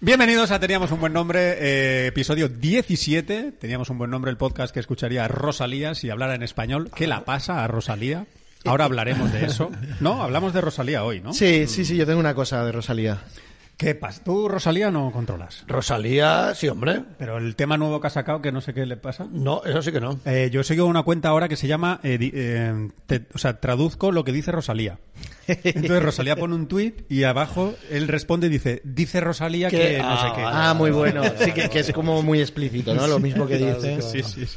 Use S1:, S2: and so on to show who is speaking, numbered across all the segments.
S1: Bienvenidos a Teníamos un buen nombre, eh, episodio 17. Teníamos un buen nombre, el podcast que escucharía a Rosalía si hablara en español. ¿Qué la pasa a Rosalía? Ahora hablaremos de eso. No, hablamos de Rosalía hoy, ¿no?
S2: Sí, sí, sí, yo tengo una cosa de Rosalía.
S1: ¿Qué pasa? Tú, Rosalía, no controlas.
S3: Rosalía, sí, hombre.
S1: Pero el tema nuevo que ha sacado, que no sé qué le pasa.
S3: No, eso sí que no.
S1: Eh, yo sigo una cuenta ahora que se llama, eh, di- eh, te- o sea, traduzco lo que dice Rosalía. Entonces Rosalía pone un tuit y abajo él responde y dice, dice Rosalía
S3: Que-
S1: que no
S3: ah,
S1: sé qué.
S2: Ah, muy bueno. Sí, que, que es como muy explícito, ¿no? Lo mismo que dices.
S1: Sí, sí, sí.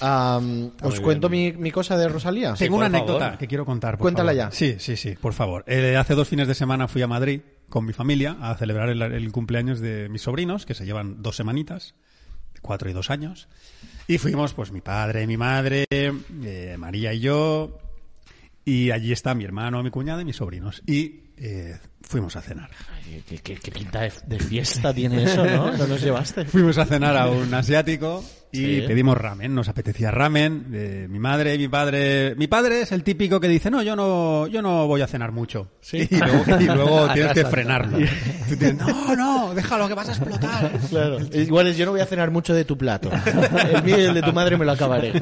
S2: Am, ¿Os cuento mi, mi cosa de Rosalía?
S1: Tengo una
S3: por
S1: anécdota
S3: favor.
S1: que quiero contar. por
S2: Cuéntala
S1: favor.
S2: ya.
S1: Sí, sí, sí, por favor. Eh, hace dos fines de semana fui a Madrid con mi familia a celebrar el, el cumpleaños de mis sobrinos, que se llevan dos semanitas, cuatro y dos años. Y fuimos, pues, mi padre, mi madre, eh, María y yo. Y allí está mi hermano, mi cuñada y mis sobrinos. Y eh, fuimos a cenar.
S3: ¿Qué, pinta de, fiesta tiene eso, no?
S2: ¿No nos llevaste?
S1: Fuimos a cenar a un asiático y
S3: Sí.
S1: pedimos ramen. Nos apetecía ramen. Eh, mi madre, mi padre. Mi padre es el típico que dice: No, yo no, yo no voy a cenar mucho. Y luego, y luego tienes que frenarlo. Tú tienes, no, no, déjalo que vas a explotar.
S2: Claro. Igual es, yo no voy a cenar mucho de tu plato. El mío y el de tu madre me lo acabaré.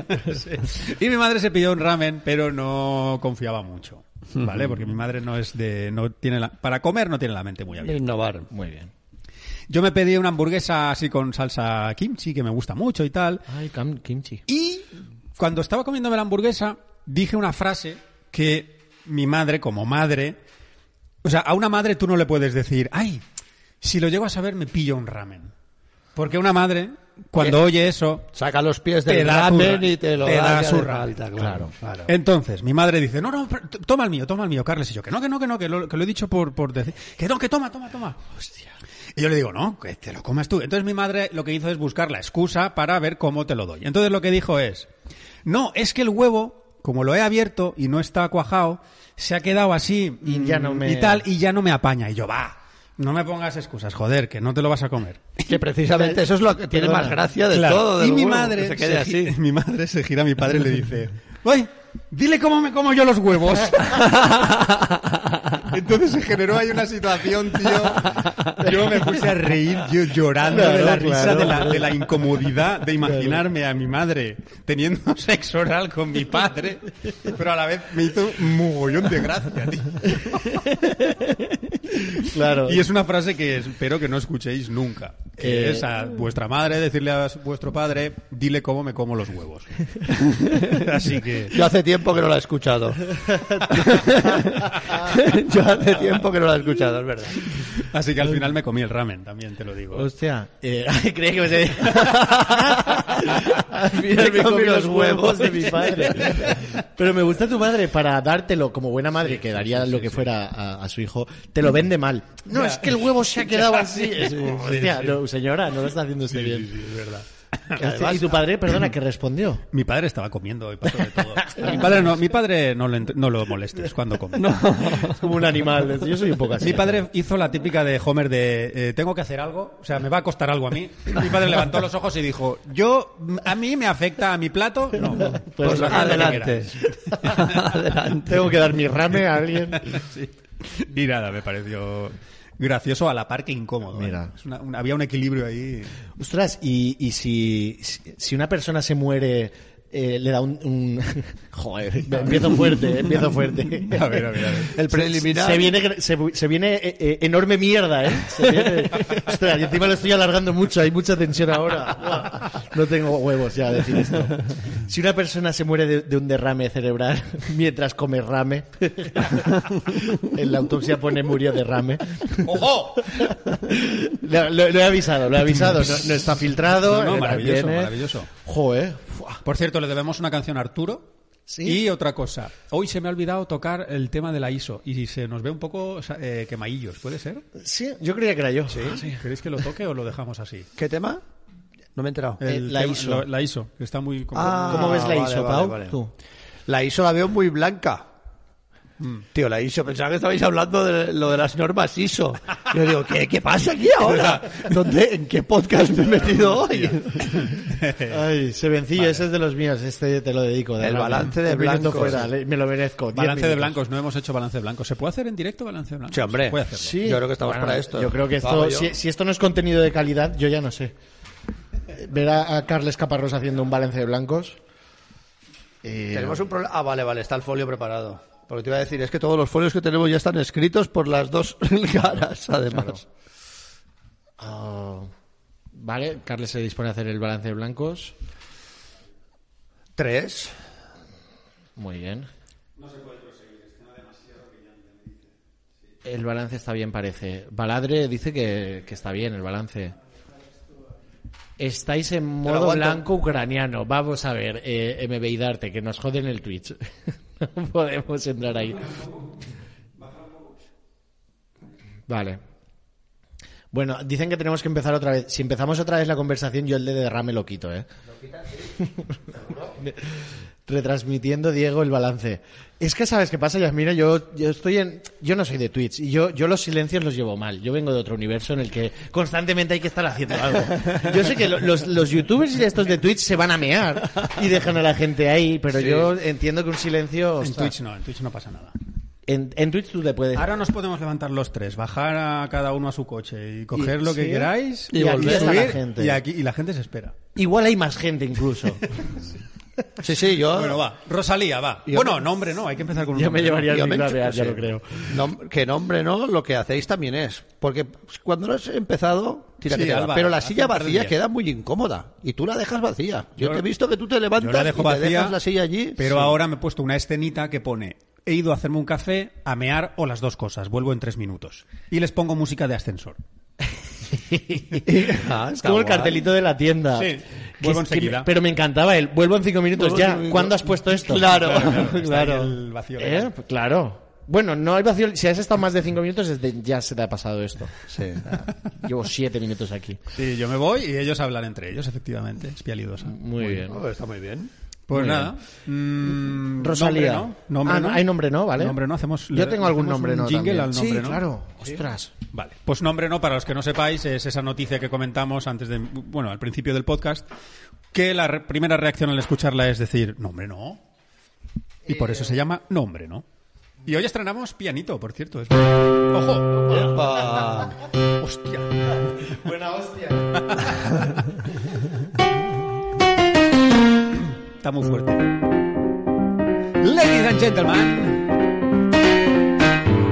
S1: Y mi madre se pidió un ramen, pero no confiaba mucho. ¿Vale? Porque mi madre no es de. No tiene la- para comer no tiene la mente muy abierta.
S3: Innovar. Muy bien.
S1: Yo me pedí una hamburguesa así con salsa kimchi, que me gusta mucho y tal.
S2: Ay, cam- kimchi.
S1: Y cuando estaba comiéndome la hamburguesa, dije una frase que mi madre, como madre, o sea, a una madre tú no le puedes decir, ay, si lo llego a saber me pillo un ramen. Porque una madre, cuando oye eso,
S3: Saca los pies
S1: Te
S3: del
S1: da
S3: ramen
S1: turra.
S3: y te lo
S1: Te da
S3: hacia
S1: su
S3: de
S1: ra-
S3: falta, claro.
S1: entonces mi madre dice, no, no, pero t- toma el mío, toma el mío, Carles. Y yo, que no, que no, que no, que lo, que lo he dicho por, por decir, que no, que toma, toma, toma. Hostia. Y yo le digo, no, que te lo comas tú. Entonces mi madre lo que hizo es buscar la excusa para ver cómo te lo doy. Entonces lo que dijo es, no, es que el huevo, como lo he abierto y no está cuajado, se ha quedado así
S2: Y ya no
S1: mm,
S2: me-
S1: y tal, y ya no me apaña. Y yo, va, no me pongas excusas, joder, que no te lo vas a comer.
S3: Que precisamente eso es lo que tiene
S2: Perdona.
S3: más gracia de
S1: Claro.
S3: todo. del
S1: y mi
S3: huevo,
S1: madre
S3: que se quede
S1: gi-
S3: así.
S1: mi madre se gira a mi padre y le dice, "Oye, dile cómo me como yo los huevos." Entonces se generó ahí una situación, tío. Yo me puse a reír, yo llorando de la risa, de, la, de la incomodidad de imaginarme a mi madre teniendo sexo oral con mi padre, pero a la vez me hizo un mogollón de gracia, tío.
S2: Claro.
S1: Y es una frase que espero que no escuchéis nunca. Que es a vuestra madre decirle a su- vuestro padre, dile cómo me como los huevos. Así que...
S3: Yo hace tiempo que no la he escuchado. Yo hace tiempo que no la he escuchado, es verdad.
S1: Así que al final me comí el ramen, también te lo digo.
S2: Hostia. eh,
S3: Creía que me se...
S2: Al final me comí los huevos de mi padre. Pero me gusta tu madre para dártelo como buena madre que daría lo que fuera a, a su hijo, te lo vende mal. No, es que el huevo se ha quedado así. Es como, hostia, no, señora, no lo está haciendo usted bien. Hostia, y tu padre, perdona, que respondió.
S1: Mi padre estaba comiendo y pasó de todo. A Mi padre no, mi padre no, le ent- no lo molestes cuando come.
S2: Es como un animal. Yo soy un poco así.
S1: Mi padre hizo la típica de Homer de eh, tengo que hacer algo, o sea, me va a costar algo a mí. Mi padre levantó los ojos y dijo, yo, a mí me afecta a mi plato, no.
S2: Pues
S1: lo que
S3: adelante.
S1: quieras.
S3: adelante.
S2: Tengo que dar mi rame a alguien.
S1: Sí. Y nada, me pareció gracioso a la par que incómodo. ¿eh?
S2: Mira.
S1: Es una- un- había un equilibrio ahí.
S2: Ostras, y, y si, si- si una persona se muere, eh, le da un... un- Joder, empiezo fuerte, eh, empiezo fuerte.
S1: A ver, a ver, a ver.
S3: El preliminar.
S2: Se viene, se, se viene eh, eh, enorme mierda, ¿eh? Se viene- Ostras, y encima lo estoy alargando mucho, hay mucha tensión ahora. Buah, No tengo huevos ya a decir esto. Si una persona se muere de, de un derrame cerebral mientras come rame, en la autopsia pone murió derrame.
S1: ¡Ojo!
S2: Lo, lo- lo he avisado, lo he avisado, no, no está filtrado.
S1: No, no,
S2: eh,
S1: maravilloso,
S2: viene.
S1: maravilloso.
S2: Joder, fuah.
S1: Por cierto, le debemos una canción a Arturo
S2: Sí.
S1: Y otra cosa, hoy se me ha olvidado tocar el tema de la ISO y se nos ve un poco eh, quemaillos, ¿puede ser? ¿Eh?
S2: Sí, yo creía que era yo.
S1: ¿Queréis que lo toque o lo dejamos así?
S3: ¿Qué tema? No me he enterado.
S2: Eh, la
S1: tema-
S2: ISO.
S1: lo- La ISO, que está muy... como-
S3: Ah,
S2: ¿Cómo ves la
S3: vale,
S2: ISO,
S3: vale,
S2: Pau?
S3: vale.
S2: Tú.
S3: La ISO la veo muy blanca. Tío, la ISO, pensaba que estabais hablando de lo de las normas ISO. Yo digo, ¿qué, qué pasa aquí ahora? ¿Dónde, ¿En qué podcast me he metido hoy?
S2: Ay, Sevencillo, ese es de los míos. Este te lo dedico. de
S3: El
S2: verdad.
S3: balance de
S2: Un minuto
S3: blancos.
S2: fuera, le- me lo merezco. diez
S1: Balance de
S2: minutos.
S1: blancos, no hemos hecho balance de blancos. ¿Se puede hacer en directo balance de blancos?
S3: Sí, hombre.
S1: Se puede hacerlo.
S2: Sí.
S3: Yo creo que estamos para esto.
S2: Yo creo que
S3: Lo hago
S2: esto,
S3: yo.
S2: si, si esto no es contenido de calidad, yo ya no sé. Ver a, a Carles Caparrós haciendo un balance de blancos. eh,
S3: Tenemos un problema. Ah, vale, vale, está el folio preparado. Porque te iba a decir, es que todos los folios que tenemos ya están escritos por las dos caras, además.
S2: ah, vale, Carles se dispone a hacer el balance de blancos.
S3: Tres.
S2: Muy bien. El balance está bien, parece. Baladre dice que, que está bien el balance. Estáis en
S3: lo
S2: modo
S3: aguanto.
S2: blanco ucraniano. Vamos a ver, eh, MB y Darte, que nos joden el Twitch. no podemos entrar ahí. Vale. Bueno, dicen que tenemos que empezar otra vez. Si empezamos otra vez la conversación, yo el de derrame lo quito, ¿eh? Retransmitiendo, Diego, el balance. Es que, ¿sabes qué pasa, Yasmina? Yo, yo estoy en... Yo no soy de Twitch. Y yo, yo los silencios los llevo mal. Yo vengo de otro universo en el que constantemente hay que estar haciendo algo. Yo sé que lo- los, los youtubers y estos de Twitch se van a mear y dejan a la gente ahí, pero yo entiendo que un silencio...
S1: En
S2: ostras,
S1: Twitch no, en Twitch no pasa nada.
S2: en, en Twitch tú te puedes...
S1: Ahora nos podemos levantar los tres, bajar a cada uno a su coche y coger lo que
S2: sí.
S1: queráis
S2: Y aquí está la
S1: subir,
S2: gente.
S1: Y, aquí, y la gente se espera.
S2: Igual hay más gente incluso.
S3: Sí, sí, yo.
S1: Bueno, va. Rosalía, va.
S3: Ah. Yo
S1: bueno,
S3: me-
S1: nombre no, hay que empezar con un
S2: Yo
S1: nombre,
S2: me
S1: ¿no?
S2: llevaría el
S3: Yo me
S2: micro a mear, ya
S3: enchupo, pues sí.
S2: lo creo.
S3: Nom- que nombre no, lo que hacéis también es. Porque pues, cuando has empezado, tira
S1: Sí,
S3: que te va.
S1: Álvaro,
S3: Pero la
S1: hace
S3: silla
S1: un par de
S3: vacía
S1: días.
S3: queda muy incómoda. Y tú la dejas vacía. Yo,
S1: Yo-
S3: te he visto que tú te
S1: Yo
S3: levantas
S1: la dejo
S3: y te
S1: vacía,
S3: dejas la silla allí.
S1: Pero
S3: Sí.
S1: ahora me he puesto una escenita que pone he ido a hacerme un café, a mear o las dos cosas. Vuelvo en tres minutos. Y les pongo música de ascensor.
S3: Ah, está
S2: Como el
S3: guay.
S2: cartelito de la tienda.
S1: Sí,
S2: Que
S1: vuelvo
S2: es que-
S1: enseguida.
S2: pero me encantaba él. Vuelvo en cinco minutos
S3: Vuelvo en
S2: ya.
S3: cinco minutos.
S2: ¿Cuándo has puesto esto?
S3: Claro.
S1: Está ahí
S2: claro.
S1: el vacío
S2: Eh,
S1: legal.
S2: pues claro. Bueno, no hay vacío. Si has estado más de cinco minutos, es de- ya se te ha pasado esto.
S3: Sí.
S2: Llevo siete minutos aquí.
S1: Sí, yo me voy y ellos hablan entre ellos, efectivamente. Espía lidosa.
S2: Muy, bien.
S3: Oh, está muy bien.
S1: Pues
S2: Muy
S1: nada. Mm,
S2: Rosalía.
S1: Nombre no. Nombre
S2: Ah,
S1: no.
S2: hay nombre no, ¿vale?
S1: Nombre no, hacemos. le-
S2: Yo tengo algún
S1: hacemos
S2: nombre
S1: un
S2: no.
S1: Jingle
S2: también.
S1: al nombre
S2: sí,
S1: no.
S2: claro. Ostras.
S1: Vale, pues nombre no, para los que no sepáis, es esa noticia que comentamos antes de, bueno, al principio del podcast, que la re- primera reacción al escucharla es decir, nombre no. Y por eso se
S2: Eh.
S1: llama nombre no. Y hoy estrenamos pianito, por cierto. es- ¡Ojo!
S3: Epa.
S1: ¡Hostia!
S2: Buena hostia.
S1: Está muy fuerte. Ladies and gentlemen,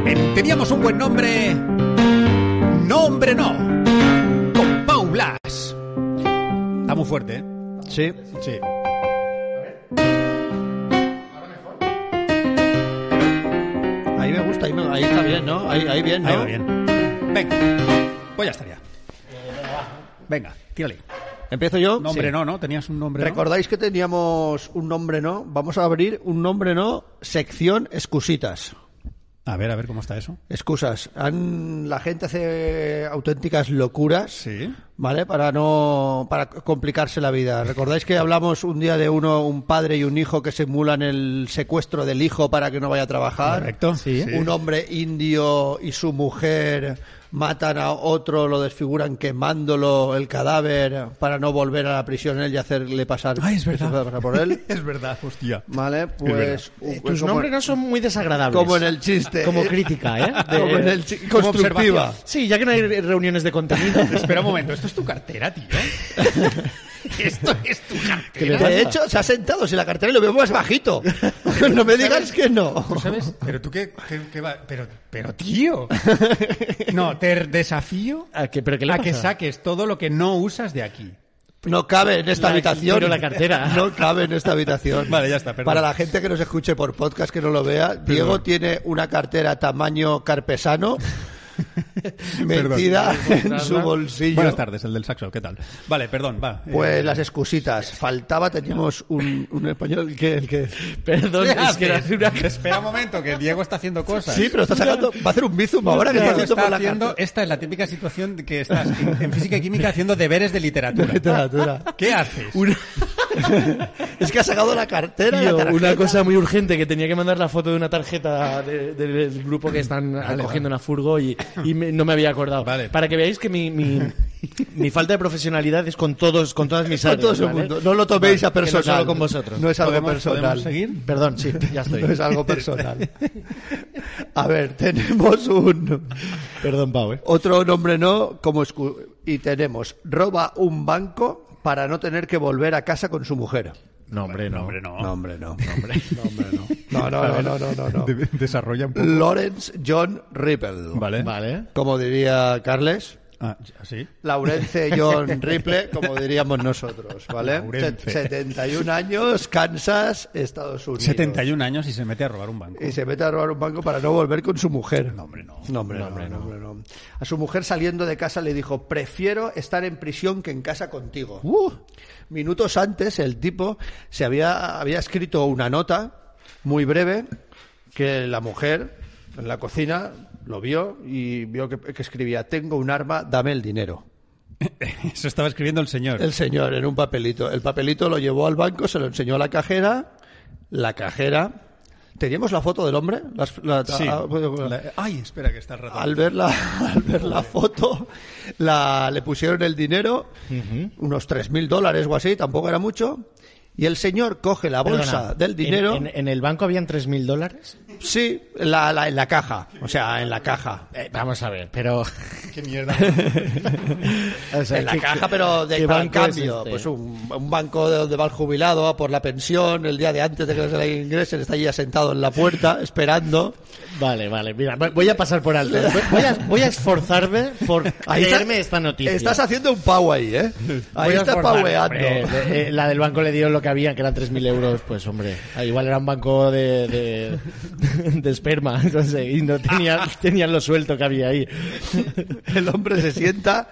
S1: en teníamos un buen nombre. Nombre no. Con Pau Blas. Está muy fuerte, ¿eh?
S3: Sí.
S1: Sí.
S3: Ahí me gusta, ahí, me- ahí está bien, ¿no? Ahí, ahí bien, ¿no?
S1: Ahí va bien. Venga. Pues ya estaría. Venga, tírale.
S3: Empiezo yo.
S1: Nombre
S3: Sí.
S1: no, ¿no? Tenías un nombre. no?
S3: ¿Recordáis que teníamos un nombre no? Vamos a abrir un nombre no, sección excusitas.
S1: A ver, a ver cómo está eso.
S3: Excusas. Han- la gente hace auténticas locuras.
S1: Sí.
S3: ¿Vale? Para no para complicarse la vida. ¿Recordáis que hablamos un día de uno, un padre y un hijo que simulan el secuestro del hijo para que no vaya a trabajar?
S1: Correcto. Sí. Sí.
S3: Un hombre indio y su mujer matan a otro, lo desfiguran quemándolo el cadáver para no volver a la prisión él y hacerle pasar,
S1: Ay, es
S3: que se pueda
S1: verdad.
S3: pasar por él.
S1: es verdad, hostia.
S3: ¿Vale? Pues
S2: Eh,
S3: un-
S2: tus
S3: como-
S2: nombres no son muy desagradables.
S3: como en el chiste.
S2: Como crítica, ¿eh? De-
S3: Como en el chi-
S1: como
S3: constructiva.
S1: observación.
S2: Sí, ya que no hay reuniones de contenido. pues,
S1: Espera un momento, ¿esto es tu cartera, tío? Esto es tu
S2: ¿Qué le
S1: cartera.
S3: De hecho, se ha sentado sin la cartera y lo veo más bajito. no me digas que no.
S1: ¿Tú sabes? Pero tú qué, qué- qué va- Pero, pero tío. No, te desafío
S2: ¿A que, ¿Pero qué le
S1: a que
S2: pasa?
S1: saques todo lo que no usas de aquí.
S3: No cabe en esta
S2: La-
S3: habitación.
S2: pero la cartera.
S3: No cabe en esta habitación.
S1: Vale, ya está, perdón.
S3: Para la gente que nos escuche por podcast que no lo vea, Diego tiene una cartera tamaño carpesano metida en su bolsillo.
S1: Buenas tardes, el del saxo, ¿qué tal? Vale, perdón, va. eh,
S3: Pues las excusitas. Faltaba, teníamos un, un español que, el que...
S4: Perdón,
S1: ¿qué
S4: es que era
S1: haces?
S4: una...
S1: Ah, Espera un momento, que Diego está haciendo cosas.
S3: Sí, pero está sacando... Va a hacer un bizum ahora que está
S1: Diego
S3: haciendo
S1: está
S3: por la
S1: haciendo,
S3: carta.
S1: esta es la típica situación de que estás en, en física y química haciendo deberes de literatura.
S3: Literatura.
S1: ¿Qué haces?
S3: Una- es que ha sacado la cartera y la
S4: Tío,
S3: tarjeta.
S4: una cosa muy urgente que tenía que mandar la foto de una tarjeta de- de- del grupo que están cogiendo una furgo y, y me- no me había acordado.
S1: Vale.
S4: Para que veáis que mi, mi-
S2: Mi falta de profesionalidad es con todos, con todas mis
S3: Con
S2: áreas.
S3: todo el
S2: ¿vale?
S3: mundo. No lo toméis
S2: Vale,
S3: a
S2: que no
S3: personal.
S2: solo con vosotros.
S3: No es algo
S1: ¿Podemos-
S3: personal.
S1: podemos seguir?
S2: Perdón, sí, ya estoy.
S3: No es algo personal. A ver, tenemos un
S2: Perdón, Pau, ¿eh?
S3: otro nombre no como escu- y tenemos roba un banco para no tener que volver a casa con su mujer.
S2: No, hombre, no.
S1: Hombre, no.
S3: No, hombre, no. No, no, no, no, no, no, no.
S1: De- desarrolla un poco.
S3: Lawrence John Ripple.
S1: Vale.
S2: Vale.
S3: Como diría Carles.
S1: Ah, ya, ¿sí?
S3: Laurence John Ripple, como diríamos nosotros, ¿vale?
S1: Laurence.
S3: Se- 71 años, Kansas, Estados Unidos.
S1: 71 años y se mete a robar un banco.
S3: Y se mete a robar un banco para no volver con su mujer. No,
S1: hombre, no.
S3: hombre, no, no, hombre, no. A su mujer saliendo de casa le dijo, prefiero estar en prisión que en casa contigo. Minutos antes el tipo se había, había escrito una nota muy breve que la mujer en la cocina lo vio y vio que, que escribía, tengo un arma, dame el dinero.
S1: Eso estaba escribiendo el señor.
S3: El señor en un papelito. El papelito lo llevó al banco, se lo enseñó a la cajera. La cajera. ¿Teníamos la foto del hombre? Las- la-
S1: Sí.
S3: ah, bueno,
S1: La- Ay, espera, que está el rato.
S3: al ver la, al ver la foto, la, le pusieron el dinero, unos 3.000 dólares o así, tampoco era mucho. Y el señor coge la bolsa
S2: Perdona,
S3: del dinero.
S2: ¿En, en- en el banco habían 3.000 dólares?
S3: Sí, la, la- en la caja. O sea, en la caja.
S2: Eh, vamos a ver, pero...
S1: Qué mierda.
S2: o sea,
S3: en la
S2: ¿qué-
S3: caja, pero
S2: qué
S3: de para el
S2: banco es
S3: cambio.
S2: este?
S3: Pues un, un banco de donde va el jubilado a por la pensión, el día de antes de que se le ingresen, está allí sentado en la puerta, esperando.
S2: Vale, vale, mira, voy a pasar por alto. Voy a, voy a esforzarme por
S3: Ahí está-
S2: creerme esta noticia.
S3: Estás haciendo un pau ahí, ¿eh? Ahí
S2: Voy a
S3: estás
S2: esforzarme,
S3: paueando.
S2: hombre. Eh, eh, La del banco le dio lo que había, que eran 3.000 euros, pues hombre, ah, igual era un banco de, de, de esperma, no sé, y no tenía, tenían lo suelto que había ahí.
S3: El hombre se sienta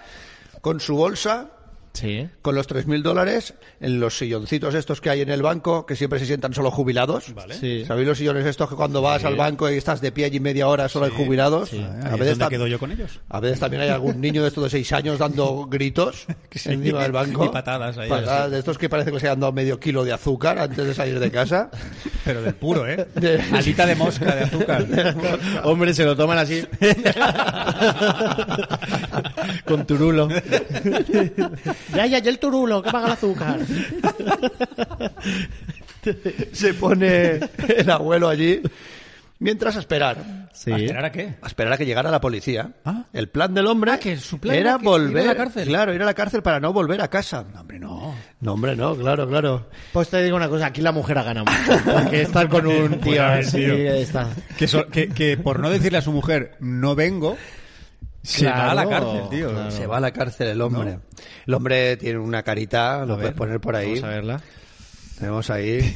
S3: con su bolsa,
S2: Sí.
S3: con los 3.000 dólares, en los silloncitos estos que hay en el banco, que siempre se sientan solo jubilados.
S2: Sí.
S3: ¿Sabéis los sillones estos que cuando vas al banco y estás de pie allí media hora solo hay jubilados?
S1: Ahí
S3: A,
S1: es
S3: veces
S1: donde
S3: tam-
S1: quedo yo con ellos.
S3: a veces también hay algún niño de estos de 6 años dando gritos
S1: Sí.
S3: encima del banco.
S1: Y patadas ahí,
S3: Patadas
S1: sí.
S3: de estos que parece que se han dado medio kilo de azúcar antes de salir de casa.
S1: Pero del puro, ¿eh?
S3: De-
S1: Alita de mosca, de azúcar.
S2: Hombre, se lo toman así. Con turulo. ya, ya, ya el turulo, que paga el azúcar.
S3: se pone el abuelo allí mientras a esperar.
S2: Sí.
S1: ¿A esperar a qué?
S3: a esperar a que llegara la policía.
S1: Ah.
S3: El plan del hombre
S1: que su plan
S3: era
S1: era que
S3: volver
S1: ir a la cárcel.
S3: Claro, ir a la cárcel para no volver a casa. No, hombre,
S1: No.
S3: No, hombre, no, claro, claro.
S2: Pues te digo una cosa, aquí la mujer ha ganado mucho. Porque estar con un tío
S1: Bueno,
S2: así
S1: Pues tío.
S2: está.
S1: Que, so- que, que por no decirle a su mujer, no vengo, se
S2: Claro,
S1: va a la cárcel, tío.
S2: claro.
S3: Se va a la cárcel el hombre. El hombre tiene una carita, lo puedes poner por ahí.
S2: Vamos a verla.
S3: Tenemos ahí.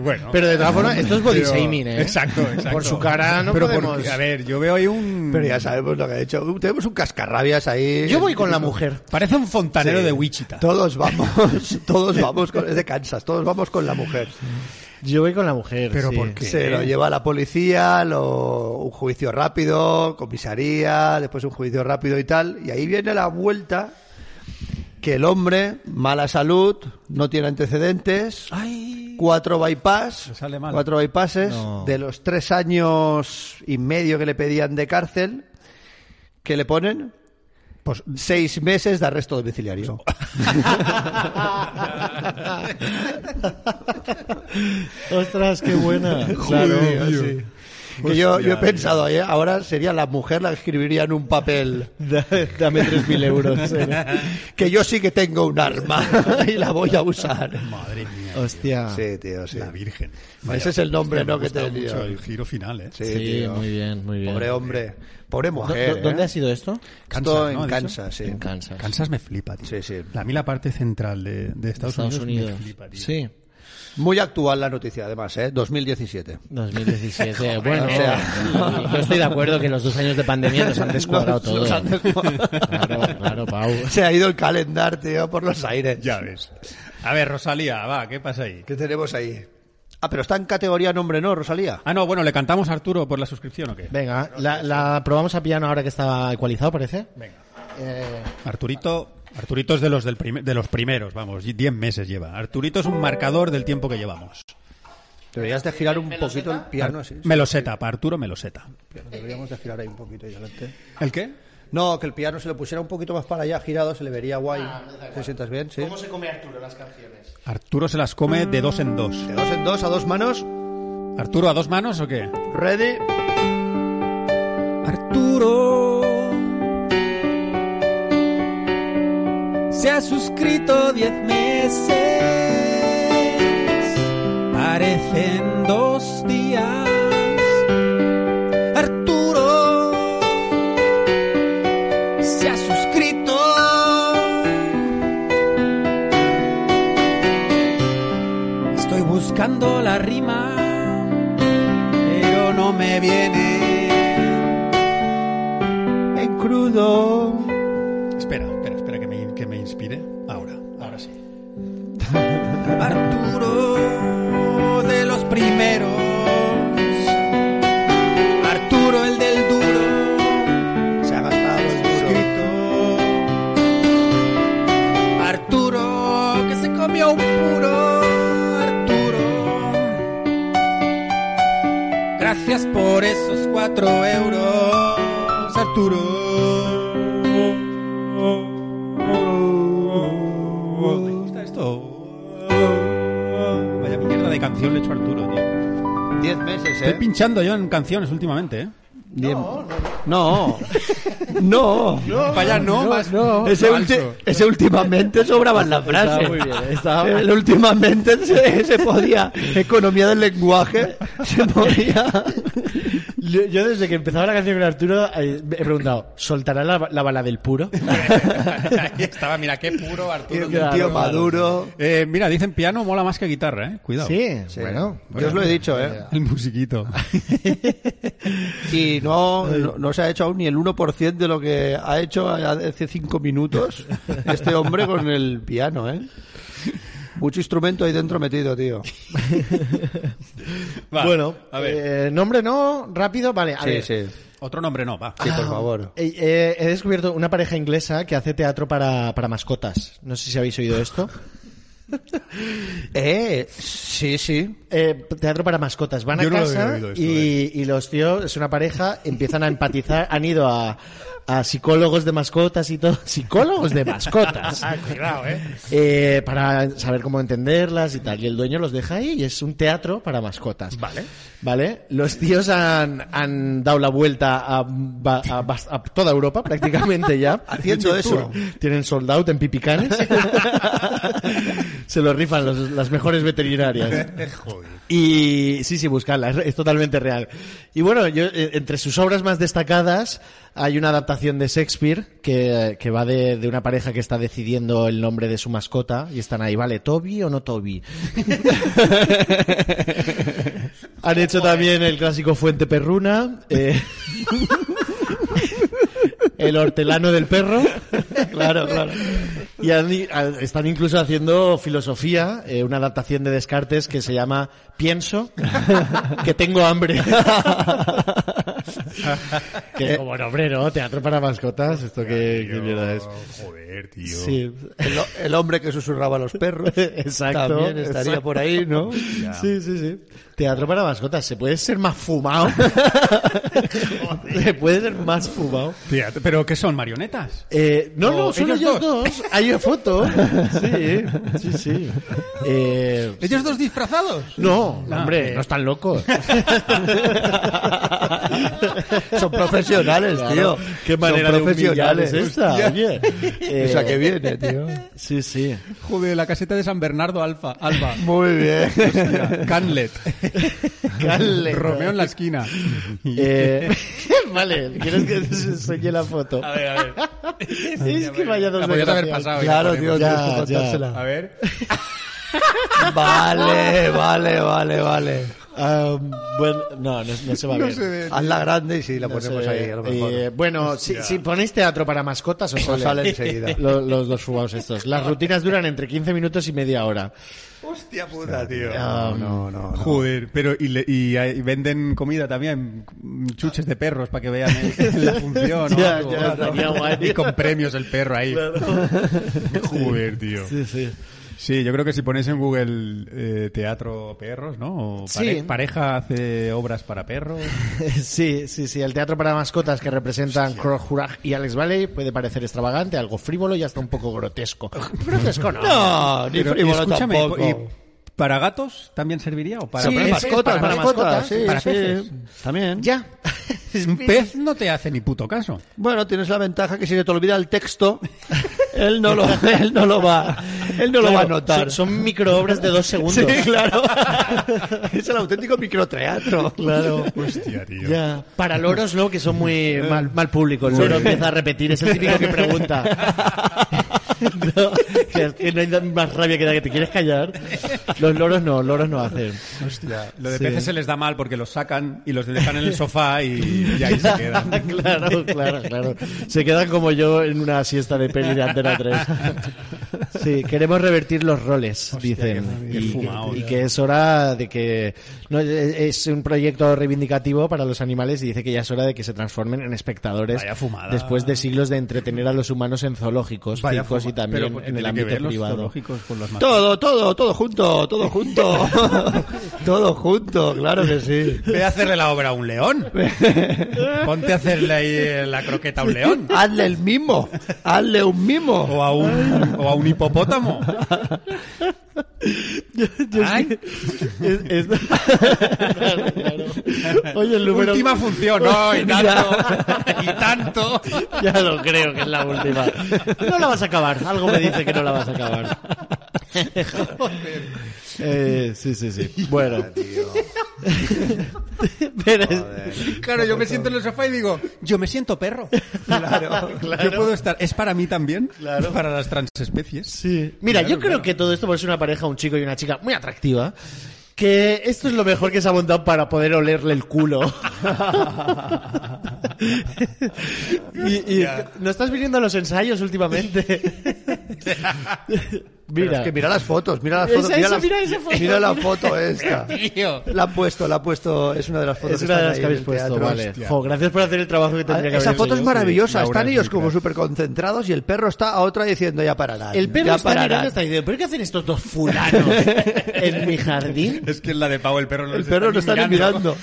S1: bueno.
S2: Pero de todas formas, esto es body
S1: Pero-
S2: shaming, ¿eh?
S1: Exacto, exacto.
S2: Por su cara no
S1: Pero
S2: podemos-
S1: porque- a ver, yo veo ahí un...
S3: Pero ya sabemos lo que ha hecho. Uh, Tenemos un cascarrabias ahí.
S2: Mm. Yo voy con la mujer.
S1: Parece un fontanero
S3: Sí.
S1: de Wichita.
S3: Todos vamos, todos vamos con, es de Kansas, todos vamos con la mujer.
S2: Yo voy con la mujer.
S1: Pero
S2: sí.
S1: ¿por qué?
S3: Se lo lleva a la policía, lo- un juicio rápido, comisaría, después un juicio rápido y tal. Y ahí viene la vuelta que el hombre, mala salud, no tiene antecedentes,
S1: Ay.
S3: cuatro bypass,
S1: Le sale mal.
S3: cuatro bypasses,
S2: No.
S3: de los tres años y medio que le pedían de cárcel, que le ponen
S1: Pues
S3: seis meses de arresto domiciliario.
S2: Ostras, qué buena.
S3: Joder,
S2: Claro.
S3: sí. Que yo, yo he pensado, ¿eh? ahora sería la mujer la que escribiría en un papel.
S2: Da- Dame 3.000 euros. eh.
S3: que yo sí que tengo un arma y la voy a usar.
S1: madre mía,
S2: Hostia.
S3: Sí, tío, sí.
S1: la virgen.
S3: Ese es el nombre, ¿no? Que
S1: Está
S3: te
S1: mucho
S3: dio.
S1: el giro final, ¿eh?
S3: Sí,
S2: Sí,
S3: tío.
S2: muy bien, muy bien.
S3: Pobre hombre. Pobre
S2: ¿Dó-
S3: mujer.
S2: dó- ¿Dónde
S3: ¿eh?
S2: ha sido esto?
S1: Kansas,
S3: Esto
S1: ¿no?
S3: en
S1: ¿Ha
S3: Kansas, sí.
S2: En Kansas.
S1: Kansas me flipa, tío.
S3: Sí, sí.
S1: A mí la parte central de, de Estados,
S2: Estados Unidos.
S1: me flipa, tío.
S2: Sí.
S3: Muy actual la noticia, además, ¿eh? 2017.
S2: 2017. bueno,
S3: o sea.
S2: yo estoy de acuerdo que los dos años de pandemia nos han descuadrado
S3: Nos-
S2: todo.
S3: nos han descuadrado.
S2: Claro, claro, Pau.
S3: Se ha ido el calendar, tío, por los aires.
S1: Ya ves. A ver, Rosalía, va, ¿qué pasa ahí?
S3: ¿Qué tenemos ahí? Ah, pero está en categoría nombre no, Rosalía.
S1: Ah, no, bueno, ¿le cantamos a Arturo por la suscripción o qué?
S2: Venga, la, la probamos a piano ahora que está ecualizado, parece.
S1: Venga.
S2: Eh,
S1: Arturito, Arturito es de los, del prim- de los primeros, vamos, 10 meses lleva. Arturito es un marcador del tiempo que llevamos.
S3: Deberías de girar un poquito el piano así.
S1: Meloseta, para Arturo Meloseta.
S3: Piano, Deberíamos de girar ahí un poquito ahí delante.
S1: ¿El qué?
S3: No, que el piano se lo pusiera un poquito más para allá, girado, se le vería guay. ¿Te sientas bien? Sí.
S2: se come Arturo las canciones?
S1: Arturo se las come de dos en dos.
S3: De dos en dos, a dos manos.
S1: ¿Arturo a dos manos o qué?
S3: Ready.
S5: Arturo se ha suscrito 10 meses, parecen dos días. Arturo se ha suscrito. Estoy buscando la rima, pero no me viene.
S3: En crudo.
S1: Espera, espera, espera, que me, que me inspire. Ahora, ahora sí.
S5: Arturo de los primeros, Arturo el del duro,
S3: Se ha gastado el duro.
S5: suscrito. Arturo que se comió un puro, Arturo. Gracias por esos cuatro euros, Arturo.
S1: Me gusta esto. Vaya mierda de canción le he hecho a Arturo, tío.
S3: Diez meses,
S1: Estoy
S3: ¿eh?
S1: pinchando yo en canciones últimamente, ¿eh?
S3: No. No.
S1: Vaya, no, más-
S3: Ese, ulti- ese últimamente sobraba en la frase.
S2: Estaba muy bien, estaba-
S3: El Eh, últimamente se, se podía. Economía del lenguaje. Se podía.
S2: Yo, yo desde que empezaba la canción con Arturo eh, me he preguntado, ¿soltará la, la bala del puro?
S1: Ahí estaba, mira, qué puro Arturo.
S3: Un tío
S2: claro.
S3: maduro.
S1: Eh, mira, dicen piano mola más que guitarra, ¿eh? Cuidado.
S3: Sí. Yo os lo he dicho, ¿eh?
S1: El musiquito.
S3: Y no, no, no se ha hecho aún ni el 1% de lo que ha hecho hace cinco minutos este hombre con el piano, ¿eh? Mucho instrumento ahí dentro metido, tío.
S1: Va,
S2: bueno,
S1: a ver.
S2: eh, nombre no, rápido, vale. A
S3: Sí,
S2: ver.
S3: sí.
S1: Otro nombre no, va.
S3: Sí, por favor.
S2: Eh, eh, he descubierto una pareja inglesa que hace teatro para, para mascotas. No sé si habéis oído esto.
S3: Eh, sí, sí.
S2: Eh, teatro para mascotas. Van
S1: Yo
S2: a
S1: no lo había
S2: casa
S1: oído esto, eh.
S2: y, y los tíos, es una pareja, empiezan a empatizar, han ido a, a psicólogos de mascotas y todo. Psicólogos de mascotas.
S1: Cuidado, ¿eh?
S2: Eh, para saber cómo entenderlas y tal. Y el dueño los deja ahí y es un teatro para mascotas. Vale. Vale. Los tíos han, han dado la vuelta a, ba- a bas- a toda Europa prácticamente ya.
S3: Haciendo eso.
S2: Tienen sold out en pipicanes. Se los rifan los- las mejores veterinarias. Y sí, sí, buscarla, es, es totalmente real. Y bueno, yo, eh, entre sus obras más destacadas hay una adaptación de Shakespeare que, que va de, de una pareja que está decidiendo el nombre de su mascota y están ahí, ¿vale? ¿Toby o no Toby? Han hecho también el clásico Fuente Perruna, eh, el hortelano del perro. claro, claro. Y han- han- están incluso haciendo filosofía, eh, una adaptación de Descartes que se llama Pienso que tengo hambre. que como nombre, ¿no? Teatro para mascotas, esto que qué mierda es.
S1: Joder, tío.
S2: Sí.
S3: El, el hombre que susurraba a los perros.
S2: Exacto,
S3: También estaría
S2: exacto.
S3: por ahí, ¿no?
S2: Sí, sí, sí. Teatro para mascotas, se puede ser más fumado. se puede ser más fumado.
S1: Tía, ¿Pero qué son? ¿Marionetas?
S2: Eh, no,
S1: No,
S2: no, solo
S1: ellos
S2: ellos, dos. Hay una foto. Sí, sí, sí. Eh,
S1: ¿Ellos dos disfrazados?
S2: no,
S1: No,
S2: Ah, hombre,
S1: eh.
S2: no están locos.
S3: Son profesionales, tío.
S2: Qué
S3: Son
S2: manera de ¿eh? humillar
S3: profesionales.
S2: es esta.
S3: Hostia.
S2: Oye. Eh,
S3: Esa que viene, tío.
S2: Sí, sí.
S1: Joder, la caseta de San Bernardo Alfa, Alba.
S3: Muy bien.
S1: Canlet.
S2: Cale.
S1: Romeo en la esquina.
S2: Eh, vale, ¿quieres que te enseñe la foto? A ver, a ver. Es que vaya dos
S1: La podías ah, haber
S2: desgraciados.
S1: pasado.
S3: Claro, tío,
S2: Ya,
S3: tienes que
S2: ya.
S3: contársela.
S1: A ver.
S3: Vale, vale, vale, vale.
S2: Ah, bueno, no, no, no se va a ver.
S3: Hazla grande y sí, la
S2: No
S3: ponemos
S2: se ve.
S3: ahí, a lo mejor.
S2: Eh, bueno, si, si ponéis teatro para mascotas, os sale,
S3: sale enseguida.
S2: Lo- los dos fugados estos. Las rutinas duran entre 15 minutos y media hora.
S3: Hostia puta, tío.
S2: Ah,
S3: No, no, no.
S1: Joder, pero y, le- y, hay- venden comida también, mm, chuches de perros para que vean eh, la función. o
S2: Ya,
S1: algo,
S2: ya,
S1: ¿no?
S2: estaría guay.
S1: Y con premios el perro ahí. Joder, tío.
S2: Sí, sí.
S1: Sí, yo creo que si ponéis en Google eh, teatro perros, ¿no? O pare-
S2: Sí.
S1: Pareja hace obras para perros.
S2: Sí, sí, sí. El teatro para mascotas que representan Croc Juraj y Alex Valley puede parecer extravagante, algo frívolo y hasta un poco grotesco. Grotesco no.
S3: No, ni
S1: Pero, y
S3: frívolo
S1: escúchame,
S3: tampoco.
S1: ¿y ¿para gatos también serviría? ¿O para
S2: Sí,
S1: para
S2: es
S1: mascotas?
S2: para mascotas,
S3: sí,
S1: para
S3: sí.
S1: peces.
S3: También.
S2: Ya.
S1: Un pez no te hace ni puto caso.
S3: Bueno, tienes la ventaja que si se te olvida el texto, él no lo, él no lo va, él no lo va a
S2: Claro,
S3: notar.
S2: Son, son microobras de dos segundos.
S3: Sí, claro. es el auténtico microteatro.
S2: Claro.
S1: Hostia, tío.
S2: Ya. Para loros, ¿no? Que son muy mal, mal público. El loro empieza a repetir, es el típico que pregunta. No, que, es que no hay más rabia que da que te quieres callar. Los loros no, loros no hacen.
S1: Lo de
S2: Sí.
S1: peces se les da mal porque los sacan y los dejan en el sofá y, y ahí se quedan.
S2: claro, claro, claro. Se quedan como yo en una siesta de peli de Antena 3. Sí, queremos revertir los roles, dicen.
S1: qué
S2: y,
S1: fumao,
S2: y
S1: ya.
S2: que es hora de que... no, e, es un proyecto reivindicativo para los animales y dice que ya es hora de que se transformen en espectadores
S1: Vaya fumada.
S2: después de siglos de entretener a los humanos en zoológicos,
S1: Vaya
S2: circos y
S1: fuma-
S2: también
S1: ¿por qué
S2: en
S1: tiene
S2: el
S1: que
S2: ámbito
S1: ver los
S2: privado.
S1: zoológicos con las mascotas?
S3: Todo, todo, todo junto, todo junto. todo junto, claro que sí.
S1: Ve a hacerle la obra a un león. Ponte a hacerle ahí eh, la croqueta a un león.
S3: Hazle el mimo, hazle un mimo.
S1: O a un, o a un hipopótamo. Ay,
S2: Es- es- Claro, claro. Oye, el número...
S1: última función. No, y tanto. y tanto.
S2: Ya lo creo que es la última. No la vas a acabar. Algo me dice que no la vas a acabar. Eh, sí, sí, sí. Bueno. Pero es-
S1: Claro, yo me siento en el sofá y digo, yo me siento perro.
S2: Claro, claro.
S1: Yo puedo estar. Es para mí también. Para las transespecies.
S2: Sí. Mira, yo creo que todo esto por ser una pareja, un chico y una chica muy atractiva. Que esto es lo mejor que se ha montado para poder olerle el culo. y, y no estás viniendo a los ensayos últimamente.
S3: Pero
S2: Mira,
S3: es que mira las fotos, mira las
S2: Esa-
S3: fotos. mira,
S2: esa-
S3: las-
S2: mira esa foto,
S3: mira la
S2: mira.
S3: foto esta. La han puesto, la ha puesto, es una de las fotos
S2: es una de
S3: están
S2: las
S3: ahí
S2: que habéis
S3: en el
S2: puesto,
S3: teatro.
S2: vale. Jo, gracias por hacer el trabajo que
S3: Ah,
S2: tendría que
S3: Esa
S2: haber
S3: foto
S2: hecho
S3: es
S2: yo.
S3: maravillosa.
S1: Sí, Laura,
S3: Están ellos
S1: sí,
S3: como
S1: claro.
S3: súper concentrados y el perro está a otra diciendo ya pararán.
S2: El perro
S3: ya
S2: está
S3: pararán".
S2: mirando está diciendo, ¿pero qué hacen estos dos fulanos en mi jardín?
S1: Es que es la de Pau, el perro no
S3: El
S1: les
S3: perro no
S1: ni
S3: está ni mirando.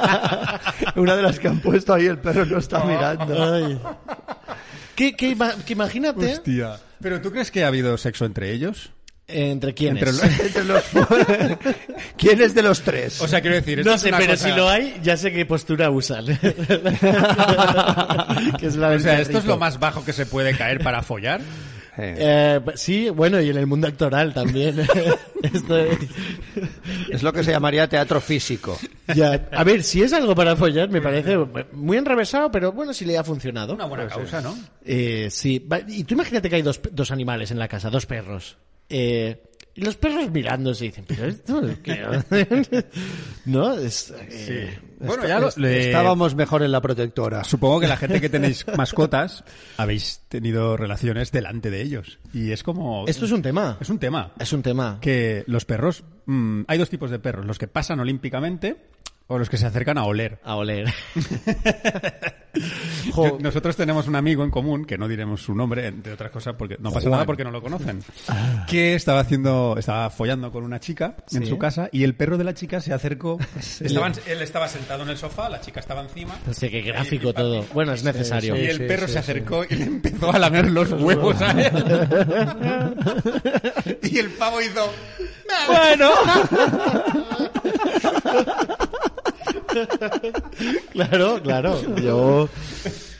S3: Una de las que han puesto ahí, el perro no está mirando.
S2: Ay. ¿Qué, qué ima- que imagínate
S1: Hostia. ¿Pero tú crees que ha habido sexo entre ellos?
S2: entre quiénes.
S1: Entre los-
S3: Entre los- ¿Quién es de los tres?
S1: O sea, quiero decir, esto
S2: No
S1: es
S2: sé,
S1: una
S2: pero
S1: cosa-
S2: si lo hay, ya sé qué postura usan. Que es la
S1: O sea,
S2: del
S1: esto es
S2: perrito.
S1: lo más bajo que se puede caer para follar.
S2: Eh, sí, bueno, y en el mundo actoral también. Esto-
S3: Es lo que se llamaría teatro físico.
S2: ya. A ver, si es algo para follar, me parece muy enrevesado, pero bueno, si le ha funcionado.
S1: Una buena causa, ¿no?
S2: Eh, sí, Va- y tú imagínate que hay dos, pe- dos animales en la casa, dos perros. Eh, y los perros mirándose y dicen, pero esto qué hacen?" no, es... eh,
S1: Bueno, ya lo- le-
S3: Estábamos mejor en la protectora.
S1: Supongo que la gente que tenéis mascotas habéis tenido relaciones delante de ellos. Y es como...
S2: Esto es un tema.
S1: Es un tema.
S2: Es un tema.
S1: Que los perros... mm, hay dos tipos de perros. Los que pasan olímpicamente o los que se acercan a oler.
S2: A oler.
S1: Yo-
S2: Jo,
S1: nosotros tenemos un amigo en común, que no diremos su nombre, entre otras cosas, porque no pasa nada porque no lo conocen, que estaba haciendo, estaba follando con una chica en su casa y el perro de la chica se acercó. Estaban- él estaba sentado en el sofá, la chica estaba encima.
S2: no sé qué gráfico todo. Bueno, es necesario.
S1: Y el perro se acercó y le empezó a lamer los huevos a él. y el pavo hizo.
S2: Bueno. claro, claro. Yo.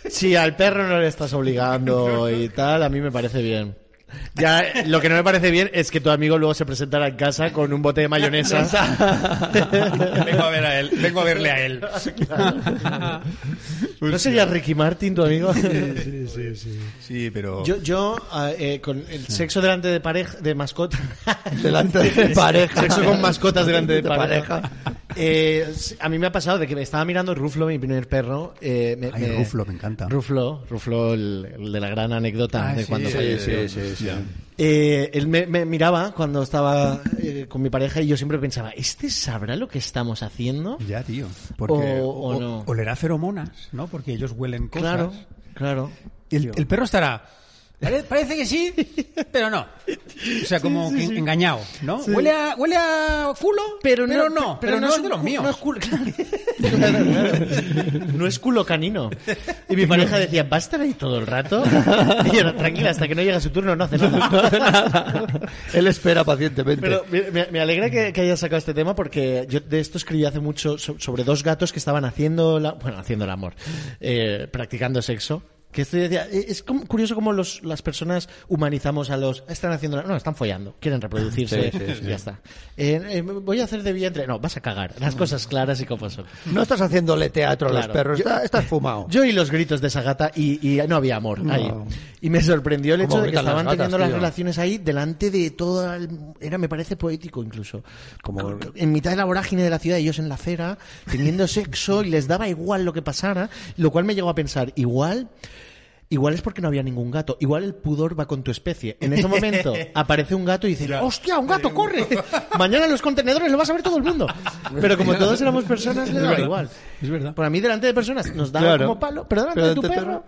S2: Si al perro no le estás obligando y tal, a mí me parece bien. Ya, eh, lo que no me parece bien es que tu amigo luego se presentara en casa con un bote de mayonesa.
S1: Vengo a ver a él, vengo a verle a él. Pues
S2: ¿No sería Ricky Martin tu amigo?
S1: Sí, pero.
S2: Yo, yo ah, eh, con el sexo delante de pareja, de mascota.
S3: Delante de pareja.
S2: Sexo con mascotas delante de
S3: De
S2: pareja.
S3: pareja.
S2: Eh, a mí me ha pasado de que me estaba mirando Ruflo, mi primer perro. eh, me,
S1: Ay, Ruflo, me encanta.
S2: Ruflo, Ruflo, el, el de la gran anécdota
S1: Ah,
S2: de
S1: sí,
S2: cuando
S1: sí,
S2: falleció.
S1: sí, sí.
S2: Eh, él me, me miraba cuando estaba eh, con mi pareja y yo siempre pensaba, ¿este sabrá lo que estamos haciendo?
S1: Ya, tío. Porque
S2: O- o no.
S1: olerá feromonas, ¿no? Porque ellos huelen cosas.
S2: Claro, claro.
S1: Y el, el perro estará. "Pare- Parece que sí, pero no. O sea, como que engañado, ¿no? Huele, a, huele a culo, pero, no, pero, no, es de
S2: un
S1: los
S2: cu-
S1: míos.
S2: No es culo, claro. No es culo canino. Y mi pareja decía, ¿va a estar ahí todo el rato? Y yo, "No, tranquila, hasta que no llega su turno no hace nada.
S3: Él espera pacientemente.
S2: Pero me, me- me alegra que, que hayas sacado este tema porque yo de esto escribí hace mucho so- sobre dos gatos que estaban haciendo, la, bueno, haciendo el amor, eh, practicando sexo. Que esto decía, eh, es como- curioso cómo los, las personas humanizamos a los. Están haciendo. la- No, están follando. Quieren reproducirse. Ya está. Eh, eh, voy a hacer de vientre. No, vas a cagar. Las cosas claras y como son.
S3: no estás haciéndole teatro a
S2: Claro.
S3: los perros, está- estás fumado.
S2: Yo y los gritos de esa gata y, y no había amor ahí. Y me sorprendió el
S3: ¿Cómo
S2: hecho de que
S3: gritan las
S2: estaban
S3: gatas,
S2: teniendo las
S3: tío?
S2: relaciones ahí delante de todo el- era me parece poético incluso. Como en mitad de la vorágine de la ciudad ellos en la acera teniendo sexo y les daba igual lo que pasara, lo cual me llegó a pensar, igual Igual es porque no había ningún gato. Igual el pudor va con tu especie. En ese momento aparece un gato y dice, ¡hostia, un gato, corre! Mañana en los contenedores lo vas a ver todo el mundo. Pero como todos éramos personas, le daba igual.
S1: Es verdad.
S2: Para mí, delante de personas nos da
S3: Claro.
S2: Ah, como palo, pero delante
S3: Pero
S2: de tu
S3: delante de
S2: perro.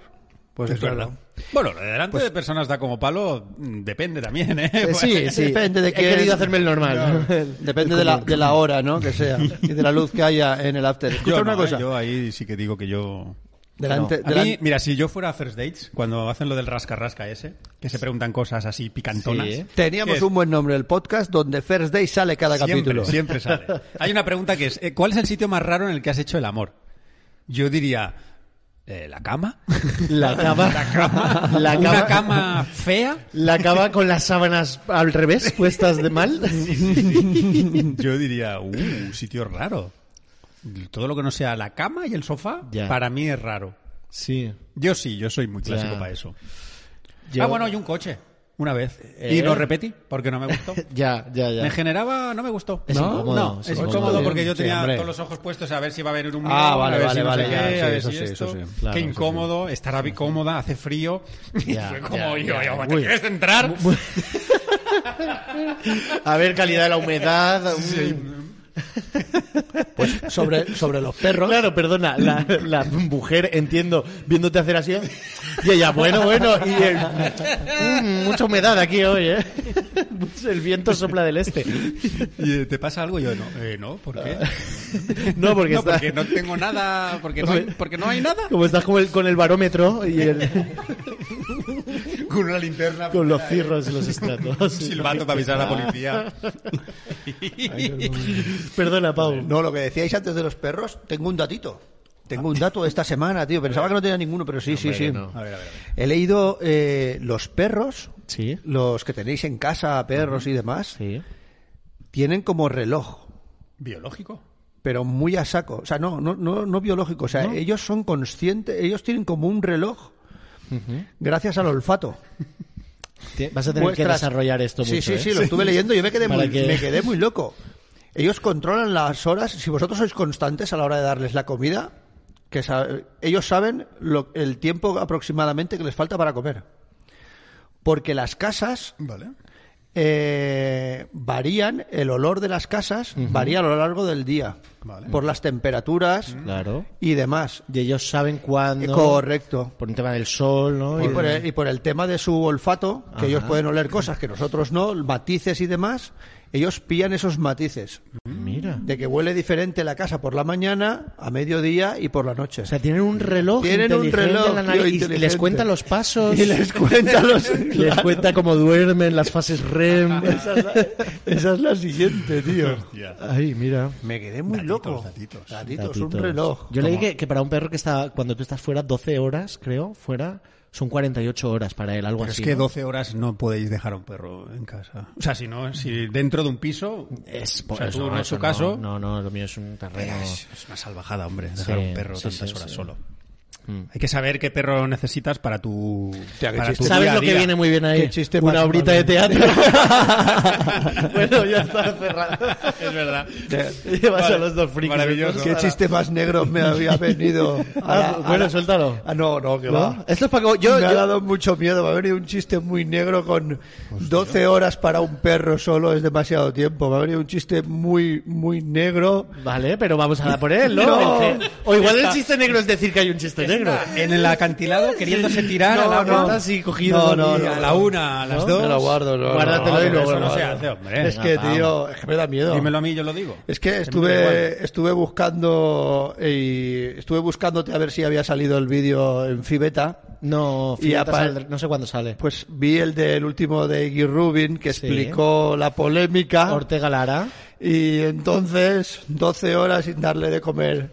S3: Pues
S1: Es verdad. Bueno, lo de delante de personas da como palo, mm, depende también, ¿eh?
S2: Eh, sí, sí.
S3: Depende de
S2: He
S3: quién.
S2: querido hacerme el normal.
S3: Depende de la, de la hora, ¿no? Que sea. Y de la luz que haya en el after. Escucha
S1: Yo,
S3: una
S1: no,
S3: cosa.
S1: ¿eh? Yo ahí sí que digo que yo...
S3: Delante,
S1: A
S3: delan-
S1: mí, mira, si yo fuera a First Dates, cuando hacen lo del rasca-rasca ese, que se preguntan cosas así picantonas...
S2: Sí, ¿eh?
S3: Teníamos
S1: es-
S3: un buen nombre del podcast donde First Day sale cada capítulo.
S1: Siempre, siempre sale. Este Hay una pregunta que es, eh, ¿cuál es el sitio más raro en el que has hecho el amor? Yo diría, eh, ¿la cama?
S2: La cama. La cama. La cama,
S1: ¿Una cama fea?
S2: con las sábanas al revés, puestas de mal.
S1: Yo diría, uh, un sitio raro. Todo lo que no sea la cama y el sofá,
S2: Ya.
S1: para mí es raro.
S2: Sí.
S1: Yo sí, yo soy muy clásico
S2: Ya.
S1: para eso.
S2: Yo-
S1: Ah, bueno, y un coche, una vez.
S2: Eh.
S1: Y lo repetí, porque no me gustó.
S2: Ya, ya, ya.
S1: Me generaba, no me gustó.
S2: Es
S1: ¿No?
S2: incómodo,
S1: No,
S2: es
S1: es
S2: incómodo.
S1: incómodo porque yo
S3: Sí,
S1: tenía
S3: hombre.
S1: todos los ojos puestos a ver si va a venir un
S3: Ah,
S1: mirón,
S3: vale,
S1: a ver
S3: vale,
S1: si no
S3: vale,
S1: sé
S3: ya,
S1: qué,
S3: sí,
S1: a ver
S3: eso
S1: si
S3: sí, eso
S1: esto.
S3: sí. Claro,
S1: qué
S3: eso sí.
S1: incómodo, estar a cómoda, hace frío. Y
S2: Ya,
S1: fue como,
S2: ya,
S1: yo,
S2: ya,
S1: yo, ¿te
S2: muy-
S1: quieres entrar?
S2: A ver, calidad de la humedad.
S3: Pues sobre, sobre los perros.
S2: Claro, perdona, la, la mujer, entiendo, viéndote hacer así. ¿eh? Y ella, bueno, bueno, y el- mm, mucha humedad aquí hoy, ¿eh? El viento sopla del este.
S1: ¿Y eh, te pasa algo? Yo, no, eh, no, ¿por qué?
S2: No, porque
S1: no,
S2: está-
S1: porque no tengo nada, porque no hay, porque no hay nada.
S2: Como estás como el- con el barómetro y el,
S1: Con una linterna.
S2: con los cirros y los estratos.
S1: Silbando para avisar a la policía.
S2: Perdona, Pau.
S3: No, lo que decíais antes de los perros, tengo un datito. Tengo un dato esta semana, tío. Pensaba que no tenía ninguno, pero sí, sí, sí.
S2: no.
S1: A ver, a ver, a ver.
S3: He leído eh, los perros,
S2: Sí.
S3: los que tenéis en casa, perros y demás,
S2: Sí.
S3: tienen como reloj,
S1: ¿Biológico?
S3: pero muy a saco. O sea, no, no, no, no biológico. O sea, ellos son conscientes, ellos tienen como un reloj gracias al olfato.
S2: Vas a tener que
S3: Muestras-
S2: desarrollar esto
S3: Sí,
S2: mucho.
S3: sí,
S2: ¿eh?
S3: sí, lo estuve leyendo y yo me quedé,
S2: Para
S3: muy,
S2: que-
S3: me quedé muy loco. Ellos controlan las horas, si vosotros sois constantes a la hora de darles la comida, que sa- ellos saben lo- el tiempo aproximadamente que les falta para comer. Porque las casas
S1: Vale.
S3: eh, varían, el olor de las casas varía a lo largo del día,
S1: Vale.
S3: por las
S2: Mm.
S3: temperaturas
S2: Claro.
S3: y demás.
S2: Y ellos saben cuándo.
S3: Correcto.
S2: Por un tema del sol, ¿no?
S3: Y por, el, y por el tema Pues de su olfato, que
S2: Ajá.
S3: ellos pueden oler cosas que nosotros no, matices y demás, ellos pillan esos matices.
S2: Mira.
S3: De que huele diferente la casa por la mañana, a mediodía y por la noche.
S2: O sea, tienen un reloj
S3: Tienen un
S2: inteligente
S3: reloj,
S2: en la nariz
S3: tío,
S2: y- y les
S3: inteligente.
S2: cuenta los pasos.
S3: y les cuenta los...
S2: Les cuenta cómo duermen, las fases REM.
S3: Esa es, la, esa es la siguiente, tío.
S2: Ay, mira.
S3: Me quedé muy loco. Datitos, un
S2: Gatitos.
S3: reloj.
S2: Yo leí
S3: Como-
S2: que, que para un perro que está, cuando tú estás fuera, 12 horas, creo, fuera, son 48 horas para él, algo
S1: Pero
S3: Pues
S1: Pues es
S2: así.
S1: que
S2: ¿no?
S1: 12 horas no podéis dejar a un perro en casa. O sea, si no, si dentro de un piso,
S2: Es,
S1: o sea,
S2: pues
S1: tú en
S2: no, eso
S1: su
S2: no,
S1: caso,
S2: No, no, lo mío es un terreno.
S1: es, es una salvajada, hombre, dejar a un perro
S2: sí,
S1: tantas
S2: sí,
S1: horas
S2: sí.
S1: solo.
S2: Mm.
S1: Hay que saber qué perro necesitas para tu,
S3: qué
S1: para
S3: chiste.
S1: tu
S2: ¿Sabes
S1: día a
S2: lo que
S1: día.
S2: viene muy bien ahí?
S3: Qué chiste
S2: Una
S3: más
S2: horita
S3: malo.
S2: de teatro. bueno, ya está cerrado.
S1: Es verdad.
S2: Llevas a los dos frikis.
S1: Maravilloso.
S3: Qué chiste más negro me había venido.
S2: Ah, bueno,
S3: suelta.
S2: suéltalo.
S3: Ah, no, no, que
S2: ¿No?
S3: va.
S2: Esto es para que yo,
S3: me ha
S2: yo-
S3: dado mucho miedo. Me ha venido un chiste muy negro con 12 horas para un perro solo es demasiado tiempo. Me ha venido un chiste muy, muy negro.
S2: Vale, pero vamos a dar por él, ¿no?
S3: No.
S2: El que- O igual el chiste negro es decir que hay un chiste negro.
S1: En el acantilado queriéndose tirar
S2: No,
S1: al agua.
S2: no, estás así
S1: No,
S2: cogido. No,
S1: no,
S2: no,
S1: a la una, a las dos.
S3: Me lo guardo, no, no,
S2: Guárdatelo
S3: no,
S2: y luego
S1: Eso
S2: lo
S1: no se
S2: guardas.
S1: hace, hombre.
S3: Es que,
S2: Venga,
S3: tío, es que me da miedo.
S1: Dímelo a mí, yo lo digo.
S3: Es que
S2: igual.
S3: estuve, estuve buscando y estuve buscándote a ver si había salido el vídeo en Fibeta.
S2: No, fíjate,
S3: apa-
S2: saldrá- no sé cuándo sale.
S3: Pues vi el del último de Iggy Rubin que
S2: Sí.
S3: explicó la polémica
S2: Ortega Lara.
S3: y entonces 12 horas sin darle de comer.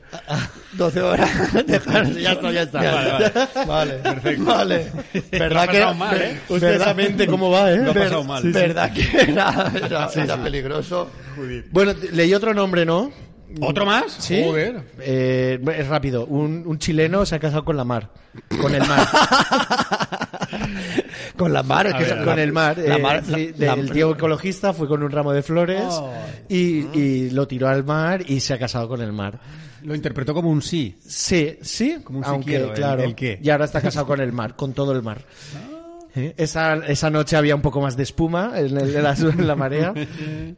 S3: 12 horas. dejar-
S2: Ya está, ya está.
S1: Vale,
S3: Ah, vale, vale. Perfecto. Vale.
S1: Lo ha
S3: ¿Verdad
S1: pasado
S3: que
S1: mal, ¿eh?
S3: ver-
S2: Usted esa mente cómo va, ¿eh?
S1: Lo ha
S3: ver-
S1: pasado mal.
S3: ¿Verdad que era, era- era peligroso?
S2: Bueno, te- leí otro nombre, ¿no?
S1: ¿Otro más?
S2: Sí.
S1: Joder.
S2: Eh, es rápido. Un, un chileno se ha casado con la mar. Con el mar.
S3: Con la mar, es que
S1: ver,
S3: esa-
S2: con el mar.
S3: la
S2: eh,
S3: mar-
S2: sí,
S3: la-
S2: del
S3: la-
S2: tío ecologista fue con un ramo de flores
S1: Oh.
S2: y,
S1: Mm.
S2: y lo tiró al mar y se ha casado con el mar.
S1: Lo interpretó como un sí.
S2: Sí, sí,
S1: Como un sí
S2: aunque
S1: quiero, el-
S2: claro.
S1: el qué. Ah.
S2: Y ahora está casado con el mar, con todo el mar. ¿Eh? Esa, esa noche había un poco más de espuma en, el- en la, en la marea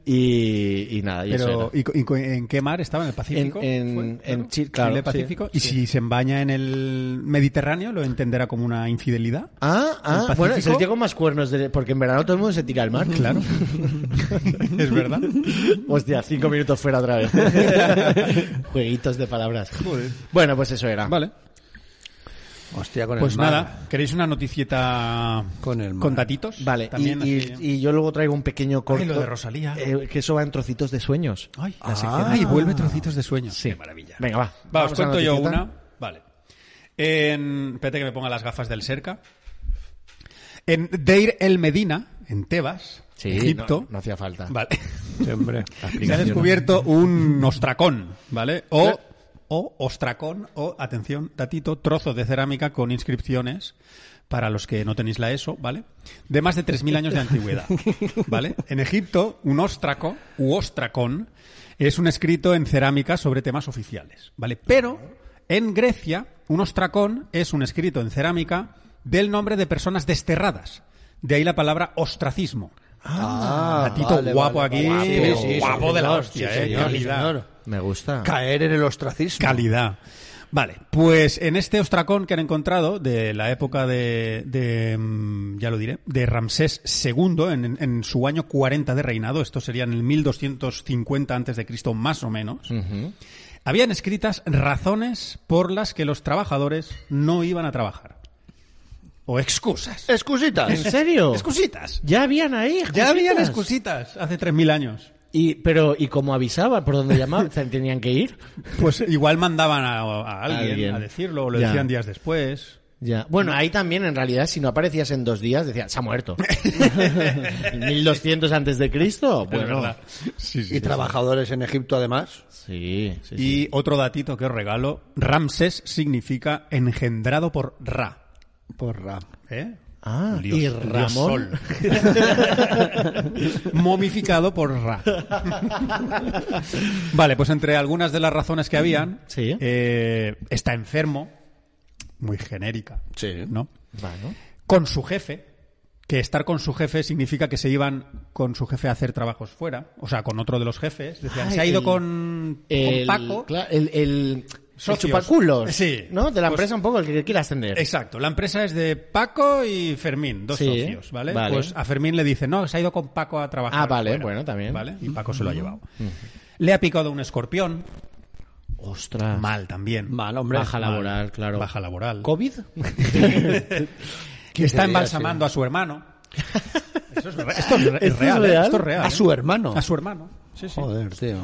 S2: y, y nada. y eso
S1: Pero,
S2: era.
S1: ¿y, co- y co- en qué mar estaba? ¿En el Pacífico?
S2: En- en-
S1: ¿Fue?
S2: en
S1: Claro.
S2: Chi- claro,
S1: Chile,
S2: sí,
S1: Pacífico. ¿Y si se embaña en el Mediterráneo, lo entenderá como una infidelidad?
S2: Ah, ah,
S1: ¿El
S2: bueno, es el
S1: Pacífico?
S2: tío con más cuernos, de- porque en verano todo el mundo se tira al mar.
S1: Claro. es verdad.
S2: Hostia, cinco minutos fuera otra vez. Jueguitos de palabras.
S1: Joder.
S2: Bueno, pues eso era.
S1: Vale.
S3: Hostia, con
S1: Pues
S3: el mar.
S1: nada, ¿queréis una noticieta
S3: Con el mar.
S1: datitos?
S2: Vale, y,
S1: También
S2: y-
S1: así- ¿eh?
S2: y yo luego traigo un pequeño corto.
S1: lo de Rosalía.
S2: eh, que eso va en trocitos de sueños.
S1: Ay, la sección. Ah. Ay, vuelve trocitos de sueño.
S2: Sí.
S1: Qué maravilla.
S2: Venga, va.
S1: Va,
S2: Vamos
S1: os
S2: a
S1: cuento yo
S2: noticieta.
S1: una. Vale. En... Espérate que me ponga las gafas del cerca. En Deir el Medina, en Tebas,
S2: Sí,
S1: Egipto.
S2: no, no hacía falta.
S1: Vale.
S3: Hombre.
S1: Se ha
S2: Aplicación.
S1: descubierto un ostracón, ¿vale? O, o ostracón, o, atención, tatito, trozo de cerámica con inscripciones, para los que no tenéis la ESO, ¿vale? De más de 3.000 años de antigüedad, ¿vale? En Egipto, un ostraco u ostracón es un escrito en cerámica sobre temas oficiales, ¿vale? Pero en Grecia, un ostracón es un escrito en cerámica del nombre de personas desterradas. De ahí la palabra ostracismo.
S3: Ah,
S1: Tatito
S3: vale,
S1: guapo
S3: vale,
S1: aquí,
S3: vale. Sí, sí, sí,
S1: guapo de
S3: sí,
S1: la
S3: señor,
S1: hostia,
S3: sí,
S1: eh,
S3: señor, sí,
S1: calidad.
S3: señor.
S2: Me gusta.
S3: Caer en el ostracismo.
S1: Calidad. Vale, pues en este ostracón que han encontrado de la época de, de, mm, ya lo diré, de Ramsés II en, en su año 40 de reinado, esto sería en el 1250 antes de Cristo más o menos, habían escritas razones por las que los trabajadores no iban a trabajar o excusas.
S2: ¿En
S3: Excusitas.
S2: serio?
S1: Excusitas.
S2: Ya habían ahí.
S1: Ya habían
S2: excusitas.
S1: excusitas hace 3000 años.
S2: Y, pero, ¿y cómo avisaba? ¿Por dónde llamaba? ¿Tenían que ir?
S1: Pues igual mandaban a, a alguien,
S2: Alguien.
S1: a decirlo, o lo
S2: Ya.
S1: decían días después.
S2: Ya. Bueno, ahí también, en realidad, si no aparecías en dos días, decían, se ha muerto. 1200 antes de Cristo.
S1: Es
S2: Bueno.
S1: verdad. Sí, sí,
S3: Y
S1: sí.
S3: trabajadores en Egipto, además.
S2: Sí, sí, sí.
S1: Y otro datito que os regalo, Ramses significa engendrado por Ra.
S3: Porra.
S1: ¿Eh?
S2: Ah,
S1: Dios-
S2: y
S1: Dios
S2: Ramón.
S1: Sol. Momificado por Ra. vale, pues entre algunas de las razones que habían,
S2: Sí.
S1: eh, está enfermo, muy genérica,
S3: Sí.
S1: ¿no?
S2: Bueno.
S1: Con su jefe, que estar con su jefe significa que se iban con su jefe a hacer trabajos fuera, o sea, con otro de los jefes. Decían,
S2: Ay,
S1: se ha ido
S2: el-
S1: con, con
S2: El,
S1: Paco.
S2: cla- el, el, el
S1: Socios.
S2: chupaculos.
S1: Sí.
S2: ¿No? De la
S1: Pues-
S2: empresa un poco, el que quiera ascender.
S1: Exacto, la empresa es de Paco y Fermín, dos
S2: Sí,
S1: socios, ¿vale?
S2: vale.
S1: Pues a Fermín le dice, no, se ha ido con Paco a trabajar.
S2: Ah, vale, bueno, también. Mm.
S1: ¿Vale? Y Paco se lo ha llevado. Le ha picado un escorpión,
S2: Ostras.
S1: mal también.
S3: Mal, hombre.
S2: Ah. Baja
S1: Mal.
S2: laboral, claro.
S1: Baja laboral.
S2: ¿Covid?
S1: Que está
S3: días,
S1: embalsamando a su hermano. Eso es, re- esto es re- es
S2: ¿Esto es
S1: real, ¿eh?
S2: real?
S1: Esto es real.
S3: A
S1: ¿eh?
S3: su hermano.
S1: A su hermano. Sí, sí.
S3: Joder, tío.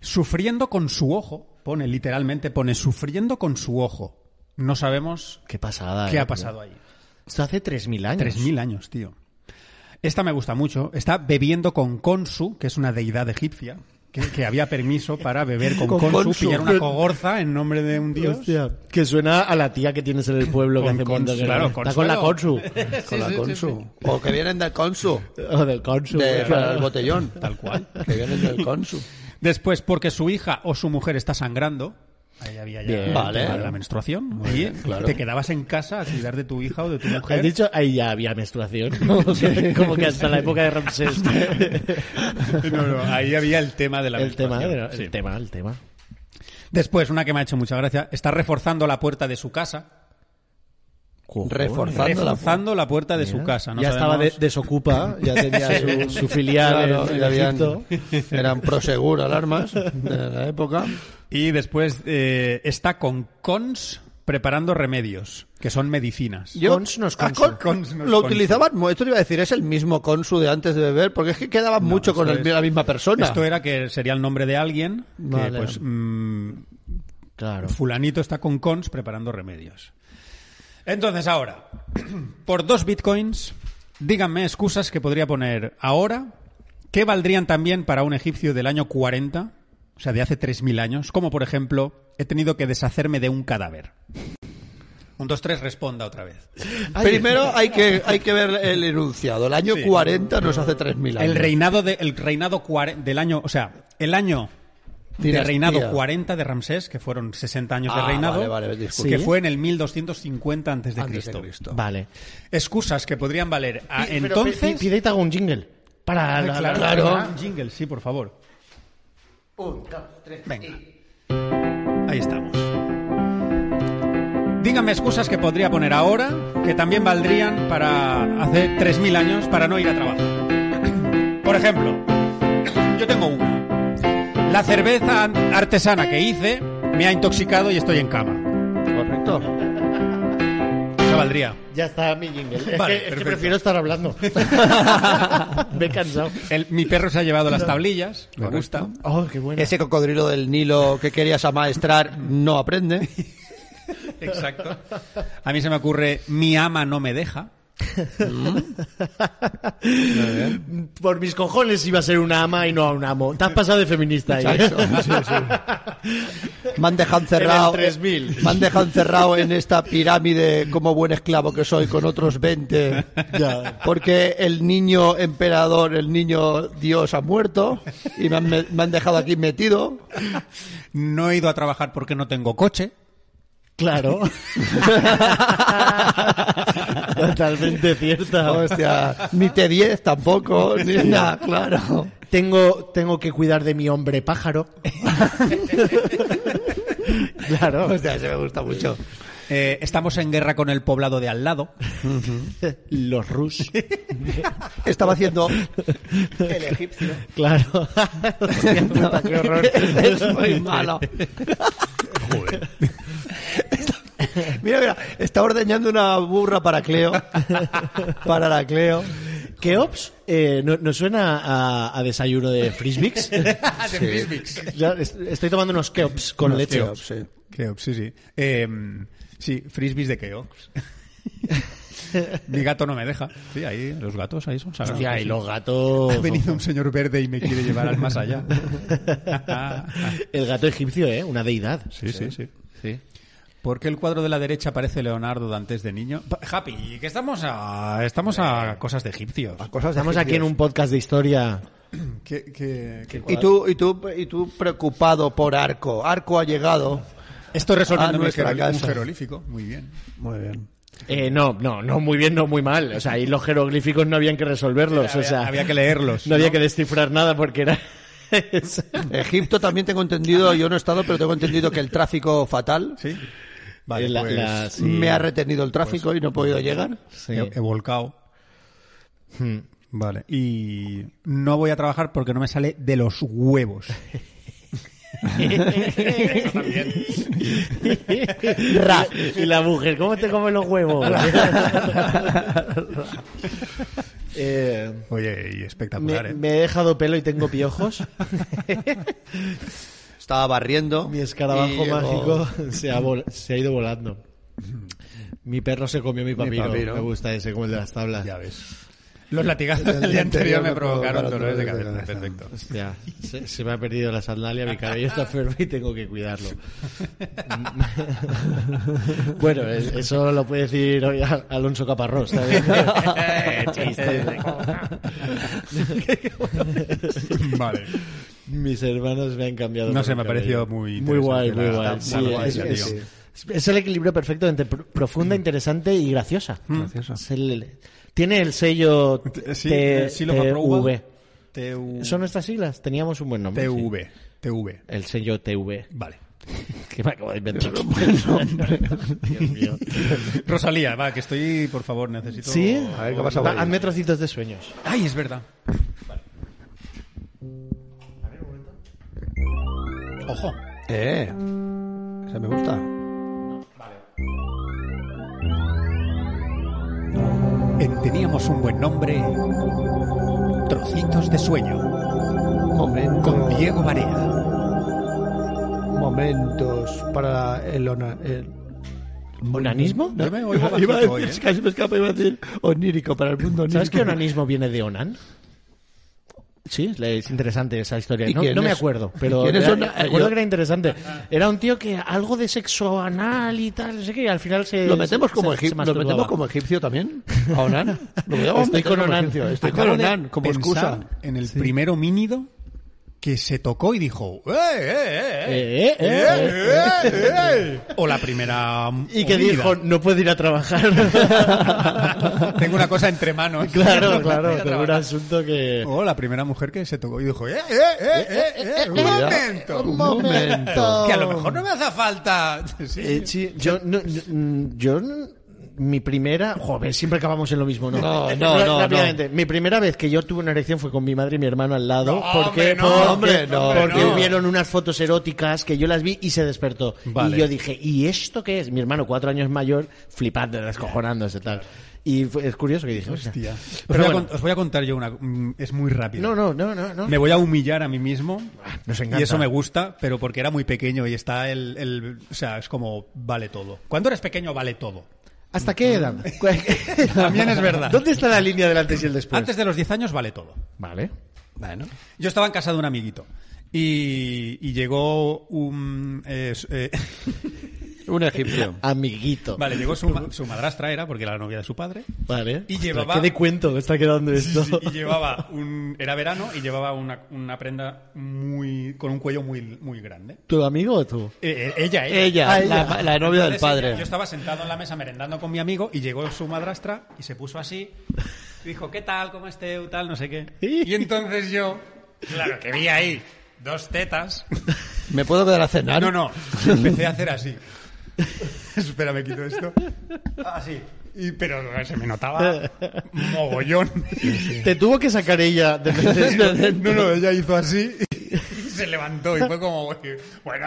S1: Sufriendo con su ojo, pone literalmente, pone sufriendo con su ojo. No sabemos
S2: Qué pasada.
S1: qué
S2: eh,
S1: ha pasado ahí.
S2: Esto hace 3.000 años.
S1: 3.000 años, tío. Esta me gusta mucho. Está bebiendo con Konsu, que es una deidad egipcia, que, que había permiso para beber con,
S2: Con
S1: Konsu,
S2: Khonsu.
S1: pillar una cogorza en nombre de un dios.
S2: Hostia, que suena a la tía que tienes en el pueblo que
S1: Con
S2: hace
S1: Konsu,
S2: mundo que no-
S1: claro,
S2: Está con la Consu.
S3: Con la Consu. O que vienen del Consu.
S2: O del Consu.
S3: del
S2: claro.
S3: botellón. Tal cual. Que vienen del Consu.
S1: Después, porque su hija o su mujer está sangrando. Ahí había ya
S2: Bien,
S1: el
S3: vale.
S1: tema de la menstruación. Y
S3: claro.
S1: te quedabas en casa a cuidar de tu hija o de tu
S2: Has
S1: mujer.
S2: dicho, ahí ya había menstruación. Como que, como que hasta la época de Ramsés.
S1: No, no, ahí había el tema de la
S2: el tema,
S1: menstruación.
S2: el tema, el tema.
S1: Después, una que me ha hecho mucha gracia, está reforzando la puerta de su casa.
S3: Reforzando la
S1: Reforzando la puerta de su casa. No
S2: ya estaba de-
S1: sabemos-
S2: desocupa, ya tenía su, su filial
S3: Claro,
S2: en,
S3: ya
S2: en
S3: habían-
S2: Egipto.
S3: eran proseguro alarmas de la época.
S1: Y después eh, está con cons preparando remedios, que son medicinas.
S2: Cons no es
S3: Ah,
S2: consu.
S3: con-
S1: Cons no es
S3: lo
S1: consu.
S3: utilizaban, mu- esto te iba a decir, es el mismo consu de antes de beber, porque es que quedaban mucho con
S1: esto
S3: el-
S1: es-
S3: la misma persona.
S1: Esto era que sería el nombre de alguien, que
S3: Vale.
S1: pues mm,
S2: Claro.
S1: fulanito está con cons preparando remedios. Entonces ahora, por dos bitcoins, díganme excusas que podría poner ahora, que valdrían también para un egipcio del año 40, o sea, de hace 3.000 años, como por ejemplo, he tenido que deshacerme de un cadáver. Un, dos, tres, responda otra vez.
S3: Primero hay que, hay que ver el enunciado. El año
S1: Sí.
S3: 40 nos hace 3.000 años.
S1: El reinado, de, el reinado cuare- del año, o sea, el año
S3: Dinastía.
S1: de reinado 40 de Ramsés, que fueron 60 años de
S3: Ah,
S1: reinado,
S3: vale, vale, disculpa.
S1: que
S2: Sí.
S1: fue en el 1250 antes de
S3: Antes de
S1: Cristo.
S3: Cristo.
S2: Vale.
S1: Excusas que podrían valer a
S2: Pero pi-
S1: entonces.
S2: Pide y te hago un jingle. Para la- la-
S3: claro.
S1: Un Jingle, sí, por favor. Venga. Ahí estamos. Díganme excusas que podría poner ahora que también valdrían para hace 3.000 años para no ir a trabajar. Por ejemplo, yo tengo una. La cerveza artesana que hice me ha intoxicado y estoy en cama.
S3: Correcto.
S1: Eso valdría.
S2: Ya está mi jingle. Es
S1: Vale,
S2: que- es que,
S1: perfecto.
S2: prefiero estar hablando. Me he cansado.
S1: El- mi perro se ha llevado las tablillas, me gusta.
S2: Oh, qué bueno.
S3: Ese cocodrilo del Nilo que querías amaestrar no aprende.
S1: Exacto. A mí se me ocurre, mi ama no me deja.
S2: Por mis cojones iba a ser una ama y no a un amo. Te has pasado de feminista ahí. ¿eh?
S3: Exacto, Me han dejado encerrado.
S2: En el 3000.
S3: Me han dejado encerrado en esta pirámide como buen esclavo que soy con otros 20. Porque el niño emperador, el niño dios ha muerto y me han, me- me han dejado aquí metido.
S1: No he ido a trabajar porque no tengo coche.
S2: Claro. Totalmente cierta.
S3: Hostia, ni T10 tampoco, ni nada, claro.
S2: Tengo, tengo que cuidar de mi hombre pájaro. claro.
S3: Hostia, se me gusta mucho.
S1: Eh, estamos en guerra con el poblado de al lado.
S2: Los rus.
S3: Estaba haciendo el egipcio.
S2: Claro. Hostia puta, qué horror.
S3: es muy malo. Mira, mira, está ordeñando una burra para Cleo. Para la Cleo.
S2: Keops eh, no, no suena a, a desayuno de frisbees. Ya es- estoy tomando unos Keops con leche.
S3: Keops, sí.
S1: Keops, sí, sí. Eh, sí, frisbees de Keops. Mi gato no me deja. Sí, ahí los gatos ahí son sagrados.
S2: Hostia, y
S1: Sí.
S2: los gatos.
S1: Ha venido un señor verde y me quiere llevar al más allá.
S2: El gato egipcio, ¿eh? Una deidad.
S1: sí, sí, sí.
S2: Sí.
S1: ¿Por qué el cuadro de la derecha parece Leonardo Dantes de niño? Pa- Happy, que estamos a, estamos a cosas de egipcios.
S3: Ah,
S2: Estamos aquí en un podcast de historia.
S1: Que- que- que-
S3: Y tú, y, tú, y tú preocupado por Arco. Arco ha llegado.
S1: Estoy
S3: Ah,
S1: resolviendo mi
S3: nuestra
S1: jerol- un
S3: casa.
S1: jerolífico. Muy bien.
S3: Muy bien.
S2: Eh, no, no, no muy bien, no muy mal. O sea, ahí los jeroglíficos no habían que resolverlos.
S1: había,
S2: o sea,
S1: había que leerlos.
S2: no había que descifrar nada porque era. es-
S3: Egipto también tengo entendido, yo no he estado, pero tengo entendido que el tráfico fatal
S1: Sí. Vale,
S2: la-
S1: pues,
S2: la- sí. Pues
S3: me ha retenido el tráfico y no he podido llegar.
S2: Sí.
S1: he, he volcado. Hmm, Vale. Y no voy a trabajar porque no me sale de los huevos.
S2: Ra. y la mujer, ¿cómo te comen los huevos? eh,
S1: Oye, y
S2: me,
S1: espectacular, ¿eh?
S2: me he dejado pelo y tengo piojos.
S3: Estaba barriendo.
S2: Mi escarabajo
S3: y llegó-
S2: mágico se ha, vol- se ha ido volando. Mi perro se comió mi papiro.
S3: papiro.
S2: Me gusta ese, como el de las tablas.
S3: Ya ves.
S1: Los latigazos del día anterior me provocaron dolores de
S3: dolores de
S1: cabeza.
S3: cabeza.
S1: Perfecto.
S2: Hostia, se, se me ha perdido la sandalia, mi cabello está enfermo y tengo que cuidarlo. bueno, es- eso lo puede decir hoy Al- Alonso Caparrós. ¿sabes? Chistes de coca.
S1: Vale.
S2: Mis hermanos me han cambiado.
S1: No
S2: por
S1: sé,
S2: el
S1: me ha
S2: cabello.
S1: parecido muy
S2: Muy guay, muy
S1: interesante, la-
S2: guay.
S1: la-
S2: Sí,
S1: la guay,
S2: es,
S1: tío. Mm.
S2: es- es el equilibrio perfecto entre pr- profunda, interesante y graciosa. Es el- tiene el sello
S1: Eh, Sí,
S2: T-
S1: el Seal of Approval.
S2: TV.
S1: TU-
S2: Son nuestras siglas. Teníamos un buen nombre. sí.
S1: TV. TV.
S2: El sello TV.
S1: Vale.
S2: Que me acabo de inventar. Dios mío.
S1: Rosalía, va, que estoy, por favor, necesito.
S2: ¿Sí?
S3: A ver, ¿qué pasa por
S2: Va,
S3: ahí?
S2: Hazme trocitos de sueños.
S1: Ay, es verdad. Ojo.
S3: Eh. Esa me gusta.
S1: En Teníamos un buen nombre. Trocitos de sueño.
S3: Momento-
S1: Con Diego Barea.
S3: Momentos para el, ona- el-
S2: ¿Onanismo?
S1: Yo me oigo
S3: Iba a
S1: bajito hoy,
S3: decir,
S1: ¿eh?
S3: casi me escapa, iba a decir onírico para el mundo onírico.
S2: ¿Sabes que onanismo viene de onan? Sí, es interesante esa historia.
S3: ¿Y
S2: No,
S3: quién
S2: no me
S3: es?
S2: acuerdo,
S3: ¿Y
S2: pero
S3: quién es
S2: era-
S3: Onan?
S2: me acuerdo
S3: Yo-
S2: que era interesante. Era un tío que algo de sexo anal y tal, no sé qué, y al final se
S3: ¿Lo metemos,
S2: se-
S3: como,
S2: se-
S3: egip-
S2: se
S3: ¿Lo
S2: masturbaba.
S3: metemos como egipcio también? ¿A Onan? Lo voy a
S2: Estoy
S3: meter
S2: con
S3: como
S2: Onan.
S3: egipcio, Estoy con
S1: Acabo de
S3: Onan como
S1: pensar
S3: excusa.
S1: En el primer homínido que se tocó y dijo, ¡eh, eh, eh!
S2: Eh, eh,
S1: eh,
S2: eh,
S1: eh, eh". O la primera.
S2: Y que
S1: homínida.
S2: dijo, no puedo ir a trabajar.
S1: Tengo una cosa entre manos.
S2: claro,
S1: Voy
S2: claro,
S1: a
S2: con un
S1: trabajar.
S2: asunto que...
S1: O la primera mujer que se tocó y dijo, ¡eh, eh, eh, eh, eh! ¡Un
S3: Cuidado.
S1: momento!
S3: Un momento.
S1: Que a lo mejor no me hace falta. Sí.
S2: Eh, sí, yo, no, no, yo, n- mi primera, joder, siempre acabamos en lo mismo, ¿no? Eh,
S3: No, no,
S2: Ra-
S3: no,
S2: rápidamente. Mi primera vez que yo tuve una erección fue con mi madre y mi hermano al lado,
S1: No,
S2: porque,
S1: hombre, no,
S2: porque-
S1: hombre, no,
S2: porque
S1: hombre, no.
S2: vieron unas fotos eróticas que yo las vi y se despertó.
S1: Vale.
S2: Y yo dije, ¿y esto qué es? Mi hermano, cuatro años mayor, flipando, descojonándose, tal. Y fue- es curioso que dije, hostia.
S1: Hostia. Os,
S2: Pero
S1: voy a
S2: bueno.
S1: con- os voy a contar yo una. mm, Es muy rápido.
S2: No, no, no, no, no.
S1: Me voy a humillar a mí mismo.
S2: Ah, nos encanta.
S1: Y eso me gusta, pero porque era muy pequeño y está el, el- O sea, es como vale todo. Cuando eres pequeño vale todo.
S2: ¿Hasta qué edad?
S1: También es verdad.
S2: ¿Dónde está la línea del antes y el después?
S1: Antes de los 10 años vale todo.
S2: Vale.
S3: Bueno.
S1: Yo estaba en casa de un amiguito y, y llegó un... eh, su- eh,
S3: Un egipcio.
S2: Amiguito.
S1: vale, llegó su, ma- su madrastra, era, porque era la novia de su padre.
S2: Vale.
S1: Y
S2: Ostras,
S1: llevaba-
S2: Qué de cuento está quedando
S1: Sí,
S2: esto.
S1: sí, y llevaba un... Era verano y llevaba una, una prenda muy... con un cuello muy, muy grande.
S2: ¿Tu amigo o tú?
S1: Eh, eh, ella, ella.
S3: Ella,
S2: Ah,
S3: la-
S2: ella.
S3: La, novia del
S1: Entonces, ella-
S3: padre.
S1: Yo estaba sentado en la mesa merendando con mi amigo y llegó su madrastra y se puso así. Dijo, ¿qué tal? ¿Cómo esteu? Tal, no sé qué. Y entonces yo, claro, que vi ahí dos tetas.
S3: ¿Me puedo quedar a cenar?
S1: No, no, empecé a hacer así. Espera, me quito esto. Así. Y, pero se me notaba mogollón.
S2: Te tuvo que sacar ella de- de- de- de-
S1: No, no, ella hizo así y se levantó y fue como, bueno,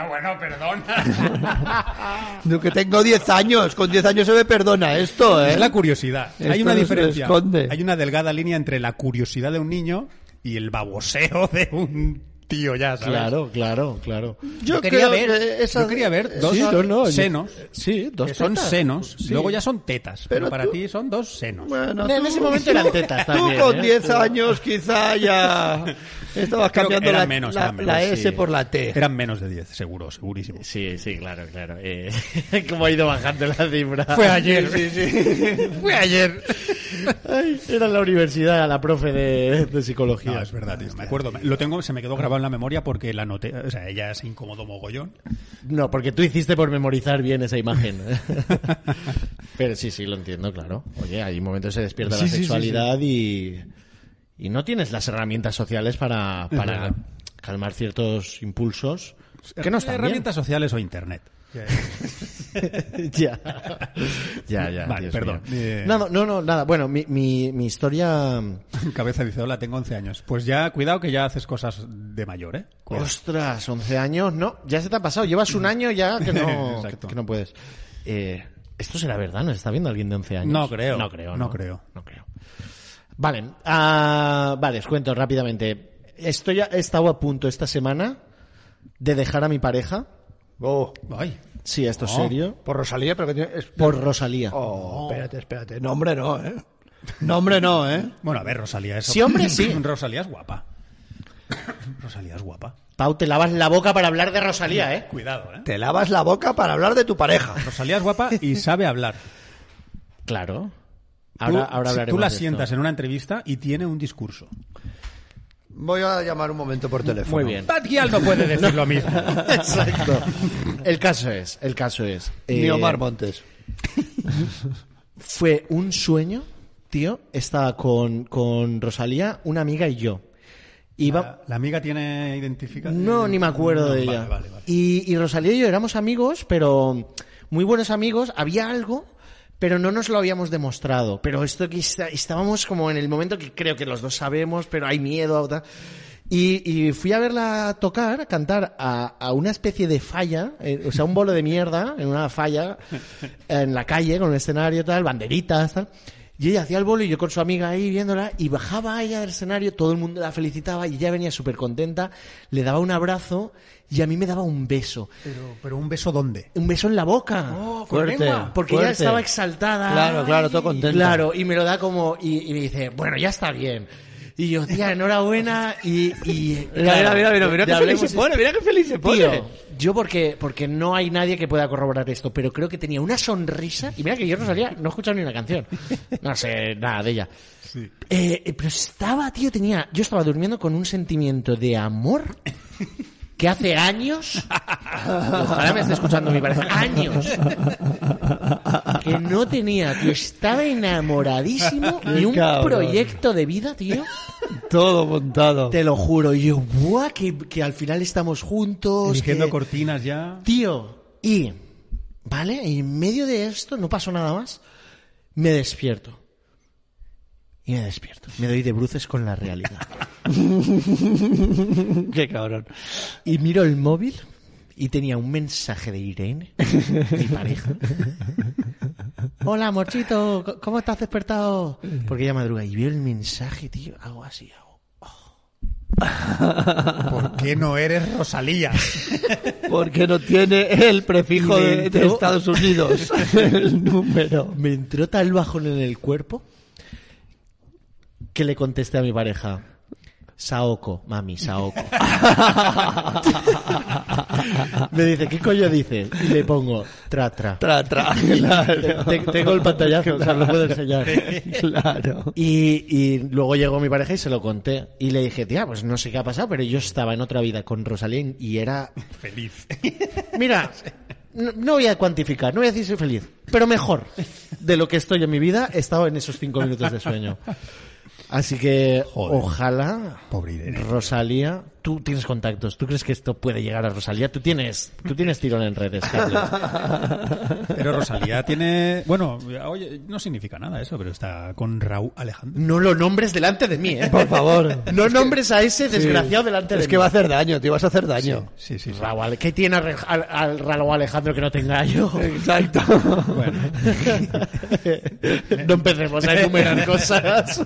S1: bueno, perdona.
S3: Yo que tengo 10 años. Con 10 años se me perdona esto, ¿eh?
S1: Es la curiosidad. Hay
S3: Esto
S1: una
S3: no se
S1: diferencia.
S3: esconde.
S1: Hay una delgada línea entre la curiosidad de un niño y el baboseo de un tío ya, ¿sabes?
S2: Claro, claro, claro.
S1: Yo, quería ver, yo quería ver dos
S2: Sí, no, no, yo-
S1: senos,
S2: Sí, dos
S1: que son
S2: tetas.
S1: senos,
S2: Sí.
S1: luego ya son tetas, pero,
S3: Pero
S1: para
S3: tú-
S1: ti son dos senos.
S3: Bueno,
S2: En
S3: tú-
S2: ese momento eran tetas
S3: Tú
S2: también,
S3: con
S2: ¿eh?
S3: 10 años quizá ya
S1: Creo
S3: estabas
S1: que
S3: cambiando
S1: eran
S3: la,
S1: menos,
S3: la-
S1: eran menos,
S3: la S
S2: sí.
S3: por la T.
S1: Eran menos de 10, seguro, segurísimo.
S2: Sí, sí, claro, claro. Eh, ¿Cómo ha ido bajando la cifra?
S1: ayer. Ah, Fue ayer.
S2: Ay, era la universidad, la profe de, de
S1: No,
S2: psicología.
S1: es verdad, tío, me acuerdo. Lo tengo, se me quedó grabado en la memoria porque la noté, o sea, ella se incomodó mogollón.
S2: No, porque tú hiciste por memorizar bien esa imagen. Pero sí, sí, lo entiendo, claro. Oye, hay momentos que se despierta
S1: Sí,
S2: la
S1: sí, sí,
S2: sexualidad Y, y no tienes las herramientas sociales para,
S1: Es
S2: para
S1: verdad.
S2: calmar ciertos impulsos que no están bien.
S1: Eh, herramientas sociales o internet.
S2: ya. ya, ya.
S1: Vale,
S2: Dios
S1: perdón.
S2: mío.
S1: Eh.
S2: No, no, no, no, nada. Bueno, mi, mi, mi historia...
S1: Cabeza dice, hola, tengo 11 años. Pues ya, cuidado que ya haces cosas de mayor, ¿eh? Cuidado.
S2: Ostras, 11 años, no, ya se te ha pasado. Llevas un año ya que no,
S1: Exacto.
S2: que no puedes. Eh, esto será verdad, ¿nos está viendo alguien de 11 años?
S1: No creo.
S2: No creo.
S1: No
S2: No,
S1: creo.
S2: No creo. Vale, ah, vale, os cuento rápidamente. Estoy, a- he estado a punto esta semana de dejar a mi pareja
S3: Oh.
S1: Ay.
S2: Sí, esto es
S1: Oh.
S2: serio.
S3: Por Rosalía, pero que tiene. es-
S2: Por Rosalía.
S3: Oh, espérate, espérate. Nombre no, ¿eh? Nombre no, ¿eh?
S1: Bueno, a ver, Rosalía es...
S2: Sí, hombre, sí.
S1: Rosalía es guapa. Rosalía es guapa.
S2: Pau, te lavas la boca para hablar de Rosalía, ¿eh?
S1: Cuidado, ¿eh?
S3: Te lavas la boca para hablar de tu pareja.
S1: Rosalía es guapa y sabe hablar.
S2: Claro. Ahora,
S1: tú, si
S2: ahora hablaremos
S1: tú la
S2: de esto.
S1: sientas en una entrevista y tiene un discurso.
S3: Voy a llamar un momento por teléfono.
S2: Muy bien.
S1: Pat Gial no puede decir lo mismo.
S2: Exacto. El caso es, el caso es.
S3: Ni
S2: eh,
S3: Omar Montes.
S2: fue un sueño, tío. Estaba con, con Rosalía, una amiga y yo. Iba,
S1: La amiga tiene identificada.
S2: No, ni me acuerdo de ella.
S1: Vale, vale, vale.
S2: Y, y Rosalía y yo éramos amigos, pero muy buenos amigos. Había algo, pero no nos lo habíamos demostrado. Pero esto que está- estábamos como en el momento que creo que los dos sabemos, pero hay miedo. tal. Y, y fui a verla tocar, cantar a, a una especie de falla, eh, o sea, un bolo de mierda en una falla, en la calle, con un escenario tal, banderitas, tal. Y ella hacía el bolo y yo con su amiga ahí viéndola y bajaba ella del escenario, todo el mundo la felicitaba y ella venía súper contenta, le daba un abrazo y a mí me daba un beso.
S1: Pero, pero un beso dónde?
S2: Un beso en la boca.
S6: Oh,
S3: Fuerte.
S2: porque ella
S3: fuerte.
S2: estaba exaltada.
S3: Claro, claro, todo contenta.
S2: Claro, y me lo da como, y, y me dice, bueno, ya está bien. Y yo, tía, enhorabuena y... y
S6: Mira, mira, mira, mira, mira
S2: ya
S6: qué feliz se
S2: hablemos-
S6: pone, mira qué feliz se pone.
S2: Tío, yo porque, porque no hay nadie que pueda corroborar esto, pero creo que tenía una sonrisa. Y mira que yo no salía, no he escuchado ni una canción. No sé nada de ella. Eh, eh, pero estaba, tío, tenía. Yo estaba durmiendo con un sentimiento de amor que hace años. Ojalá me esté escuchando mi pareja. Años. Que no tenía, tío. Estaba enamoradísimo y un
S3: cabrón.
S2: proyecto de vida, tío.
S3: Todo montado.
S2: Te lo juro. Y yo, ¡buah! Que, que al final estamos juntos.
S1: Eligiendo
S2: que-
S1: cortinas ya.
S2: Tío, y, ¿vale? Y en medio de esto, no pasó nada más, me despierto. Y me despierto. Me doy de bruces con la realidad.
S3: Qué cabrón.
S2: Y miro el móvil y tenía un mensaje de Irene, mi pareja. Hola, morchito, c- ¿cómo estás despertado? Porque ella madruga. Y veo el mensaje, tío, hago así, hago.
S1: ¿Por qué no eres Rosalía?
S3: Porque no tiene el prefijo de, de Estados Unidos. el número.
S2: Me entró tal bajón en el cuerpo que le contesté a mi pareja. Saoko, mami, Saoko. Me dice, ¿qué coño dices? Y le pongo, tra, tra.
S3: Tra, tra. Claro.
S2: Te- Tengo el pantallazo, o sea, lo puedo enseñar.
S3: Claro.
S2: Y, y luego llegó mi pareja y se lo conté. Y le dije, tía, pues no sé qué ha pasado, pero yo estaba en otra vida con Rosalín y era...
S1: Feliz.
S2: Mira, no, no voy a cuantificar, no voy a decir soy feliz, pero mejor de lo que estoy en mi vida he estado en esos cinco minutos de sueño. Así que
S1: Joder.
S2: ojalá
S1: Pobre Irene.
S2: Rosalía, tú tienes contactos, tú crees que esto puede llegar a Rosalía, tú tienes, tú tienes tirón en redes, Carlos.
S1: Pero Rosalía tiene. Bueno, oye, no significa nada eso, pero está con Raúl Alejandro.
S2: No lo nombres delante de mí, ¿eh?
S3: Por favor.
S2: No nombres a ese desgraciado delante de
S3: Es que
S2: mí.
S3: va a hacer daño, te vas a hacer daño.
S1: Sí, sí, sí.
S2: Raúl Ale- ¿Qué tiene al, al- al Raúl Alejandro que no tenga yo?
S3: Eh, Exacto.
S1: Bueno,
S2: no empecemos a enumerar cosas.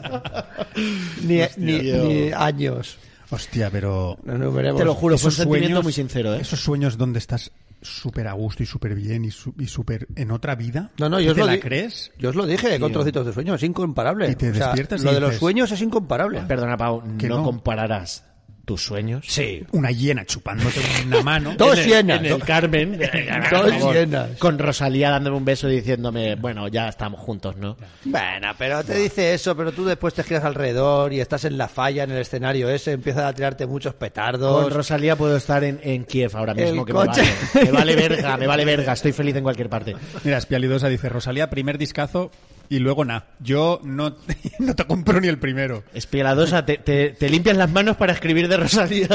S3: Ni, ni,
S2: tío.
S3: ni años.
S1: hostia, pero.
S3: No numeremos.
S2: Te lo juro, fue un
S1: esos
S2: sentimiento
S1: sueños-
S2: muy sincero, ¿eh?
S1: Esos sueños donde estás súper a gusto y súper bien y su- y súper en otra vida.
S3: No, no, yo os
S1: ¿Te
S3: lo
S1: la
S3: di-
S1: crees?
S3: Yo os lo dije con trocitos de sueño, es incomparable.
S1: Y te
S3: O sea,
S1: despiertas y
S3: Lo de los
S1: dices-
S3: sueños es incomparable.
S2: Perdona, Pau,
S1: Que
S2: no,
S1: no.
S2: compararás tus sueños.
S3: Sí.
S1: Una hiena chupándote una mano.
S3: Dos
S2: En el-
S3: hienas.
S2: En el Carmen.
S3: Dos
S2: Por favor.
S3: hienas.
S2: Con Rosalía dándome un beso y diciéndome, bueno, ya estamos juntos, ¿no?
S3: Bueno, pero te dice eso, pero tú después te giras alrededor y estás en la falla, en el escenario ese, empiezas a tirarte muchos
S2: Con
S3: petardos.
S2: Rosalía puedo estar en, en Kiev ahora mismo,
S3: El
S2: que
S3: coche.
S2: me vale. Me vale verga, me vale verga, estoy feliz en cualquier parte.
S1: Mira, Espialidosa dice: Rosalía, primer discazo y luego nada. Yo no, no te compro ni el primero.
S2: Espialadosa, te, te, te limpias las manos para escribir de Rosalía.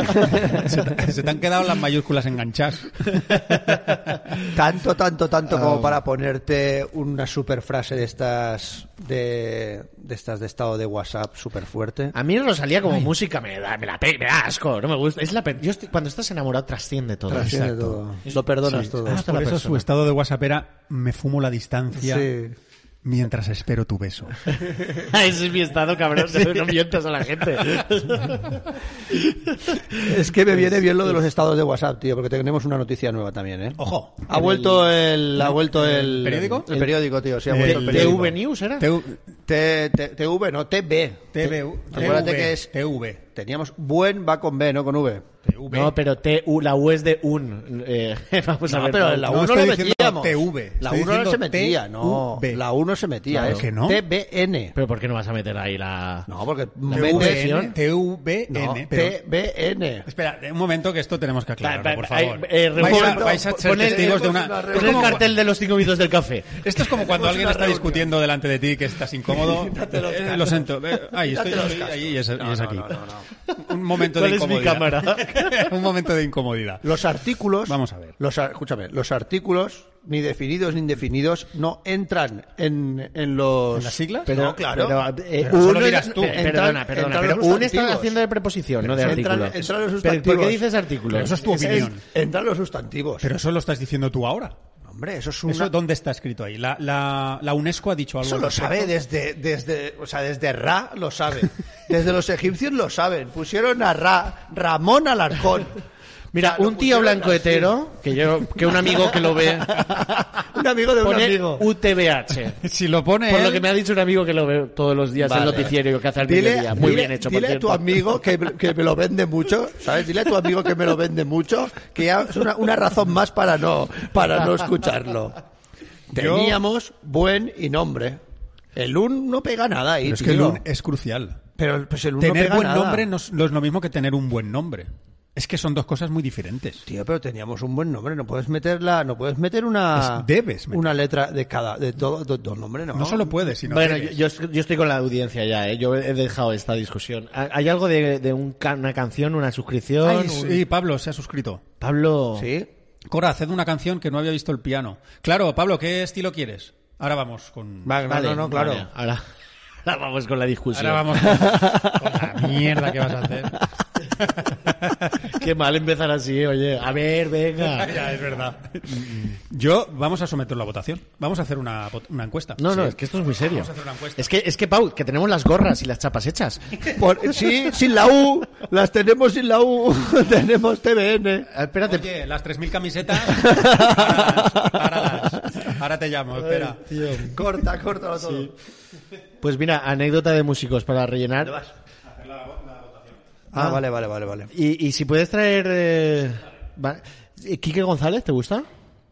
S1: Se te, se te han quedado las mayúsculas enganchadas.
S3: Tanto, tanto, tanto como para ponerte una super frase de estas de, de estas de estado de WhatsApp súper fuerte.
S2: A mí Rosalía como música me da, me, la, pe- me da asco, no me gusta. Es la, pe- yo estoy- cuando estás enamorado trasciende todo.
S3: Trasciende todo. Lo perdonas todo.
S2: Ah,
S1: Pues
S2: Hasta
S1: Por
S2: la
S1: eso
S2: persona.
S1: su estado de WhatsApp era: me fumo la distancia.
S3: Sí.
S1: mientras espero tu beso.
S2: Ese es mi estado, cabrón. No mientas a la gente.
S3: pues, Es que me viene bien lo de los estados de WhatsApp, tío, porque tenemos una noticia nueva también, ¿eh?
S1: Ojo.
S3: Ha vuelto el, ha vuelto el
S1: periódico?
S3: El periódico, tío, sí, ha vuelto el, periódico.
S2: ¿TV News era?
S3: T- T- TV, no, TB.
S1: TV.
S3: Acuérdate que es
S1: TV.
S3: teníamos buen va con B, no con V.
S1: TV.
S2: No, pero T, U, la U es de un. Eh, vamos a
S3: No,
S2: ver.
S3: pero la
S1: no,
S3: 1
S1: estoy
S3: lo
S1: diciendo
S3: metíamos.
S1: TV,
S3: La
S1: estoy
S3: 1 no se
S1: diciendo
S3: metía, no.
S1: TV.
S3: La 1 se metía, ¿eh?
S1: Claro
S3: es
S1: que no.
S3: TBN.
S2: Pero ¿por qué no vas a meter ahí la.?
S3: No, porque metes-
S1: TVN. TVN.
S3: no,
S1: pero-
S3: TBN.
S1: Espera, un momento que esto tenemos que aclararlo,
S2: Pa- pa-
S1: por
S2: pa-
S1: favor.
S2: eh, eh,
S1: vais, a,
S2: recuerdo,
S1: vais a ser
S2: pon el-
S1: testigos de una...
S2: Pon
S1: es
S2: el
S1: como-
S2: cartel de los cinco minutos del café.
S1: Esto es como cuando alguien está discutiendo delante de ti que estás incómodo. Eh, lo siento. eh, ahí estoy,
S3: los
S1: estoy
S3: cascos.
S1: ahí y es, y es aquí. Un momento
S2: ¿Cuál
S1: de
S2: es mi
S1: incomodidad.
S2: cámara?
S1: Un momento de incomodidad.
S3: Los artículos.
S1: Vamos a ver.
S3: Los, ar- escúchame, los artículos, ni definidos ni indefinidos, no entran en, en los.
S1: ¿En las siglas?
S3: Pero,
S1: No,
S3: claro.
S2: Pero, eh,
S1: Pero solo
S2: uno es-
S1: dirás tú.
S2: pe-
S3: Entran-
S2: perdona, perdona.
S3: entran
S2: Pero
S3: los
S2: un está
S3: sustantivos.
S2: haciendo de preposición, no de
S3: Pero entran-
S2: artículo.
S3: entran los
S2: Pero, ¿Por qué
S3: sustantivos.
S2: dices artículo?
S1: Pero eso es tu
S3: Es-
S1: opinión.
S3: entran los sustantivos.
S1: Pero eso lo estás diciendo tú ahora.
S3: hombre, eso es una.
S1: ¿Eso dónde está escrito ahí? ¿La, la, la UNESCO ha dicho algo?
S3: Eso
S1: al
S3: lo
S1: respecto?
S3: sabe desde, desde, o sea, desde Ra lo saben. Desde los egipcios lo saben. Pusieron a Ra, Ramón Alarcón.
S2: Mira,
S3: lo
S2: un tío
S3: pusieron
S2: blanco
S3: así.
S2: hetero, que yo, que un amigo que lo ve,
S3: Un amigo de un
S2: pone
S3: amigo. Eh.
S2: UTBH.
S1: Si lo pone
S2: Por lo
S1: él-
S2: que me ha dicho un amigo que lo ve todos los días en
S3: Vale.
S2: el noticiero que hace al
S3: Dile,
S2: mediodía. Muy
S3: dile-
S2: bien hecho, por
S3: dile a tu
S2: cierto.
S3: amigo que, que me lo vende mucho, ¿sabes? Dile a tu amigo que me lo vende mucho, que ya es una, una razón más para no, para no escucharlo. Teníamos buen y nombre. El un no pega nada ahí,
S1: Pero es
S3: tío.
S1: que el un es crucial.
S3: Pero, pues, el un no
S1: Tener
S3: pega
S1: buen
S3: nada.
S1: nombre no, es- no es lo mismo que tener un buen nombre. Es que son dos cosas muy diferentes.
S3: Tío, pero teníamos un buen nombre, no puedes meterla, no puedes meter una
S1: Es- debes meter.
S3: una letra de cada de todo do- dos nombres, no.
S1: No solo puedes, sino
S2: Bueno, yo,
S1: debes.
S2: yo estoy- yo estoy con la audiencia ya, ¿eh? yo he dejado esta discusión. ¿Ha- ¿Hay algo de, de un ca- una canción, una suscripción?
S1: Ay,
S2: un-
S1: sí, Pablo se ha suscrito.
S2: Pablo,
S3: Sí.
S1: Cora, haced una canción que no había visto el piano. Claro, Pablo, ¿qué estilo quieres? Ahora vamos con.
S3: Vale, no,
S2: Vale,
S3: no, no, claro.
S2: vale, ahora, ahora vamos con la discusión.
S1: Ahora vamos con, con la mierda que vas a hacer.
S2: Qué mal empezar así, ¿eh? oye. A ver, venga.
S1: ya, es verdad. Yo, vamos a someterlo a votación. Vamos a hacer una, vot- una encuesta.
S2: No, no, es que esto es muy serio.
S1: Vamos a hacer una encuesta.
S2: Es que, es que, Pau, que tenemos las gorras y las chapas hechas.
S3: Por- sí, sin la U, las tenemos sin la U, tenemos TVN.
S2: Ah, Espérate,
S1: Oye, las 3.000 camisetas. Páralas, páralas. Ahora te llamo, espera.
S3: Corta, corta todo.
S2: pues mira, anécdota de músicos para rellenar.
S3: Ah, vale, vale, vale, vale.
S2: Y, y si puedes traer... eh, va- eh, ¿Quique González, te gusta?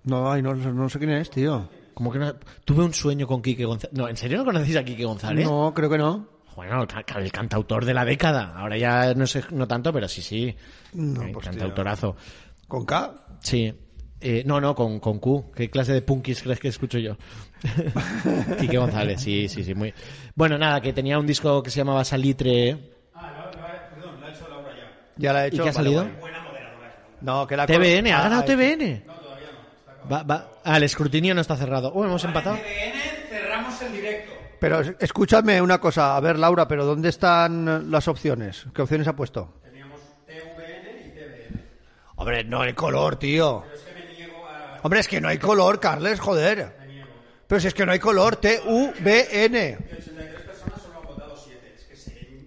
S3: No, ay, no, no sé quién es, tío.
S2: Como que no- tuve un sueño con Quique González. No, ¿en serio no conocéis a Quique González?
S3: No, creo que no.
S2: Bueno, el, ca- el cantautor de la década. Ahora ya no sé, no tanto, pero sí, sí. Eh,
S3: pues,
S2: cantautorazo.
S3: Con K.
S2: Sí. Eh, no, no, con, con Q. ¿Qué clase de punkis crees que escucho yo? Quique González, sí, sí, sí. Muy... Bueno, nada, que tenía un disco que se llamaba Salitre.
S3: Ya la
S2: ¿Y
S3: he hecho.
S2: qué ha
S3: vale,
S2: salido?
S3: vale. No, que la
S2: TVN, ha ganado
S3: Ah,
S2: TVN. No, todavía no. Va, va. Ah, el escrutinio no está cerrado. Oh, hemos empatado.
S3: Pero es- escúchame una cosa, a ver Laura, pero ¿dónde están las opciones? ¿Qué opciones ha puesto? Teníamos TVN y TVN. Hombre, no hay color, tío. Hombre, es que no hay color, Carles, joder. Pero si es que no hay color, T-U-B-N.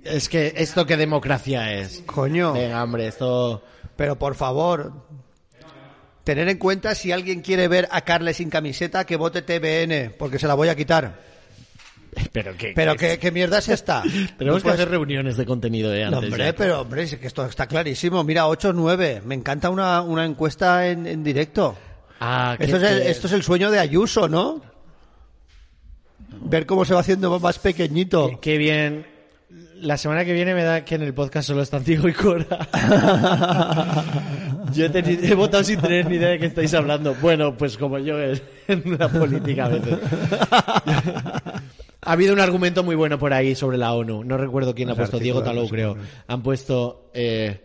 S2: Es que esto qué democracia es.
S3: Coño.
S2: Venga, hombre, esto.
S3: Pero por favor, tener en cuenta si alguien quiere ver a Carles sin camiseta, que vote TVN, porque se la voy a quitar.
S2: Pero que.
S3: Pero ¿qué, qué mierda es esta?
S2: Tenemos
S3: No puedes-
S2: que hacer reuniones de contenido, eh,
S3: No,
S2: antes.
S3: hombre,
S2: ya.
S3: pero hombre, es que esto está clarísimo. Mira, 8-9. Me encanta una, una encuesta en, en directo.
S2: Ah, que-
S3: Esto es, el,
S2: que-
S3: esto es el sueño de Ayuso, ¿no? Ver cómo se va haciendo más pequeñito.
S2: Qué bien. La semana que viene me da que en el podcast solo están Diego y Cora. yo he, tenido- he votado sin tener ni idea de qué estáis hablando. Bueno, pues como yo en en la política a veces. ha habido un argumento muy bueno por ahí sobre la ONU. No recuerdo quién ha puesto. Diego Talou, creo. Han puesto eh,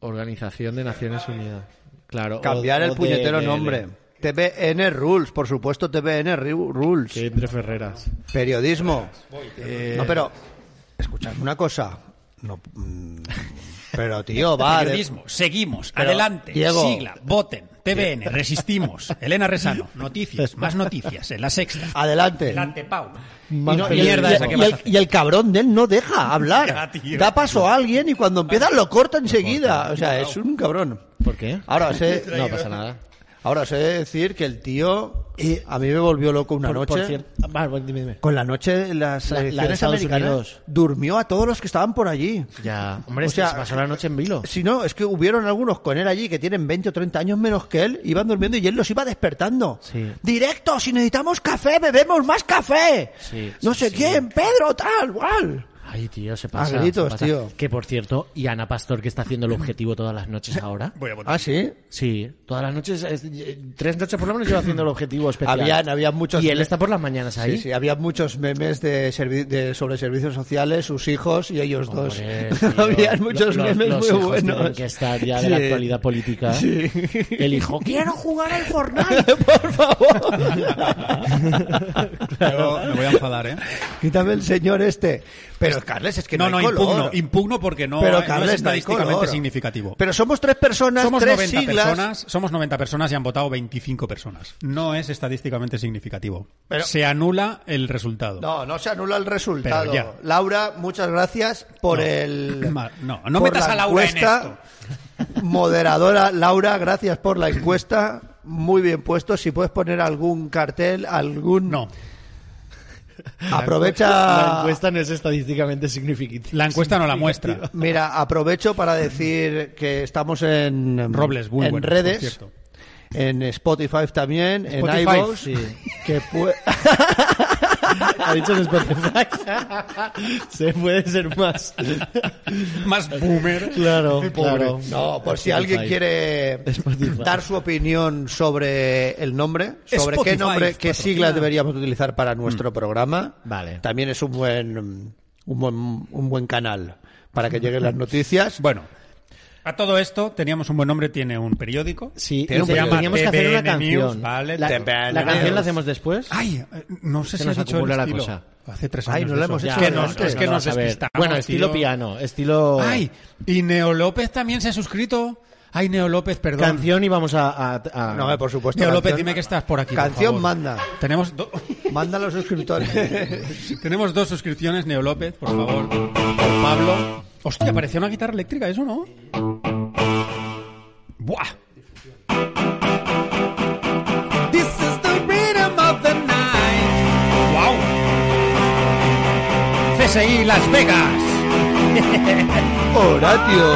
S2: Organización de Naciones Unidas. Claro.
S3: Cambiar el
S2: ODNL.
S3: puñetero nombre. TVN Rules, por supuesto, TVN Ru- Rules.
S2: Que entre Ferreras.
S3: Periodismo. No, pero. Escuchadme una cosa. No, mm, pero, tío, va. de-
S1: Periodismo. Seguimos.
S3: Pero,
S1: adelante.
S3: Diego.
S1: Sigla. Voten. TVN, resistimos. Elena Resano, noticias, más noticias, en la sexta.
S3: Adelante.
S1: Adelante, Pau.
S3: Y, no- y el-
S1: mierda
S3: y-
S1: esa que
S3: y
S1: vas a
S3: el,
S1: hacer.
S3: y el cabrón de él no deja
S1: Ya,
S3: hablar.
S1: tío.
S3: da paso a alguien y cuando empieza lo corta enseguida. O sea, es un cabrón.
S2: ¿Por qué?
S3: Ahora sé,
S2: No pasa nada.
S3: ahora sé decir que el tío a mí me volvió loco una
S2: Por-
S3: noche.
S2: por cierto- Ah, vale, dime, dime.
S3: Con la noche de las
S2: La- la de
S3: elecciones
S2: Estados
S3: americanas
S2: Unidos.
S3: durmió a todos los que estaban por allí.
S2: Ya, hombre,
S3: O
S2: es que
S3: sea,
S2: se pasó la noche en vilo.
S3: Si no, es que hubieron algunos con él allí que tienen 20 o 30 años menos que él, iban durmiendo y él los iba despertando.
S2: Sí.
S3: Directo, si necesitamos café, bebemos más café.
S2: Sí,
S3: no
S2: sí,
S3: sé
S2: sí.
S3: quién, Pedro, tal, cual.
S2: Ay, tío, se pasa.
S3: A Ah, gritos,
S2: se pasa.
S3: tío.
S2: Que por cierto, y Ana Pastor, que está haciendo el objetivo todas las noches ahora.
S1: Voy a votar.
S3: Ah, sí.
S2: Sí, todas las noches, es- eh, tres noches por lo menos lleva haciendo el objetivo especial.
S3: Habían, habían muchos.
S2: Y él está por las mañanas ahí.
S3: Sí, sí, había muchos memes de, servi- de- sobre servicios sociales, sus hijos y ellos dos.
S2: Hombre, tío,
S3: había muchos
S2: lo- lo-
S3: memes
S2: los
S3: muy
S2: hijos tienen
S3: buenos.
S2: que estar ya de la
S3: Sí.
S2: actualidad política. El hijo, quiero jugar al Fortnite.
S3: Por favor. Ah,
S1: Yo me voy a enfadar, ¿eh?
S3: Quítame el señor este. Pero Carles, es que no,
S1: no, no,
S3: hay color.
S1: impugno, impugno porque no,
S3: Pero
S1: no
S3: Carles, no
S1: es
S3: hay
S1: estadísticamente
S3: color.
S1: significativo.
S3: Pero somos tres personas,
S1: somos
S3: tres
S1: 90
S3: siglas.
S1: personas, somos 90 personas y han votado 25 personas. No es estadísticamente significativo.
S3: Pero-
S1: se anula el resultado.
S3: No, no se anula el resultado.
S1: Pero ya.
S3: Laura, muchas gracias por
S1: No.
S3: el.
S1: Ma- no, no
S3: por
S1: metas
S3: la
S1: a Laura en
S3: encuesta. Moderadora Laura, gracias por la encuesta. Muy bien puesto. Si puedes poner algún cartel, algún.
S1: No.
S3: Aprovecha.
S2: La encuesta no es estadísticamente significativa.
S1: La encuesta no la muestra.
S3: Mira, aprovecho para decir que estamos en
S1: Robles, muy
S3: en
S1: bueno, por
S3: redes,
S1: cierto.
S3: en Spotify también, en
S2: Spotify,
S3: iVoox,
S2: sí.
S3: que pue-
S2: Ha dicho en Spotify. Se puede ser más.
S1: Más boomer.
S2: Claro, claro.
S3: no, por si
S2: Spotify.
S3: alguien quiere
S2: Spotify.
S3: dar su opinión sobre el nombre, sobre
S1: Spotify, Mm.
S3: qué nombre, qué
S1: patrocina.
S3: siglas deberíamos utilizar para nuestro programa,
S2: Vale.
S3: también es un buen un buen un buen canal para que lleguen las noticias.
S1: Bueno, a todo esto teníamos un buen nombre, tiene un periódico.
S2: Sí,
S1: Tiene
S2: y
S1: un
S2: te-
S1: programa
S2: teníamos que hacer una
S1: TVN
S2: canción.
S1: News, vale,
S2: la,
S1: TVN
S2: la canción la
S1: News.
S2: hacemos después.
S1: Ay, eh, no sé
S2: Se
S1: si has
S2: nos
S1: dicho el
S2: acumula la
S1: estilo.
S2: cosa.
S1: Hace tres años.
S3: Ay, no
S1: de
S3: lo
S1: eso.
S3: hemos
S1: Es
S3: hecho,
S1: que
S3: no,
S1: nos,
S3: no,
S1: es que
S3: no,
S1: nos
S2: a ver.
S1: despistamos,
S2: Bueno, estilo
S1: tío.
S2: piano, estilo
S1: Ay, y Neo López también se ha suscrito. Ay, Neo López, perdón.
S2: canción y vamos a... a- a-
S3: No, eh, por supuesto.
S1: Neo López,
S3: canción-
S1: dime que estás por aquí. por
S3: Canción
S1: favor.
S3: manda.
S1: Tenemos, do-
S3: Manda a los suscriptores.
S1: tenemos dos suscripciones, Neo López, por favor. Por Pablo. Hostia, parecía una guitarra eléctrica, eso, ¿no? Buah.
S5: This is the rhythm of the night.
S1: Wow. CSI Las Vegas.
S3: Horatio.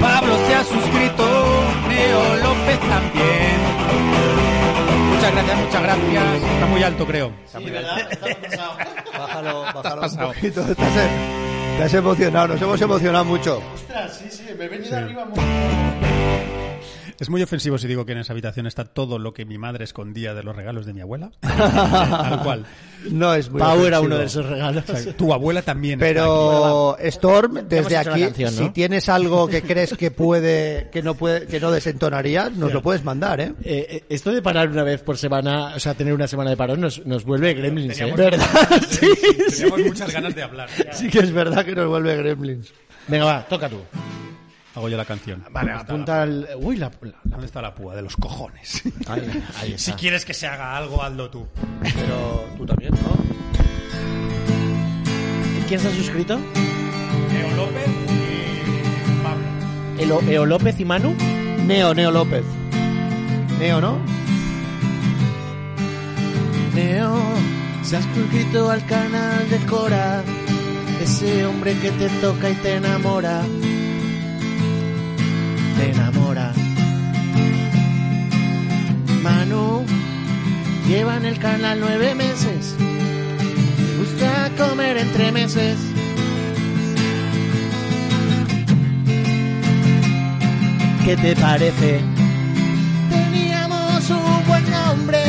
S5: Pablo se ha suscrito, Neo López también.
S1: Muchas gracias, muchas gracias. Está muy alto, creo.
S3: Bájalo, bájalo un
S1: pasado.
S3: poquito. Te has, te has emocionado, nos hemos emocionado mucho.
S1: Es muy ofensivo si digo que en esa habitación está todo lo que mi madre escondía de los regalos de mi abuela. Tal cual.
S3: No es muy
S2: Pau era
S3: ofensivo.
S2: uno de esos regalos.
S1: Tu abuela también.
S3: Pero Storm, desde
S2: hecho la
S3: aquí,
S2: canción, ¿no?
S3: si tienes algo que crees que puede, que no puede, que no desentonaría, nos lo puedes mandar, ¿eh?
S2: Eh, eh, esto de parar una vez por semana, o sea, tener una semana de parón, nos, nos vuelve gremlins, ¿eh?
S1: teníamos-
S2: ¿Verdad? Sí, sí.
S1: Tenemos muchas ganas de hablar.
S3: Sí que es verdad que nos vuelve Gremlins.
S2: Venga, va, toca tú.
S1: Hago yo la canción.
S2: Vale,
S1: ¿Dónde está
S2: apunta al... Uy, la... la-
S1: la- ¿Dónde está la púa de los cojones?
S2: Ahí, ahí está.
S1: Si quieres que se haga algo, hazlo tú.
S3: Pero tú también, ¿no?
S2: ¿Quién se ha suscrito?
S1: Leo López y Pablo.
S2: Elo- ¿Eo López y Manu?
S3: Neo, Neo López. Neo, ¿no?
S2: Neo, se ha suscrito al canal de Cora, ese hombre que te toca y te enamora. Te enamora. Manu, lleva en el canal nueve meses. Me gusta comer entre meses. ¿Qué te parece? Teníamos un buen nombre.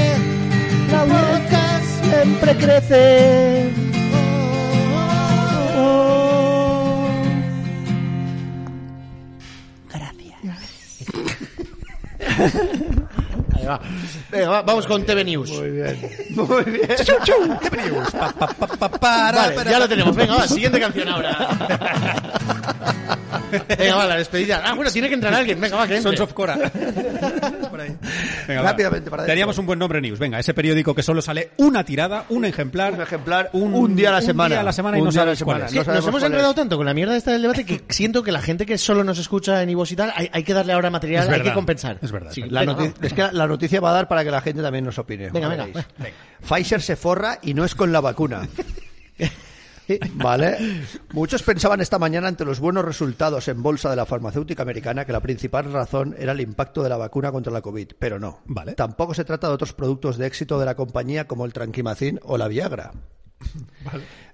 S2: La boca siempre crece. Gracias. va. Venga, va, vamos con TV News.
S3: Muy bien.
S2: Vale, ya lo tenemos. Venga, va, siguiente canción ahora. Venga, va, la despedida. Ah, bueno, tiene que entrar alguien. Venga, va, que entre.
S1: Sons of Cora. Por ahí. Venga, va.
S3: Rápidamente, para adentro.
S1: Teníamos un buen nombre, News. Venga, ese periódico que solo sale una tirada, un ejemplar.
S3: Un ejemplar, un día a la
S1: Un día
S3: semana.
S1: a la semana y
S3: Un
S1: no
S3: día a la
S1: sabes cuál
S3: semana.
S1: es.
S3: Sí, no
S2: Que nos
S3: sabemos
S2: hemos
S3: cuál
S2: enredado
S3: es.
S2: tanto con la mierda esta del debate que siento que la gente que solo nos escucha en Ivos y tal, hay, hay que darle ahora material,
S1: Es
S2: hay
S1: verdad.
S2: que compensar.
S1: Es verdad, es
S2: Sí,
S1: verdad.
S3: La
S2: venga,
S3: noti-
S2: va.
S3: es que la noticia va a dar para que la gente también nos opine.
S2: Venga, venga,
S3: Veréis.
S2: venga.
S3: Pfizer se forra y no es con la vacuna. ¿Vale? Muchos pensaban esta mañana ante los buenos resultados en bolsa de la farmacéutica americana que la principal razón era el impacto de la vacuna contra la COVID, pero no.
S1: Vale.
S3: Tampoco se trata de otros productos de éxito de la compañía como el Tranquimacin o la Viagra.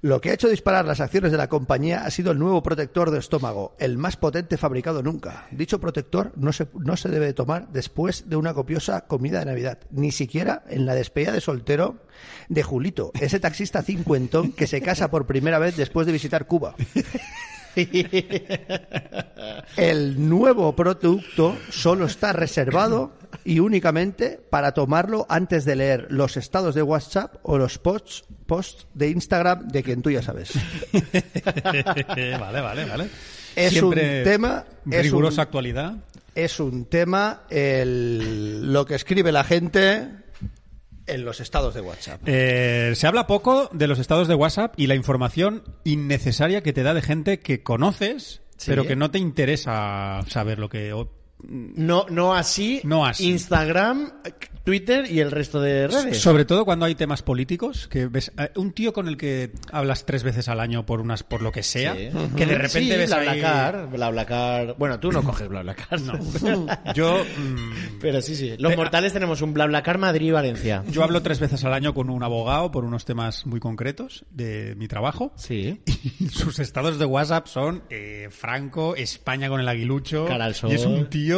S3: Lo que ha hecho disparar las acciones de la compañía ha sido el nuevo protector de estómago, el más potente fabricado nunca. Dicho protector no se, no se debe tomar después de una copiosa comida de Navidad, ni siquiera en la despedida de soltero de Julito, ese taxista cincuentón que se casa por primera vez después de visitar Cuba. El nuevo producto solo está reservado y únicamente para tomarlo antes de leer los estados de WhatsApp o los posts, posts de Instagram de quien tú ya sabes.
S1: vale, vale, vale.
S3: Es
S1: Siempre
S3: un tema- es
S1: Rigurosa
S3: un-
S1: actualidad.
S3: Es un tema el- lo que escribe la gente en los estados de WhatsApp.
S1: Eh, se habla poco de los estados de WhatsApp y la información innecesaria que te da de gente que conoces, pero que no te interesa saber lo que. o-
S2: No, no así.
S1: No así.
S2: Instagram, Twitter y el resto de redes.
S1: Sobre todo cuando hay temas políticos, que ves eh, un tío con el que hablas tres veces al año por unas por lo que sea, que de repente
S2: Eh, sí,
S1: ves ahí-
S2: BlaBlaCar, BlaBlaCar. Bueno, tú no coges BlaBlaCar.
S1: No. Yo mm,
S2: Pero sí, sí. Los
S1: Pero-
S2: mortales tenemos un BlaBlaCar Madrid y Valencia.
S1: yo hablo tres veces al año con un abogado por unos temas muy concretos de mi trabajo.
S2: Sí.
S1: Y sus estados de WhatsApp son eh, Franco, España con el aguilucho.
S2: Cara al sol.
S1: Y es un tío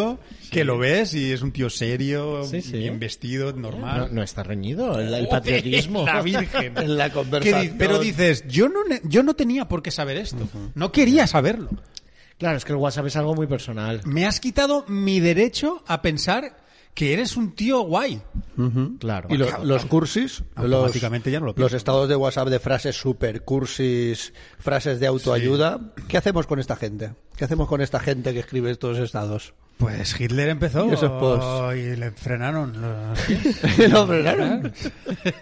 S1: que lo ves y es un tío serio,
S2: Sí, sí.
S1: bien vestido, normal.
S2: No, no está reñido el, el patriotismo.
S1: Oh, La Virgen.
S3: En la
S1: Que di-
S3: conversación.
S1: Pero dices, yo no, ne- yo no tenía por qué saber esto. No quería saberlo.
S2: Claro, es que el WhatsApp es algo muy personal.
S1: Me has quitado mi derecho a pensar que eres un tío guay.
S2: Claro.
S3: Y lo- los cursis, los,
S1: Automáticamente ya no lo pienso.
S3: los estados de WhatsApp de frases super cursis, frases de autoayuda. ¿Qué hacemos con esta gente? ¿Qué hacemos con esta gente que escribe estos estados?
S1: Pues Hitler empezó
S3: Y esos posts.
S1: y le frenaron. los-
S3: Lo frenaron.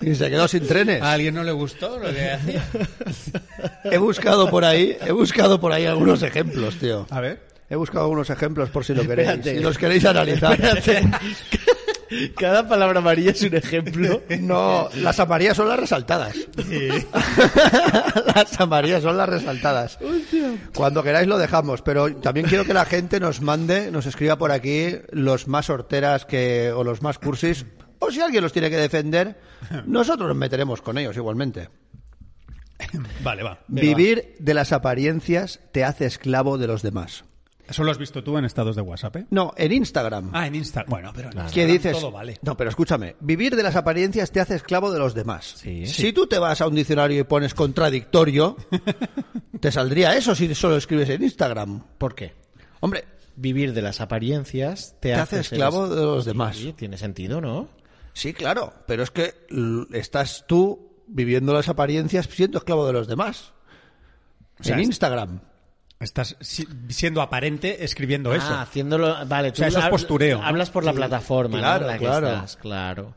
S3: y se quedó sin trenes.
S1: A alguien no le gustó lo que hacía.
S3: He buscado por ahí, he buscado por ahí algunos ejemplos, tío.
S1: A ver.
S3: He buscado algunos ejemplos por si lo queréis.
S2: Espérate.
S3: Si los queréis analizar.
S2: Cada palabra amarilla es un ejemplo.
S3: No, las amarillas son las resaltadas. las amarillas son las resaltadas. Cuando queráis lo dejamos, pero también quiero que la gente nos mande, nos escriba por aquí los más horteras que o los más cursis. O si alguien los tiene que defender, nosotros nos meteremos con ellos igualmente.
S1: Vale, va.
S3: Vivir de las apariencias te hace esclavo de los demás.
S1: Eso lo has visto tú en estados de WhatsApp, ¿eh?
S3: No, en Instagram.
S1: Ah, en Insta. Bueno, pero en
S3: ¿Qué
S1: Instagram
S3: dices?
S1: todo vale.
S3: No, pero escúchame, vivir de las apariencias te hace esclavo de los demás.
S2: Sí.
S3: Si tú te vas a un diccionario y pones contradictorio, te saldría eso si solo escribes en Instagram.
S2: ¿Por qué?
S3: Hombre,
S2: Vivir de las apariencias te,
S3: Te hace
S2: hace ser
S3: esclavo de los demás.
S2: Sí, tiene sentido, ¿no?
S3: sí, claro, pero es que l- estás tú viviendo las apariencias siendo esclavo de los demás.
S1: sea,
S3: en
S1: es-
S3: Instagram.
S1: Estás si- siendo aparente escribiendo
S2: Ah,
S1: eso.
S2: haciéndolo. Vale, tú
S1: sea, eso es
S2: hab-
S1: postureo, ¿no?
S2: Hablas por la plataforma, ¿no?
S3: claro,
S2: En la que
S3: claro.
S2: estás, claro.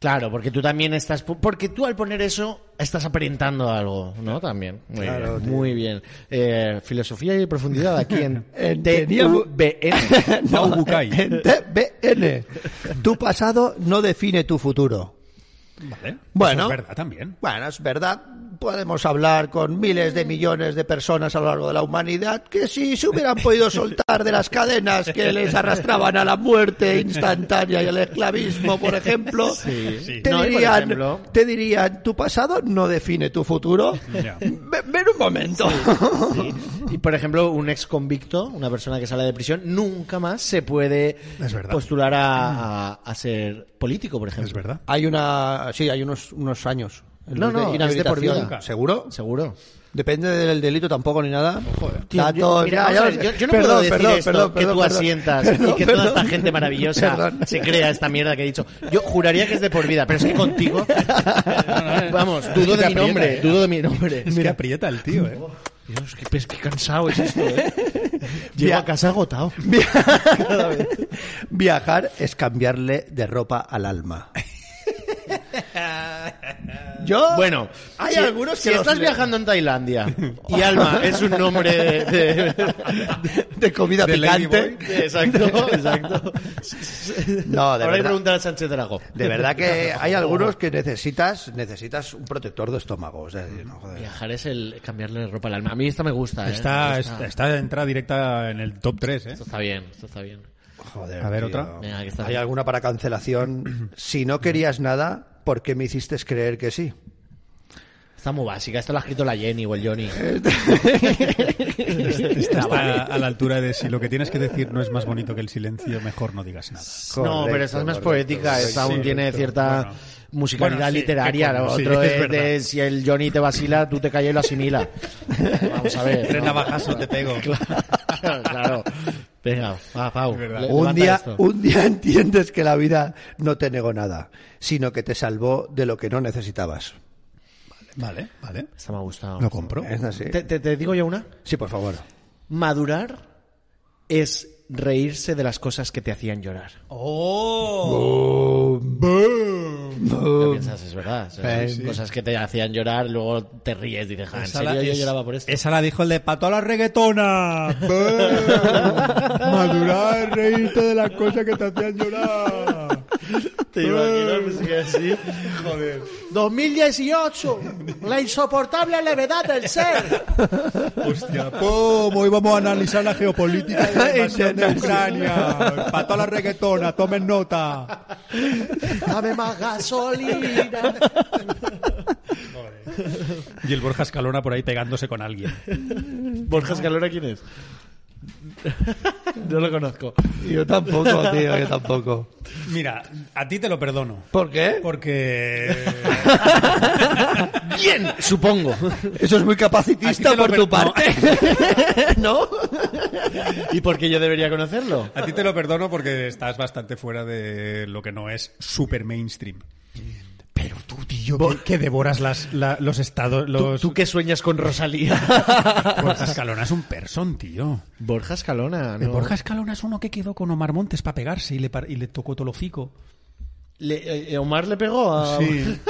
S2: Claro, porque tú también estás. pu- Porque tú al poner eso estás aparentando algo, ¿no? También. Muy
S3: Claro,
S2: bien.
S3: tío.
S2: Muy bien. Eh, filosofía y profundidad aquí en
S3: En
S2: TVN.
S1: No, Bucay.
S3: En TVN. Tu pasado no define tu futuro.
S1: Vale.
S3: Bueno.
S1: Eso es verdad también.
S3: Bueno, es verdad, podemos hablar con miles de millones de personas a lo largo de la humanidad que si se hubieran podido soltar de las cadenas que les arrastraban a la muerte instantánea y al esclavismo, por ejemplo,
S2: sí.
S3: Te,
S2: No, y por
S3: dirían,
S2: ejemplo-
S3: te dirían, tu pasado no define tu futuro.
S1: Ya.
S3: Ve- Ven un momento.
S2: Sí. Y por ejemplo, un ex convicto, una persona que sale de prisión, nunca más se puede
S1: Es verdad.
S2: postular
S3: Mm.
S2: a, a- a ser político, por ejemplo.
S1: Es verdad.
S3: Hay una, sí, hay unos, unos años El
S2: No,
S3: de
S2: no,
S3: inhabilitación.
S2: es de por vida.
S3: Ah, ¿Seguro?
S2: Seguro.
S3: Depende del delito tampoco ni nada.
S2: Tío,
S3: Está
S2: yo-
S3: todo-
S2: mira, vamos
S3: ya
S2: a
S3: lo
S2: ver,
S3: sé.
S2: yo, yo no
S3: Perdón,
S2: puedo decir
S3: perdón,
S2: esto,
S3: perdón,
S2: que
S3: perdón,
S2: tú
S3: perdón.
S2: asientas y
S3: Perdón,
S2: que
S3: perdón.
S2: toda esta gente maravillosa
S3: Perdón.
S2: se crea esta mierda que he dicho. Yo juraría que es de por vida, pero es que contigo, vamos, dudo de mi nombre, dudo de mi nombre.
S1: Es que aprieta el tío, ¿eh?
S2: Dios, qué, pes- qué cansado es esto, ¿eh? Llego
S3: Ya.
S2: a casa agotado.
S3: Viajar es cambiarle de ropa al alma. Yo.
S2: Bueno,
S3: hay
S2: si-
S3: algunos que
S2: si
S3: los
S2: estás
S3: leo.
S2: viajando en Tailandia y Alma es un nombre de, de-
S3: de comida
S1: de
S3: picante.
S1: Ladyboy.
S2: de- exacto, exacto.
S3: No,
S2: Habrá
S3: de
S2: que
S3: verdad.
S2: preguntar a Sánchez Dragó.
S3: De verdad que hay
S2: Oh.
S3: algunos que necesitas necesitas un protector de estómago. O sea, no, joder.
S2: Viajar es el cambiarle ropa al alma. A mí esta me gusta, ¿eh?
S1: Está,
S2: Me gusta.
S1: está, está de entrada directa en el top 3, ¿eh?
S2: Esto está bien, esto está bien.
S3: Joder,
S1: A ver,
S3: tío.
S1: otra.
S2: Venga, que está
S3: ¿Hay
S2: bien.
S3: alguna para cancelación? Si no querías nada, ¿por qué me hiciste creer que sí?
S2: Está muy básica, esto lo ha escrito la Jenny o el Johnny.
S1: Está a la altura de si lo que tienes que decir no es más bonito que el silencio, mejor no digas nada.
S2: no, pero esta es más
S3: correcto,
S2: poética,
S3: correcto.
S2: esta aún
S1: sí,
S2: tiene
S1: correcto.
S2: cierta
S1: Bueno.
S2: musicalidad
S1: Bueno, sí,
S2: literaria.
S1: qué
S2: Lo
S1: coño, sí,
S2: otro
S1: es
S2: es, de
S1: verdad.
S2: si el Johnny te vacila, tú te callas y lo asimilas. Vamos a ver.
S1: Tres
S2: ¿no?
S1: navajazos te pego.
S2: Claro, claro. Venga, va, Pau.
S1: verdad.
S2: le-
S3: Un
S2: Eh, levanta
S3: día,
S2: esto.
S3: un día entiendes que la vida no te negó nada, sino que te salvó de lo que no necesitabas.
S1: Vale, vale.
S2: Esta me ha gustado.
S1: Lo compro.
S3: ¿Es así?
S2: ¿Te, te- te digo yo una.
S3: Sí, por favor.
S2: Madurar es reírse de las cosas que te hacían llorar. ¡Oh! Lo piensas, es verdad. O sea, Cosas que te hacían llorar, luego te ríes, dices, "Ah, ¿en serio yo lloraba por esto?
S1: Esa la dijo el de Pato a la reggaetona. Bum. Madurar, reírte de las cosas que te hacían llorar.
S2: Te imaginas, pues, que así. Joder. 2018, la insoportable levedad del ser.
S1: Hostia, ¿cómo íbamos a analizar la geopolítica de la invasión de Ucrania? Pato a la reggaetona, tomen nota.
S2: Dame más gasolina.
S1: Y el Borja Escalona por ahí pegándose con alguien.
S2: Borja Escalona, ¿quién es? No lo conozco.
S3: Yo tampoco, tío, yo tampoco.
S1: Mira, a ti te lo perdono.
S3: ¿Por qué?
S1: Porque. eh,
S2: Bien, supongo.
S3: Eso es muy capacitista por tu parte. ¿No?
S2: ¿Y por qué yo debería conocerlo?
S1: A ti te lo perdono porque estás bastante fuera de lo que no es super mainstream. Pero tú, tío, que, que devoras las, la- los estados.
S2: ¿Tú,
S1: Los...
S2: tú que sueñas con Rosalía.
S1: Borja Escalona es un person, tío.
S2: Borja Escalona,
S1: El
S2: ¿no?
S1: Borja Escalona es uno que quedó con Omar Montes para pegarse y le, par- y le tocó Tolofico.
S2: Le- eh, ¿Omar le pegó a...?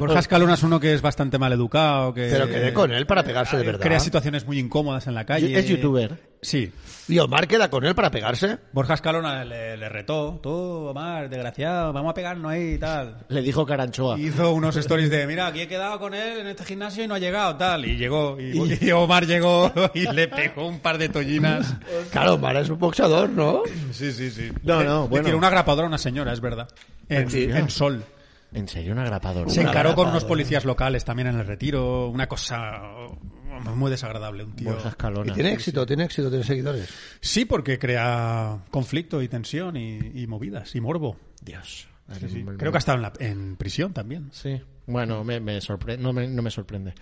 S1: Borja Escalona es uno que es bastante mal educado. Que,
S3: Pero quedé con él para pegarse de verdad.
S1: Crea situaciones muy incómodas en la calle.
S2: Es youtuber.
S1: Sí.
S3: ¿Y Omar queda con él para pegarse?
S1: Borja Escalona le, le retó. Tú, Omar, desgraciado, vamos a pegarnos ahí y tal.
S2: Le dijo Caranchoa.
S1: Hizo unos stories de, mira, aquí he quedado con él en este gimnasio y no ha llegado, tal. Y llegó, y, y Omar llegó y le pegó un par de tollinas.
S3: Claro, Omar es un boxeador, ¿no?
S1: Sí, sí, sí.
S2: No,
S1: Le-
S2: no,
S1: le
S2: bueno.
S1: tiró una grapadora a una señora, es verdad. En, en sol.
S2: ¿En serio? ¿Una grapadora?
S1: Se encaró con unos policías locales también en el retiro. Una cosa oh, muy desagradable, un tío.
S2: Borja Escalona.
S3: Y tiene éxito, tiene éxito, tiene seguidores.
S1: Sí, porque crea conflicto y tensión y, y movidas y morbo.
S2: Dios.
S1: Creo que ha estado en, la- en prisión también.
S2: Sí. Bueno, me, me sorpre- no, me, no me sorprende.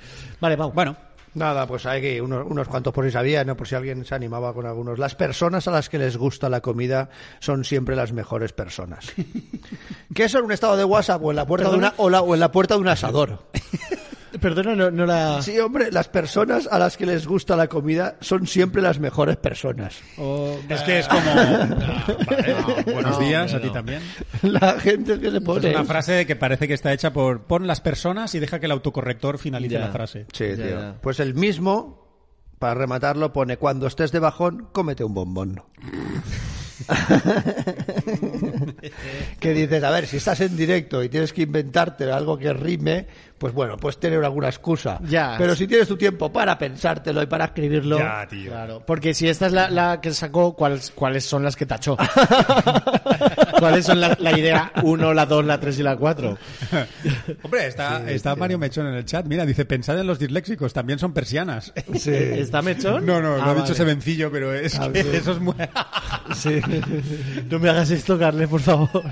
S2: Vale, Pau.
S1: Bueno,
S3: Nada, pues hay que unos, unos cuantos por si sabía, ¿no? por si alguien se animaba con algunos. Las personas a las que les gusta la comida son siempre las mejores personas. que eso en un estado de WhatsApp o en la puerta de una o, la- o en la puerta de un asador.
S2: Perdona, no, no la...
S3: Sí, hombre, las personas a las que les gusta la comida son siempre las mejores personas.
S1: es que es como... Ah, vale. buenos
S2: eh, no,
S1: días a
S2: hombre,
S1: ti
S2: no.
S1: también.
S3: La gente que se
S1: Es
S3: pone.
S1: una frase que parece que está hecha por pon las personas y deja que el autocorrector finalice
S2: Ya.
S1: la frase.
S3: Sí,
S2: Ya,
S3: tío.
S2: ya.
S3: Pues el mismo, para rematarlo, pone: cuando estés de bajón, cómete un bombón. que dices, a ver, si estás en directo y tienes que inventarte algo que rime, pues bueno, puedes tener alguna excusa.
S2: Ya.
S3: Pero si tienes tu tiempo para pensártelo y para escribirlo.
S1: Ya, tío.
S2: Claro, porque si esta es la, la que sacó, ¿cuáles, ¿cuáles son las que tachó? ¿Cuáles son la, la idea 1, la 2, la 3 y la 4?
S1: Hombre, está, está Mario Mechón en el chat. Mira, dice, pensad en los disléxicos, también son persianas.
S2: ¿Está mechón?
S1: No, no, lo
S2: Ah,
S1: ha dicho
S2: vale. Ah,
S1: Sevencillo, pero es que eso es muy...
S2: No me hagas esto, Carles, por favor.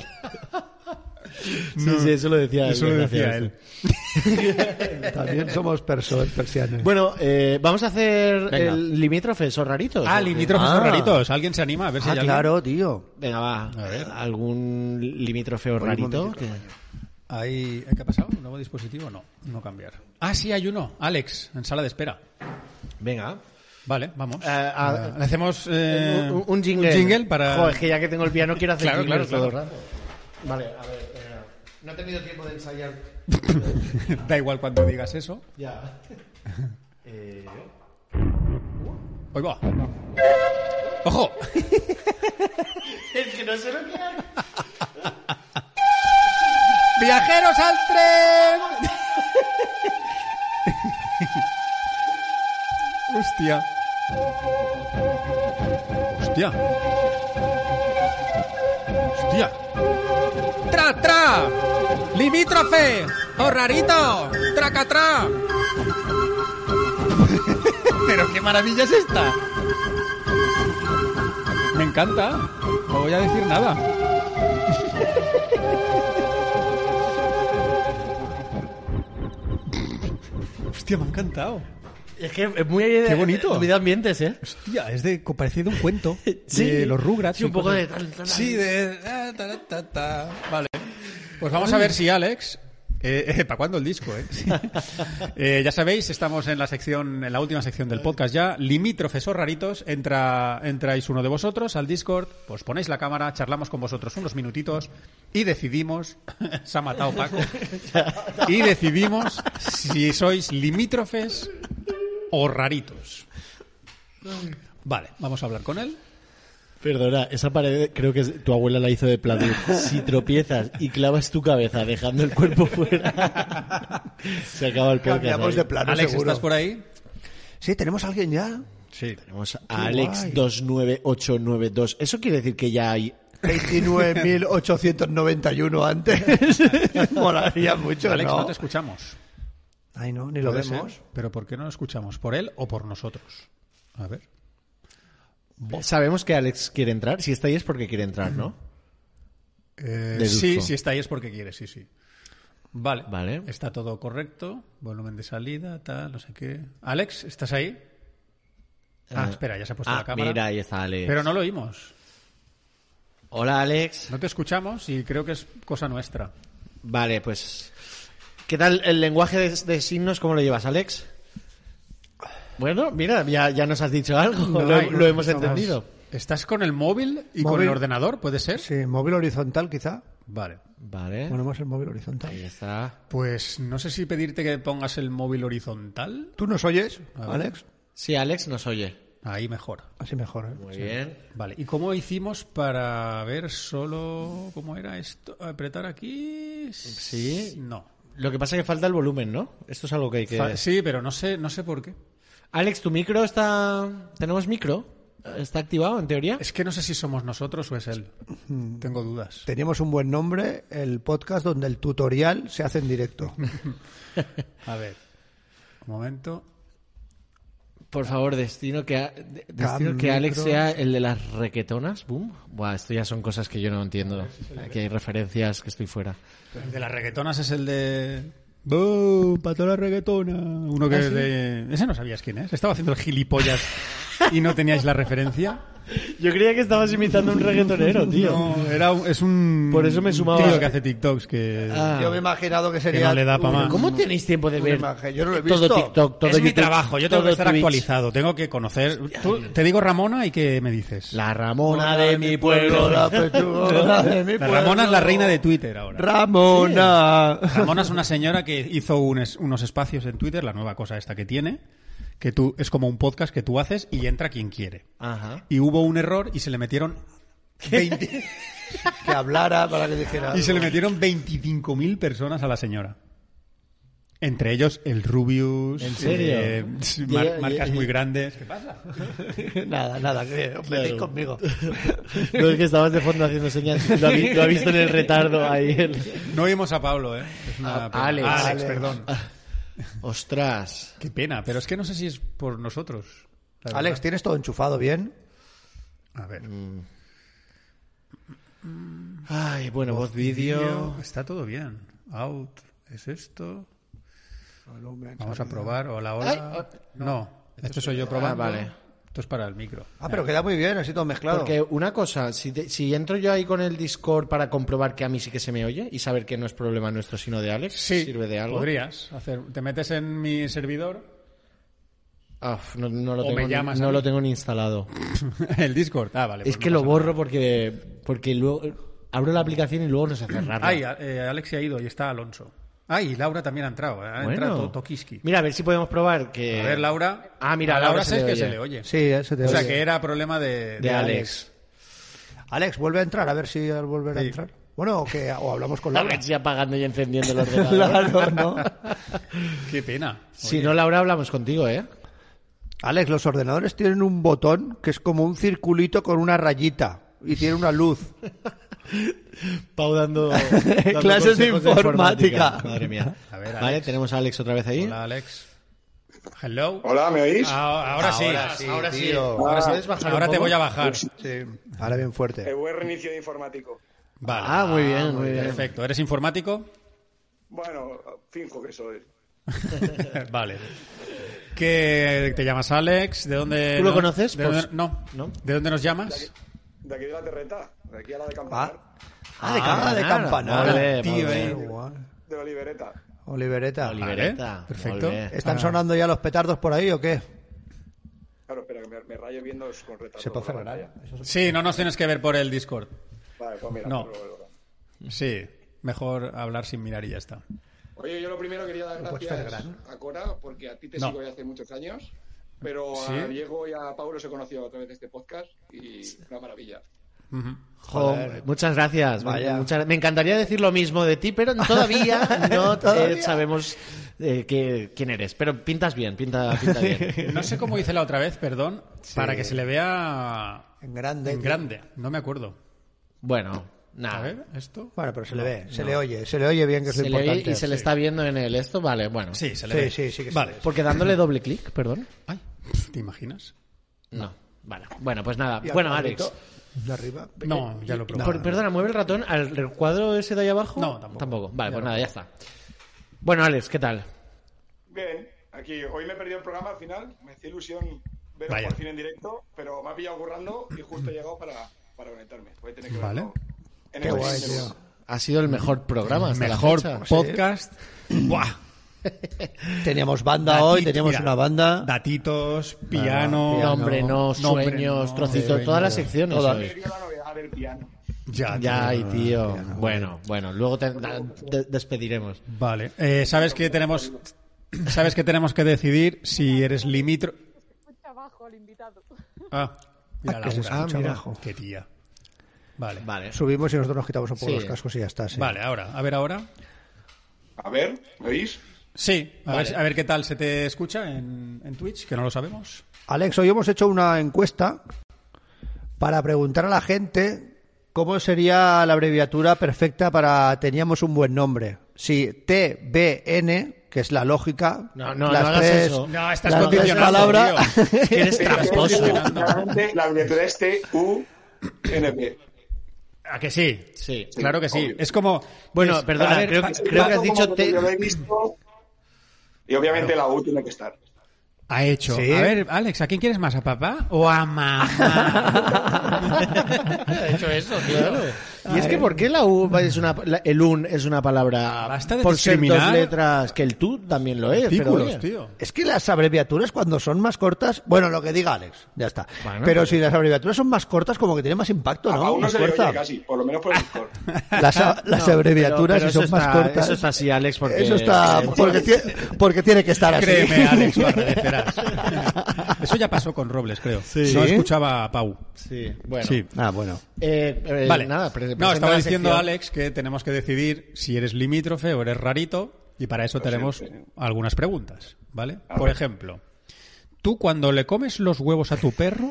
S2: Sí, sí, eso lo decía él.
S1: Eso lo
S2: gracias.
S1: decía él.
S3: También somos perso- persianas.
S2: Bueno, eh, vamos a hacer
S1: Venga.
S2: el limítrofes o raritos.
S1: Ah,
S2: ¿o qué?
S1: limítrofes
S3: Ah.
S1: son raritos. ¿Alguien se anima? A ver si
S3: ah,
S1: hay alguien.
S3: claro, tío.
S2: Venga, va. ¿Algún limítrofe o
S3: un
S2: rarito?
S3: momentito,
S2: que-
S1: Ahí- ¿eh, ¿Qué ha pasado? ¿Un nuevo dispositivo? No, no cambiar. Ah, sí, hay uno. Alex, en sala de espera.
S2: Venga.
S1: Vale, vamos.
S2: Eh, ah,
S1: Le hacemos eh,
S2: un, un jingle.
S1: para...
S2: Joder, que ya que tengo el piano quiero hacer
S1: Claro,
S2: jingles
S1: claro,
S2: todo el rato. Vale, a ver. eh, no he tenido tiempo de ensayar.
S1: da igual cuando digas eso.
S2: Ya. Eh,
S1: Ahí va. ¡Ojo!
S2: es que no sé lo que hago.
S1: ¡Viajeros al tren! Hostia. Hostia. Hostia. ¡Tra, tra! ¡Limítrofe! ¡Oh, rarito! ¡Traca, tra! ¡Pero qué maravilla es esta! Me encanta. No voy a decir nada. Hostia, me ha encantado.
S2: Es que es muy.
S1: Qué bonito.
S2: Muy de ambientes, ¿eh?
S1: Hostia, es de parecido un cuento de los Rugrats.
S2: Sí, un
S1: y
S2: poco
S1: cosas.
S2: de. tal, tal, tal.
S1: Sí, de... ah, ta, ta, ta, ta. Vale. Pues vamos a ver si Alex... ¿Para cuándo el disco? Eh? Sí. Eh, ya sabéis, estamos en la sección, en la última sección del podcast ya. Limítrofes o raritos, entra, entráis uno de vosotros al Discord, os ponéis la cámara, charlamos con vosotros unos minutitos y decidimos, se ha matado Paco, y decidimos si sois limítrofes o raritos. Vale, vamos a hablar con él.
S2: Perdona, esa pared creo que es- tu abuela la hizo de pladur. Si tropiezas y clavas tu cabeza dejando el cuerpo fuera, se acaba el podcast.
S3: Cambiamos
S2: ahí.
S3: de plano,
S1: Alex,
S3: seguro.
S1: ¿estás por ahí?
S3: Sí, tenemos a alguien ya.
S1: Sí.
S2: Tenemos
S3: Qué
S2: a Alex
S3: guay.
S2: 29892. Eso quiere decir que ya hay.
S3: 29.891 antes. Molaría mucho,
S1: Alex, no,
S3: ¿no?
S1: te escuchamos.
S3: Ay, no, ni lo
S1: Puede ser,
S3: vemos.
S1: Pero ¿por qué no lo escuchamos? ¿Por él o por nosotros? A ver.
S2: Sabemos que Alex quiere entrar. Si está ahí es porque quiere entrar, ¿no? Deduzco.
S1: Eh, sí, si está ahí es porque quiere, sí, sí. Vale.
S2: Vale.
S1: Está todo correcto. Volumen de salida, tal, no sé qué. Alex, ¿estás ahí? Ah,
S2: Eh,
S1: espera, ya se ha puesto
S2: Ah,
S1: la cámara.
S2: mira, ahí está Alex.
S1: Pero no lo oímos.
S2: Hola, Alex.
S1: No te escuchamos y creo que es cosa nuestra.
S2: Vale, pues. ¿Qué tal el lenguaje de, de signos? ¿Cómo lo llevas, Alex? Bueno, mira, ya, ya nos has dicho algo.
S1: No
S2: lo,
S1: hay,
S2: lo
S1: no
S2: hemos
S1: escuchamos.
S2: entendido.
S1: ¿Estás con el móvil y con
S3: Móvil.
S1: el ordenador? ¿Puede ser?
S3: Sí, móvil horizontal quizá.
S1: Vale.
S2: Vale.
S3: Ponemos el móvil horizontal.
S2: ¿Eh? Ahí está.
S1: Pues no sé si pedirte que pongas el móvil horizontal.
S3: ¿Tú nos oyes,
S1: ver.
S3: Alex?
S2: Sí, Alex nos oye.
S1: Ahí mejor.
S3: Así mejor, ¿eh?
S2: Muy bien.
S1: Vale, ¿y cómo hicimos para ver solo cómo era esto? ¿Apretar aquí?
S2: Sí.
S1: No.
S2: Lo que pasa es que falta el volumen, ¿no? Esto es algo que hay que.
S1: Fa- Sí, pero no sé, no sé por qué.
S2: Alex, tu micro está. ¿Tenemos micro? ¿Está activado en teoría?
S1: Es que no sé si somos nosotros o es él. Tengo dudas.
S3: Teníamos un buen nombre, el podcast donde el tutorial se hace en directo.
S1: A ver. Un momento.
S2: Por favor, destino que, a- de- destino
S3: Cam
S2: que Alex
S3: micros.
S2: sea el de las requetonas. Boom. Buah, esto ya son cosas que yo no entiendo. Aquí hay referencias que estoy fuera.
S1: El de las reggaetonas es el de. ¡Bum! ¡Pato la reggaetona! Uno que es de. Ese no sabías quién es. Estaba haciendo el gilipollas y no teníais la referencia.
S2: Yo creía que estabas imitando un reggaetonero,
S1: No, era, un- es un.
S2: Por eso me sumaba.
S1: Tío que hace TikToks que.
S3: Yo me he imaginado que sería...
S1: Que no le da pa'
S3: un-
S1: más.
S2: ¿Cómo tenéis tiempo de
S3: Una
S2: ver
S3: imagen, yo no lo he
S2: todo
S3: visto.
S2: TikTok, todo
S1: es mi
S2: YouTube,
S1: trabajo, yo tengo
S2: todo
S1: que estar
S2: Twitch?
S1: actualizado, tengo que conocer. Tú- te digo Ramona y qué me dices.
S2: La Ramona de mi
S3: Pueblo,
S2: pueblo.
S3: la pechuga de mi
S1: La
S3: pueblo.
S1: Ramona es la reina de Twitter ahora.
S3: Ramona.
S1: Ramona es una señora que hizo un es- unos espacios en Twitter, la nueva cosa esta que tiene, que tú es como un podcast que tú haces y entra quien quiere.
S2: Ajá.
S1: Y hubo un error y se le metieron 20
S3: que hablara para que dijera...
S1: y se le
S3: algo.
S1: metieron 25.000 personas a la señora. Entre ellos el Rubius,
S2: ¿En serio?
S1: eh, mar-
S2: Y- y-
S1: marcas
S2: y-
S1: muy grandes. ¿Qué pasa?
S3: Nada, nada, que os metéis conmigo.
S2: Lo que estabas de fondo haciendo señas. Lo ha, vi- lo ha visto en el retardo ahí. el-
S1: No oímos a Pablo, ¿eh? Es una
S2: A-
S1: pena.
S2: Alex.
S1: Alex, perdón.
S2: Ostras.
S1: Qué pena, pero es que no sé si es por nosotros. la verdad.
S2: Mm.
S3: Alex, ¿tienes todo enchufado bien?
S1: A ver.
S2: Ay, bueno, voz, vídeo.
S1: Está todo bien. Out. ¿Es esto? Vamos a probar. Hola, hola. No, esto soy yo probando.
S2: Ah, vale.
S1: Esto es para el micro.
S3: Ah, pero queda muy bien, así todo mezclado.
S2: Porque una cosa, si, te- si entro yo ahí con el Discord para comprobar que a mí sí que se me oye y saber que no es problema nuestro sino de Alex, pues ¿sirve de algo?
S1: Podrías hacer. Te metes en mi servidor.
S2: Ah, no, no lo
S1: O
S2: tengo,
S1: me
S2: ni-
S1: llamas
S2: no
S1: a mí.
S2: lo tengo ni instalado.
S1: el Discord. Ah, vale.
S2: es
S1: pues
S2: que
S1: no
S2: lo
S1: pasa nada.
S2: borro porque, porque luego abro la aplicación y luego no sé cerrarla.
S1: Ay, a- eh, Alex se ha ido y está Alonso. Ay, y Laura también ha entrado. eh, Ha
S2: Bueno.
S1: entrado Tokiski.
S2: Mira, a ver si podemos probar que...
S1: A ver, Laura.
S2: Ah, mira,
S1: A Laura,
S2: Laura se
S1: sabes
S2: le
S1: que
S2: oye.
S1: se le oye.
S3: Sí, eso te
S1: O sea,
S3: oye.
S1: que era problema de,
S2: De Alex.
S3: Alex, vuelve a entrar, a ver si al volver a
S1: Sí.
S3: entrar. Bueno, o, que, o hablamos con Laura.
S2: Laura sí apagando y encendiendo el ordenador.
S3: Claro, ¿no?
S1: Qué pena.
S2: si
S1: Oye,
S2: no, Laura, hablamos contigo, ¿eh?
S3: Alex, los ordenadores tienen un botón que es como un circulito con una rayita y tiene una luz.
S2: Pau dando,
S3: dando Clases de consejos de informática. informática.
S2: Madre mía.
S1: A ver,
S2: vale,
S1: Alex.
S2: tenemos a Alex otra vez ahí.
S1: Hola, Alex. Hello.
S7: Hola, ¿me oís?
S1: Ah, ahora, sí.
S2: ahora sí.
S3: tío. Ah,
S2: Ahora, ¿puedes bajar un
S1: Ahora te
S2: poco?
S1: voy a bajar.
S2: Pues,
S3: Sí, ahora bien
S7: Eh,
S3: fuerte.
S7: buen reinicio de informático.
S1: Vale.
S2: Ah, muy bien, muy bien.
S1: Perfecto. ¿Eres informático?
S7: Bueno, finjo que soy.
S1: vale. Que te llamas Alex, ¿de dónde
S2: ¿Tú lo
S1: no-
S2: conoces?
S1: de
S2: Pues,
S1: dónde- no.
S2: ¿no?
S1: ¿De dónde nos llamas?
S7: De aquí de la terreta, de aquí a la de Campanar,
S3: Ah, ah, de, campana, de campanar.
S2: Vale,
S1: Tío,
S2: vale.
S1: eh.
S3: Guau.
S7: de la libereta.
S3: Olivereta.
S1: Vale,
S2: Libereta,
S1: Perfecto.
S2: muy bien.
S3: ¿Están sonando ya los petardos por ahí o qué?
S7: Claro, espera, que me, me rayo viendo es con retardo. por la pantalla.
S1: Sí, no nos tienes que ver por el Discord.
S7: Vale, pues mira.
S1: No.
S7: pues luego, luego.
S1: Sí, mejor hablar sin mirar y ya está.
S7: Oye, yo lo primero quería dar gracias a Cora, porque a ti te
S1: No.
S7: sigo ya hace muchos años, pero
S1: ¿Sí?
S7: a Diego y a Pablo se conoció a través de este podcast y una maravilla.
S2: Jo, muchas gracias.
S3: Vaya.
S2: Muchas- me encantaría decir lo mismo de ti, pero todavía no eh,
S3: Todavía.
S2: sabemos eh, que- quién eres. Pero pintas bien, pinta, pinta bien.
S1: No sé cómo hice la otra vez, perdón, para que se le vea
S3: En grande.
S1: en
S3: tío.
S1: grande. No me acuerdo.
S2: Bueno,
S1: A
S2: nada.
S1: ver, esto.
S3: Bueno, pero se le ve, se le oye, se le oye bien que es lo
S2: Se le oye
S3: importante.
S2: y se le está viendo en el esto, vale, bueno.
S1: Sí, se le
S3: Sí,
S1: ve.
S3: sí, sí que se
S1: vale.
S3: ve.
S2: Porque dándole doble clic, perdón.
S1: Ay, ¿te imaginas?
S2: No, vale. Bueno, pues nada.
S3: Y al
S2: Bueno,
S3: cuadrito,
S2: Alex.
S3: De arriba.
S1: No, ya lo he probado.
S2: Por- perdona, mueve el ratón al cuadro ese de ahí abajo.
S1: No, tampoco.
S2: Vale, pues nada, ya está. Bueno, Alex, ¿qué tal?
S7: Bien, aquí hoy me he perdido el programa al final, me hacía ilusión ver
S1: Vaya.
S7: por fin en directo, pero me ha pillado currando y justo he llegado para, para conectarme. Voy a tener que
S1: Vale.
S7: verlo en
S3: Qué
S7: el
S3: guay,
S7: en el-
S3: tío.
S2: Ha sido el mejor programa hasta
S1: Mejor
S2: la fecha.
S1: podcast. Buah.
S3: Teníamos banda
S1: Datito,
S3: hoy, teníamos
S1: mira,
S3: una banda.
S1: Datitos, piano.
S2: No, hombre, no,
S1: hombre,
S2: sueños,
S1: no,
S2: trocitos,
S1: sueños.
S2: todas las secciones.
S3: Todas.
S2: hoy.
S7: Me dio la novedad del piano.
S1: Ya,
S2: Ya,
S1: tío.
S2: y tío. Bueno, bueno, luego te, da- te- despediremos.
S1: Vale. Eh, sabes que tenemos. Sabes que tenemos que decidir si eres limitro.
S8: escucha abajo el invitado.
S1: Ah, mira,
S3: Ah, que se
S1: Laura.
S3: escucha Ah, mira. abajo.
S1: Qué tía. Vale. vale.
S2: Vale.
S3: Subimos y nosotros nos quitamos un poco
S2: Sí.
S3: los cascos y ya está. sí.
S1: ahora. A ver ahora.
S7: A ver, ¿me oís?
S1: Sí, a,
S2: Vale.
S1: ver, a ver qué tal se te escucha en, en Twitch, que no lo sabemos.
S3: Alex, hoy hemos hecho una encuesta para preguntar a la gente cómo sería la abreviatura perfecta para teníamos un buen nombre. Si TBN, que es la lógica,
S2: No, no,
S3: las
S2: no hagas
S3: tres,
S2: eso.
S1: No, estás
S3: las tres
S1: condicionando,
S3: palabras.
S2: Que eres tramposo.
S7: Claramente, la abreviatura este es T-U-N-P.
S1: ¿A que sí?
S2: Sí.
S1: Claro que sí.
S7: obvio.
S1: Es como.
S2: Bueno,
S1: es-
S2: perdona,
S1: a ver,
S2: creo,
S1: pa-
S2: que- creo que has dicho te-
S7: Yo lo he visto. Y obviamente la U tiene que estar.
S1: Ha hecho.
S3: Sí.
S1: A ver, Alex, ¿a quién quieres más? ¿A papá o a mamá?
S2: Ha hecho eso, claro. Y es que ¿por qué la U es una, la- el un es una palabra
S1: Basta de
S2: por ser dos
S1: discriminar.
S2: letras que el tú también lo es? Pero,
S1: Ridículos,
S2: oye,
S1: tío.
S3: Es que las abreviaturas cuando son más cortas, bueno, lo que diga Alex, ya está.
S2: Bueno. pues
S3: Pero si las abreviaturas son más cortas, como que tiene más impacto,
S2: Ah,
S7: a
S3: ¿no?
S7: uno
S3: Más
S7: Ah, se le
S3: fuerza.
S7: oye casi, por lo menos por el Discord.
S3: Las, a-
S2: No,
S3: las
S2: pero-
S3: abreviaturas,
S2: pero
S3: si son
S2: eso
S3: más
S2: está-
S3: cortas,
S2: Eso está así, Alex, porque. eh,
S3: eso está- porque, tie- porque tiene que estar así.
S1: Créeme, Alex, lo agradecerás. Eso ya pasó con Robles, creo.
S2: Sí.
S1: No
S2: ¿Sí?
S1: escuchaba a Pau.
S2: Sí, bueno.
S1: Sí.
S3: Ah, bueno.
S2: Eh, eh,
S1: Vale.
S2: Nada, pre-
S1: no,
S2: presenta
S1: estaba
S2: la
S1: diciendo
S2: sección.
S1: Alex que tenemos que decidir si eres limítrofe o eres rarito. Y para
S2: Pues
S1: eso tenemos algunas preguntas, ¿vale? Por ejemplo, ¿tú cuando le comes los huevos a tu perro?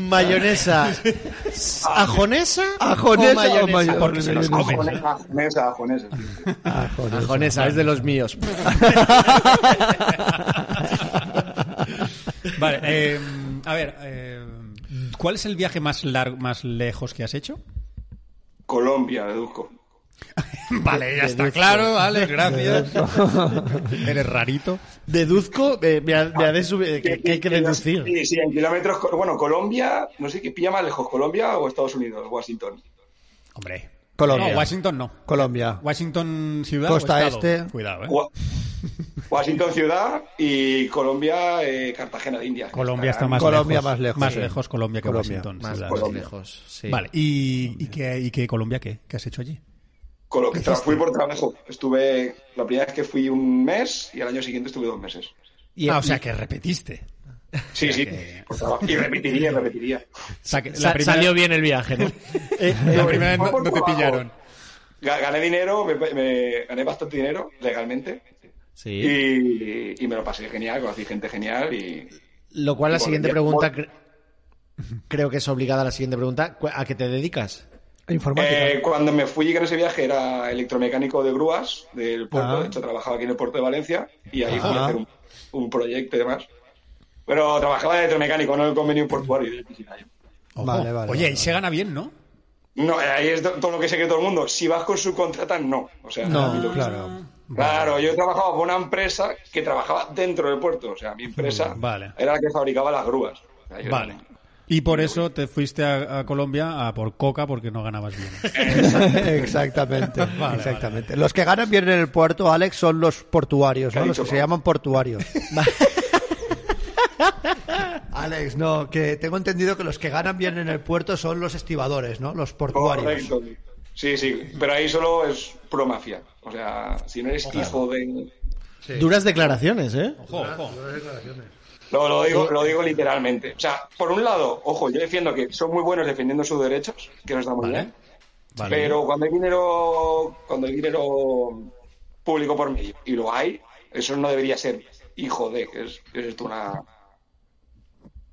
S2: Mayonesa. ¿Ajonesa?
S3: Ajonesa
S2: o mayonesa.
S3: o mayonesa.
S2: Porque se los comen.
S7: Jonesa, jonesa, jonesa, tío.
S2: Ajonesa, es de los míos.
S1: vale, eh, A ver, eh, ¿cuál es el viaje más largo, más lejos que has hecho?
S7: Colombia, deduzco.
S1: Vale, ya está claro, Alex, gracias. Eres rarito.
S2: Deduzco, eh, me ha, me ha de subir- eh, que, que hay que deducir.
S7: Sí, sí, en kilómetros. Bueno, Colombia, no sé qué pilla más lejos, Colombia o Estados Unidos, Washington.
S1: Hombre.
S3: Colombia.
S1: No, Washington no.
S3: Colombia.
S1: Washington ciudad o
S3: Costa
S1: estado.
S3: Este.
S1: Cuidado, eh.
S7: Wa- Washington ciudad y Colombia, eh, Cartagena de Indias.
S1: Colombia está más
S3: Colombia
S1: lejos.
S3: más lejos, sí.
S1: lejos Colombia que
S3: Colombia,
S1: Washington.
S2: Más,
S1: ciudad.
S2: más
S7: Colombia.
S2: lejos. sí.
S1: Vale, ¿y, y, qué, y qué Colombia qué? ¿Qué has hecho allí?
S7: Colo- tra- fui por trabajo. Estuve. La primera vez que fui un mes y al año siguiente estuve dos meses.
S2: Y-
S1: ah, o sea, que repetiste.
S7: Sí, sí.
S1: que-
S7: por trabajo. Y repetiría, repetiría.
S1: O sea, que
S2: Sa-
S1: la primera,
S2: Salió bien el viaje, ¿no?
S1: la primera vez
S7: Fue
S1: no,
S7: por
S1: no te
S7: trabajo.
S1: pillaron.
S7: Ga- Gané dinero, me, me- gané bastante dinero legalmente.
S3: Eh,
S2: Sí.
S7: Y, y me lo pasé genial, conocí gente genial y.
S2: Lo cual la
S7: y
S2: siguiente
S7: Colombia-
S2: pregunta cre- creo que es obligada la siguiente pregunta. ¿Cu- ¿A qué te dedicas?
S3: Informática.
S7: Eh, cuando me fui en ese viaje era electromecánico de grúas del puerto, de hecho trabajaba aquí en el puerto de Valencia y ahí fui a hacer un, un proyecto y demás. Pero trabajaba de electromecánico, no en el convenio portuario. y de piscinario.
S1: Ojo.
S3: Vale, vale,
S1: Oye,
S3: vale,
S1: y se gana bien, ¿no?
S7: No, ahí es do- todo lo que sé que todo el mundo. Si vas con subcontratan, no. O sea, y lo-
S3: no, claro.
S7: Claro, yo trabajaba por una empresa que trabajaba dentro del puerto. O sea, mi empresa
S1: Mm, vale.
S7: era la que fabricaba las grúas. O sea, yo-
S1: Vale. Y por eso te fuiste a, a Colombia a por coca porque no ganabas bien.
S3: exactamente,
S1: vale,
S3: exactamente. Los que ganan bien en el puerto, Alex, son los portuarios,
S7: ¿Qué
S3: ¿no?
S7: ha
S3: Los que
S7: dicho,
S3: se
S7: Pau?
S3: llaman portuarios. Alex, no, que tengo entendido que los que ganan bien en el puerto son los estibadores, ¿no? Los portuarios.
S7: Correcto. Sí, sí, pero ahí solo es pro mafia. O sea, si no eres hijo de...
S2: Duras declaraciones, ¿eh?
S1: Ojo, ojo.
S7: Lo, lo digo, lo digo literalmente. O sea, por un lado, ojo, yo defiendo que son muy buenos defendiendo sus derechos, que no está muy bien.
S1: Vale.
S7: Pero cuando hay dinero, cuando hay dinero público por medio y lo hay, eso no debería ser hijo de, que es, que es esto una,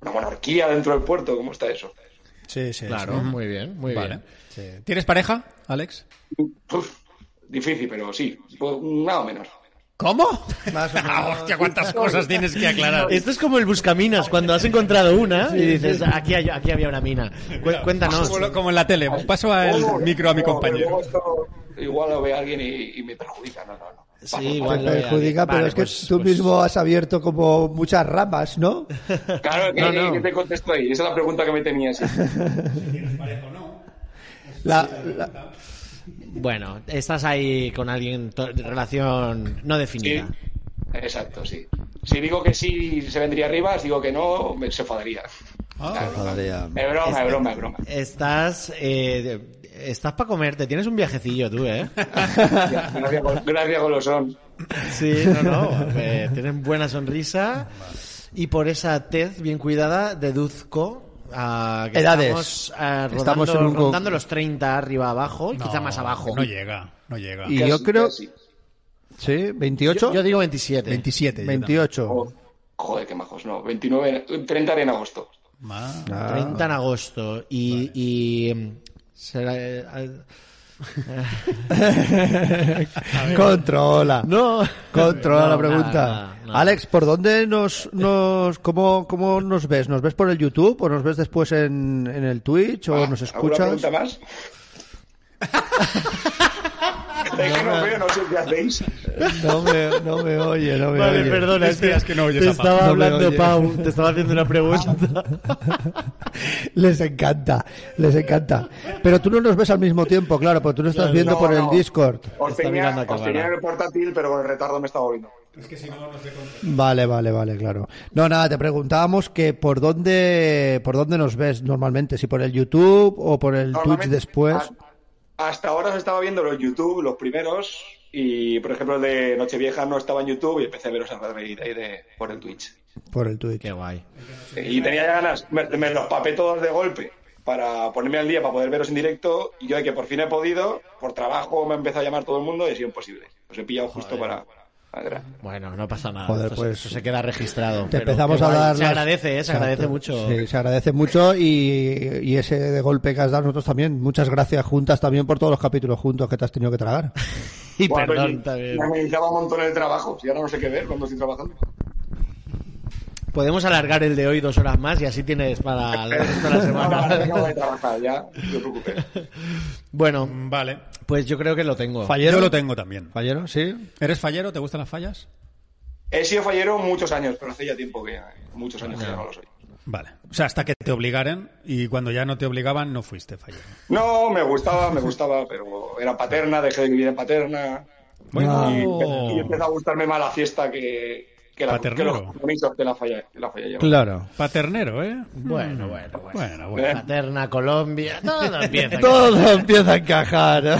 S7: una monarquía dentro del puerto, ¿cómo está eso?
S3: Sí, sí.
S2: Claro, muy bien, muy
S1: Vale.
S2: bien.
S1: ¿Tienes pareja, Alex?
S7: Uf, difícil, pero sí, pues, nada o menos.
S1: ¿Cómo?
S3: Más o menos.
S1: Ah, hostia, cuántas cosas tienes que aclarar.
S2: Esto es como el buscaminas, cuando has encontrado una y dices, aquí, hay- aquí había una mina. Cu- Cuéntanos.
S1: Como, lo- como en la tele. Paso
S7: Ojo,
S1: el micro a mi
S7: no, pero
S1: compañero.
S7: luego esto Igual lo ve alguien y, y me perjudica, no, no, no.
S2: Sí,
S7: Vamos,
S3: Te
S2: igual lo vea
S3: perjudica,
S2: bien.
S3: pero
S2: Vale,
S3: es que
S2: pues-
S3: tú
S2: pues-
S3: mismo has abierto como muchas ramas, ¿no?
S7: Claro, que,
S2: No, no.
S7: que te contesto ahí. Esa es la pregunta que me tenías.
S3: La- la-
S2: Bueno, estás ahí con alguien to- de relación no
S7: Sí.
S2: definida.
S7: Exacto, sí. Si digo que sí se vendría arriba, si digo que no, me, se enfadaría.
S3: Ah,
S7: Claro. Es broma, es broma, es broma.
S2: Estás, eh, de- estás para comerte, tienes un viajecillo tú, ¿eh?
S7: Gracias, Gol- gracias, Golosón.
S2: Sí, no, no, eh, tienes buena sonrisa y por esa tez bien cuidada deduzco ah, que
S3: Edades.
S2: estamos, ah, rodando,
S3: Estamos en un co-
S2: rondando los 30 arriba abajo y
S1: No,
S2: quizá más abajo.
S1: No llega, no llega.
S3: Y yo creo- ¿Sí? ¿28?
S2: Yo digo 27.
S1: 27. yo
S3: 28.
S7: Oh, joder, qué majos, no. 29, en- 30 en agosto.
S1: también. Ma-
S3: Ah.
S2: 30 en agosto y... y, mm, será, eh, al-
S3: Controla.
S2: no,
S3: Controla
S2: No,
S3: la pregunta.
S2: nada, nada.
S3: Alex, ¿por dónde nos, nos cómo, cómo nos ves? ¿Nos ves por el YouTube o nos ves después en, en el Twitch o
S7: Ah,
S3: nos
S7: ¿alguna
S3: escuchas?
S7: pregunta más? es que no veo, no sé qué hacéis.
S3: No me, no me oye, no me
S2: Vale,
S3: oye.
S2: perdona, es que,
S1: Espera, es que no oyes
S2: te
S1: a Pau.
S2: estaba
S3: No me
S2: hablando
S3: oye.
S2: Pau, te estaba haciendo una pregunta.
S3: Les encanta, les encanta. Pero tú no nos ves al mismo tiempo, claro, porque tú nos estás viendo
S7: No,
S3: por el
S7: no.
S3: Discord.
S7: Os
S2: Está
S7: tenía,
S2: mirando a
S7: os tenía
S2: cámara.
S7: en el portátil, pero con el retardo me estaba volviendo.
S3: Vale, vale, vale, claro. No, nada, te preguntábamos que por dónde, por dónde nos ves normalmente, si por el YouTube o por el Twitch
S7: Normalmente, ah.
S3: después.
S7: a- hasta ahora os estaba viendo los YouTube, los primeros, y por ejemplo el de Nochevieja no estaba en YouTube y empecé a veros a raíz de, de- por el Twitch.
S3: Por el Twitch.
S2: Qué guay.
S7: Y tenía ganas, me, me los papé todos de golpe para ponerme al día, para poder veros en directo, y yo de que por fin he podido, por trabajo me ha empezado a llamar todo el mundo y ha sido imposible. Os he pillado justo para... para-
S2: Bueno, no pasa nada.
S3: Joder,
S2: Esto se-
S3: pues,
S2: eso se queda registrado.
S3: Te
S2: pero
S3: empezamos
S2: qué
S3: a
S2: guay.
S3: dar.
S2: Se
S3: las-
S2: agradece, ¿eh? se
S3: Exacto.
S2: agradece mucho.
S3: Sí, se agradece mucho y, y ese de golpe que has dado nosotros también. Muchas gracias juntas también por todos los capítulos juntos que te has tenido que tragar.
S2: Y
S7: Buah,
S2: perdón
S7: pero
S2: también.
S7: Me necesitaba un montón el trabajo, si ahora no sé qué ver cuando estoy trabajando.
S2: Podemos alargar el de hoy dos horas más y así tienes para el resto de la semana.
S7: Acabo de trabajar ya, no te preocupes.
S2: Bueno,
S1: Vale.
S2: pues yo creo que lo tengo.
S1: Fallero lo tengo también.
S3: ¿Fallero? ¿Sí?
S1: ¿Eres fallero? ¿Te gustan las fallas?
S7: He sido fallero muchos años, pero hace ya tiempo que eh, muchos años que ya no lo soy.
S1: Vale. O sea, hasta que te obligaran y cuando ya no te obligaban no fuiste fallero.
S7: No, me gustaba, me gustaba, pero era paterna, dejé de vivir en paterna.
S1: Bueno.
S7: Y, y empezó a gustarme más la fiesta que, que, la, que
S1: Paternero.
S7: los compromisos que la falla, que la falla lleva.
S3: Claro.
S1: Paternero, ¿eh?
S2: Bueno, bueno, bueno.
S1: Bueno, bueno.
S2: Paterna, Colombia, todo empieza.
S3: Todo empieza a encajar.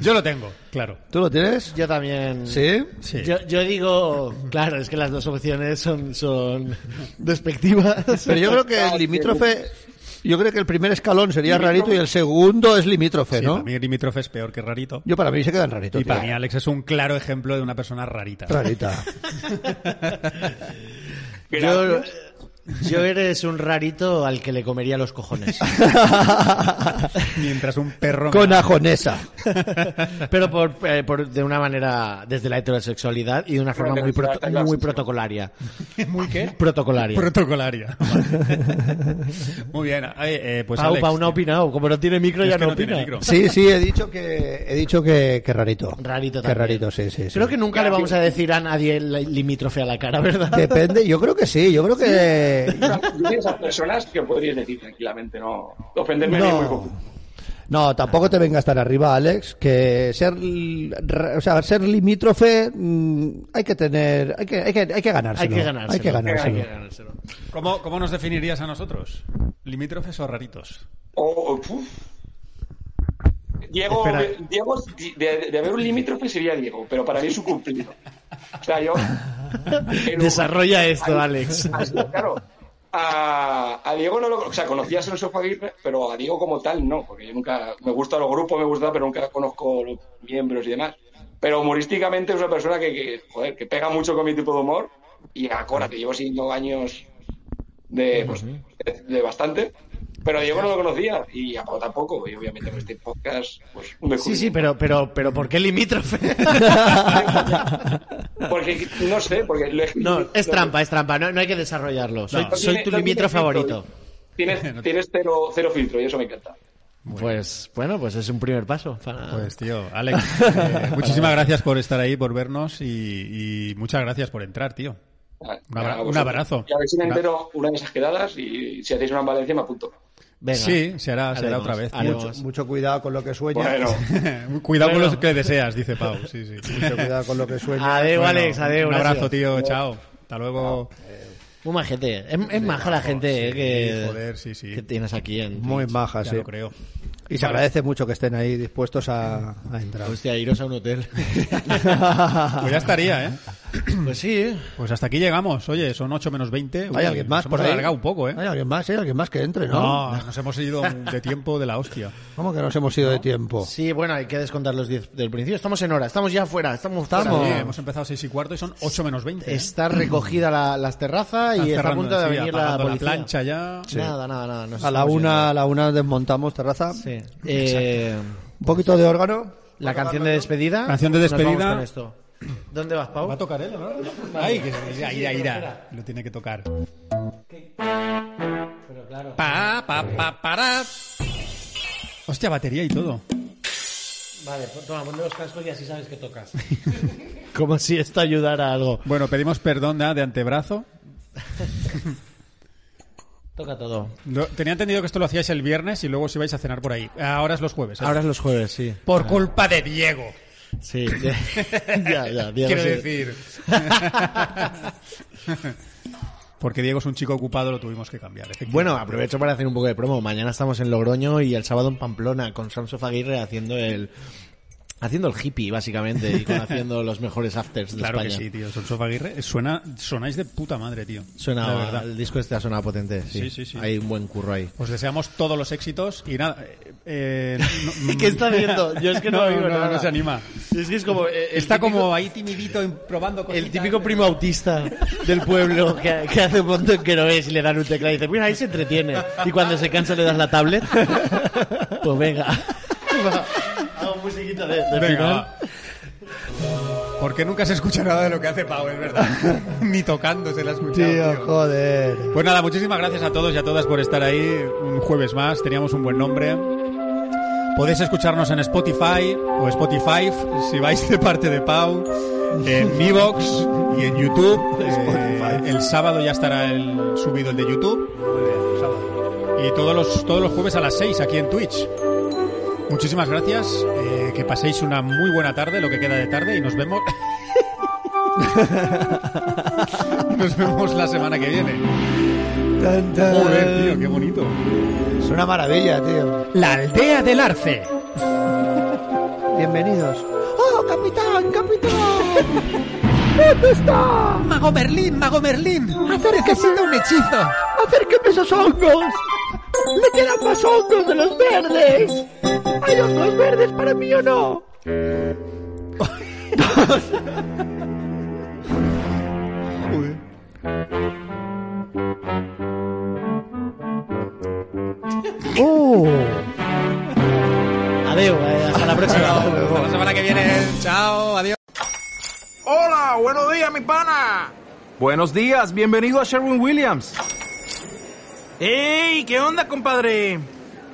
S1: Yo lo tengo, claro.
S3: ¿Tú lo tienes?
S2: Yo también.
S3: ¿Sí?
S1: Sí.
S2: Yo, yo digo, claro, es que las dos opciones son, son despectivas.
S3: Pero yo creo que el limítrofe... Yo creo que el primer escalón sería rarito y el segundo es limítrofe,
S1: Sí,
S3: ¿no?
S1: Para mí limítrofe es peor que rarito.
S3: Yo para mí se quedan raritos.
S1: Y para
S3: tío.
S1: mí Alex es un claro ejemplo de una persona rarita.
S3: Rarita.
S2: Yo, yo eres un rarito al que le comería los cojones.
S1: Mientras un perro...
S3: Con ajonesa.
S2: Pero por, eh, por- de una manera, desde la heterosexualidad y de una forma muy, proto- muy protocolaria.
S1: ¿Muy qué?
S2: Protocolaria.
S1: Protocolaria. Vale. Muy bien. Eh, eh, pues
S2: Pau,
S1: Alex,
S2: Pau no ha opinado. Como no tiene micro,
S1: es
S2: ya
S1: que
S2: no,
S1: tiene
S2: opina.
S1: micro.
S3: Sí, sí, he dicho que he dicho que, que rarito.
S2: Rarito
S3: Que
S2: también.
S3: rarito, sí, sí. sí.
S2: Creo que nunca le vamos a decir a nadie el limítrofe a la cara, ¿verdad?
S3: Depende, yo creo que sí, yo creo que...
S7: Yo soy de esas personas que podrías decir tranquilamente, no. Ofenderme es muy
S3: No.
S7: poco.
S3: No, tampoco te vengas tan arriba, Alex, que ser l- ra- o sea, ser limítrofe mm, hay que tener hay que hay que hay que
S2: Hay
S3: ganárselo.
S2: que ganárselo.
S3: Hay que ganárselo.
S2: Hay que ganárselo.
S1: ¿Cómo, ¿Cómo nos definirías a nosotros? ¿Limítrofes o raritos?
S7: O- o- uf. Diego, Diego de, de haber un limítrofe sería Diego, pero para mí es un cumplido. O sea, yo. pero-
S2: Desarrolla esto,
S7: Ahí-
S2: Alex.
S7: así, claro. A, a Diego no lo. O sea, conocía a Celso Aguirre, pero a Diego como tal no, porque yo nunca. Me gustan los grupos, me gusta, pero nunca conozco los miembros y demás. Pero humorísticamente es una persona que, que, joder, que pega mucho con mi tipo de humor. Y acuérdate, llevo siendo años de, pues, de, de bastante. Pero a Diego no lo conocía y a Pau tampoco. Y obviamente con este podcast, pues un
S2: Sí, sí,
S7: descubrimiento.
S2: pero, pero, pero ¿por qué limítrofe?
S7: Porque no sé, porque lo he-
S2: No, es
S7: lo-
S2: trampa, es trampa. No, no hay que desarrollarlo. Soy,
S1: No.
S2: soy
S7: tiene-
S2: tu
S7: no tiene
S2: limítrofe
S7: filtro,
S2: favorito.
S7: Tienes, tienes cero, cero filtro y eso me encanta.
S2: Pues bueno, pues es un primer paso. para-
S1: Pues tío, Alex, eh, muchísimas gracias por estar ahí, por vernos y, y muchas gracias por entrar, tío.
S7: Ah,
S1: Un abra-
S7: ah,
S1: un
S7: vosotros.
S1: abrazo.
S7: Y a ver si me entero una de esas quedadas y si hacéis una en Valencia me apunto.
S2: Venga.
S1: Sí, se hará, se hará otra vez. tío.
S2: haremos.
S3: Mucho cuidado con lo que sueñas.
S7: Bueno,
S1: Cuidado con
S2: Bueno.
S1: los que deseas, dice Pau. Sí, sí.
S3: Mucho cuidado con lo que sueñas.
S2: Adeu,
S1: Bueno,
S2: Alex, adeu.
S1: Un abrazo,
S2: gracias.
S1: tío. Chao. Hasta luego.
S2: Muy majete. Es, es maja la gente eh,
S1: sí,
S2: que,
S1: joder, sí, sí.
S2: que tienes aquí en.
S3: Ah, Muy maja,
S1: Ya
S3: sí.
S1: lo creo.
S3: Y se agradece mucho que estén ahí dispuestos a, a entrar.
S2: Hostia, iros a un hotel.
S1: Pues ya estaría, ¿eh?
S2: pues sí.
S1: Pues hasta aquí llegamos. Oye, son 8 menos 20. Uy,
S3: ¿Hay alguien más
S1: nos
S3: por
S1: pues, hemos
S3: ahí?
S1: alargado un poco, ¿eh?
S3: Hay alguien más, hay alguien más que entre, ¿no?
S1: No, nos hemos ido de tiempo de la hostia.
S3: ¿Cómo que nos hemos ido de tiempo?
S2: Sí, bueno, hay que descontar los 10 del principio. Estamos en hora, estamos ya fuera, estamos fuera.
S3: Estamos.
S1: Sí, hemos empezado 6 y cuarto y son 8 menos 20. ¿eh?
S2: Está recogida la, las terrazas y
S1: Están
S2: está a
S1: cerrando,
S2: punto de
S1: sí,
S2: venir la
S1: apagando
S2: policía.
S1: plancha ya.
S2: Nada, nada, nada. nos
S3: A la
S2: estamos
S3: una, a
S2: yendo.
S3: la una desmontamos terraza.
S2: Sí. Eh,
S3: Un poquito de órgano.
S2: la canción de despedida.
S1: Canción de
S2: Nos vamos
S1: despedida.
S2: con esto. ¿Dónde vas, Pau?
S1: Va a tocar él, ¿no? Ay, que irá, irá, irá. Lo tiene que tocar. Pa, pa, pa, para. Hostia, batería y todo.
S2: Vale, toma, ponte los cascos y así sabes que tocas. Como si esto ayudara a algo.
S1: Bueno, pedimos perdón ¿no? de antebrazo.
S2: Toca todo.
S1: Lo- tenía entendido que esto lo hacíais el viernes y luego os ibais a cenar por ahí. Ahora es los jueves. ¿eh?
S2: Ahora es los jueves, sí.
S1: Por culpa de Diego.
S2: Sí. ya, ya. Diego,
S1: Quiero
S2: sí.
S1: decir. Porque Diego es un chico ocupado, lo tuvimos que cambiar. efectivamente.
S2: Bueno, aprovecho para hacer un poco de promo. Mañana estamos en Logroño y el sábado en Pamplona con Samsung Aguirre haciendo el haciendo el hippie básicamente y con- haciendo los mejores afters de
S1: Claro que
S2: España.
S1: sí, tío. Sonsof Aguirre. Suena, sonáis de puta madre, tío. La
S2: Suena,
S1: verdad.
S2: el disco este ha sonado potente. Sí.
S1: Sí, sí, sí.
S2: Hay un buen curro ahí.
S1: Os deseamos todos los éxitos y nada. eh, eh, no-
S2: ¿Qué está viendo? Yo es que no
S1: no,
S2: oigo nada.
S1: no se anima.
S2: Es que es como eh, el
S1: Está
S2: típico-
S1: como ahí timidito en- probando cositas.
S2: el típico primo autista del pueblo que, que hace un montón que no ves y le dan un teclado y dice, mira, ahí se entretiene. Y cuando se cansa le das la tablet. Pues venga. Va, Hago musiquita de, de
S1: Venga,
S2: final.
S1: va. Porque nunca se escucha nada de lo que hace Pau, es verdad. Ni tocando se la ha escuchado.
S3: Tío,
S1: tío.
S3: joder.
S1: Pues nada, muchísimas gracias a todos y a todas por estar ahí un jueves más. Teníamos un buen nombre. Podéis escucharnos en Spotify o Spotify si vais de parte de Pau, en Mivox y en YouTube. Eh, el sábado ya estará el, subido el de YouTube. Y todos los, todos los jueves a las 6 aquí en Twitch. Muchísimas gracias. eh, que paséis una muy buena tarde, lo que queda de tarde, y nos vemos. nos vemos la semana que viene.
S3: Tan, tan.
S1: Joder, tío, qué bonito.
S3: Es una maravilla, tío.
S1: La aldea del arce.
S3: Bienvenidos. ¡Oh, capitán, capitán!
S1: Mago Merlín, Mago Merlín.
S3: Necesito
S1: un hechizo.
S3: ¡Acérqueme esos hongos! ¡Me quedan más hongos de los verdes! ¿Hay hongos verdes para mí o no?
S2: Adeu, eh, hasta la próxima.
S1: Hasta la semana que viene. Chao, adiós.
S5: Hola, buenos días, mi pana. Buenos días, bienvenido a Sherwin Williams. ¡Ey! ¿Qué onda, compadre?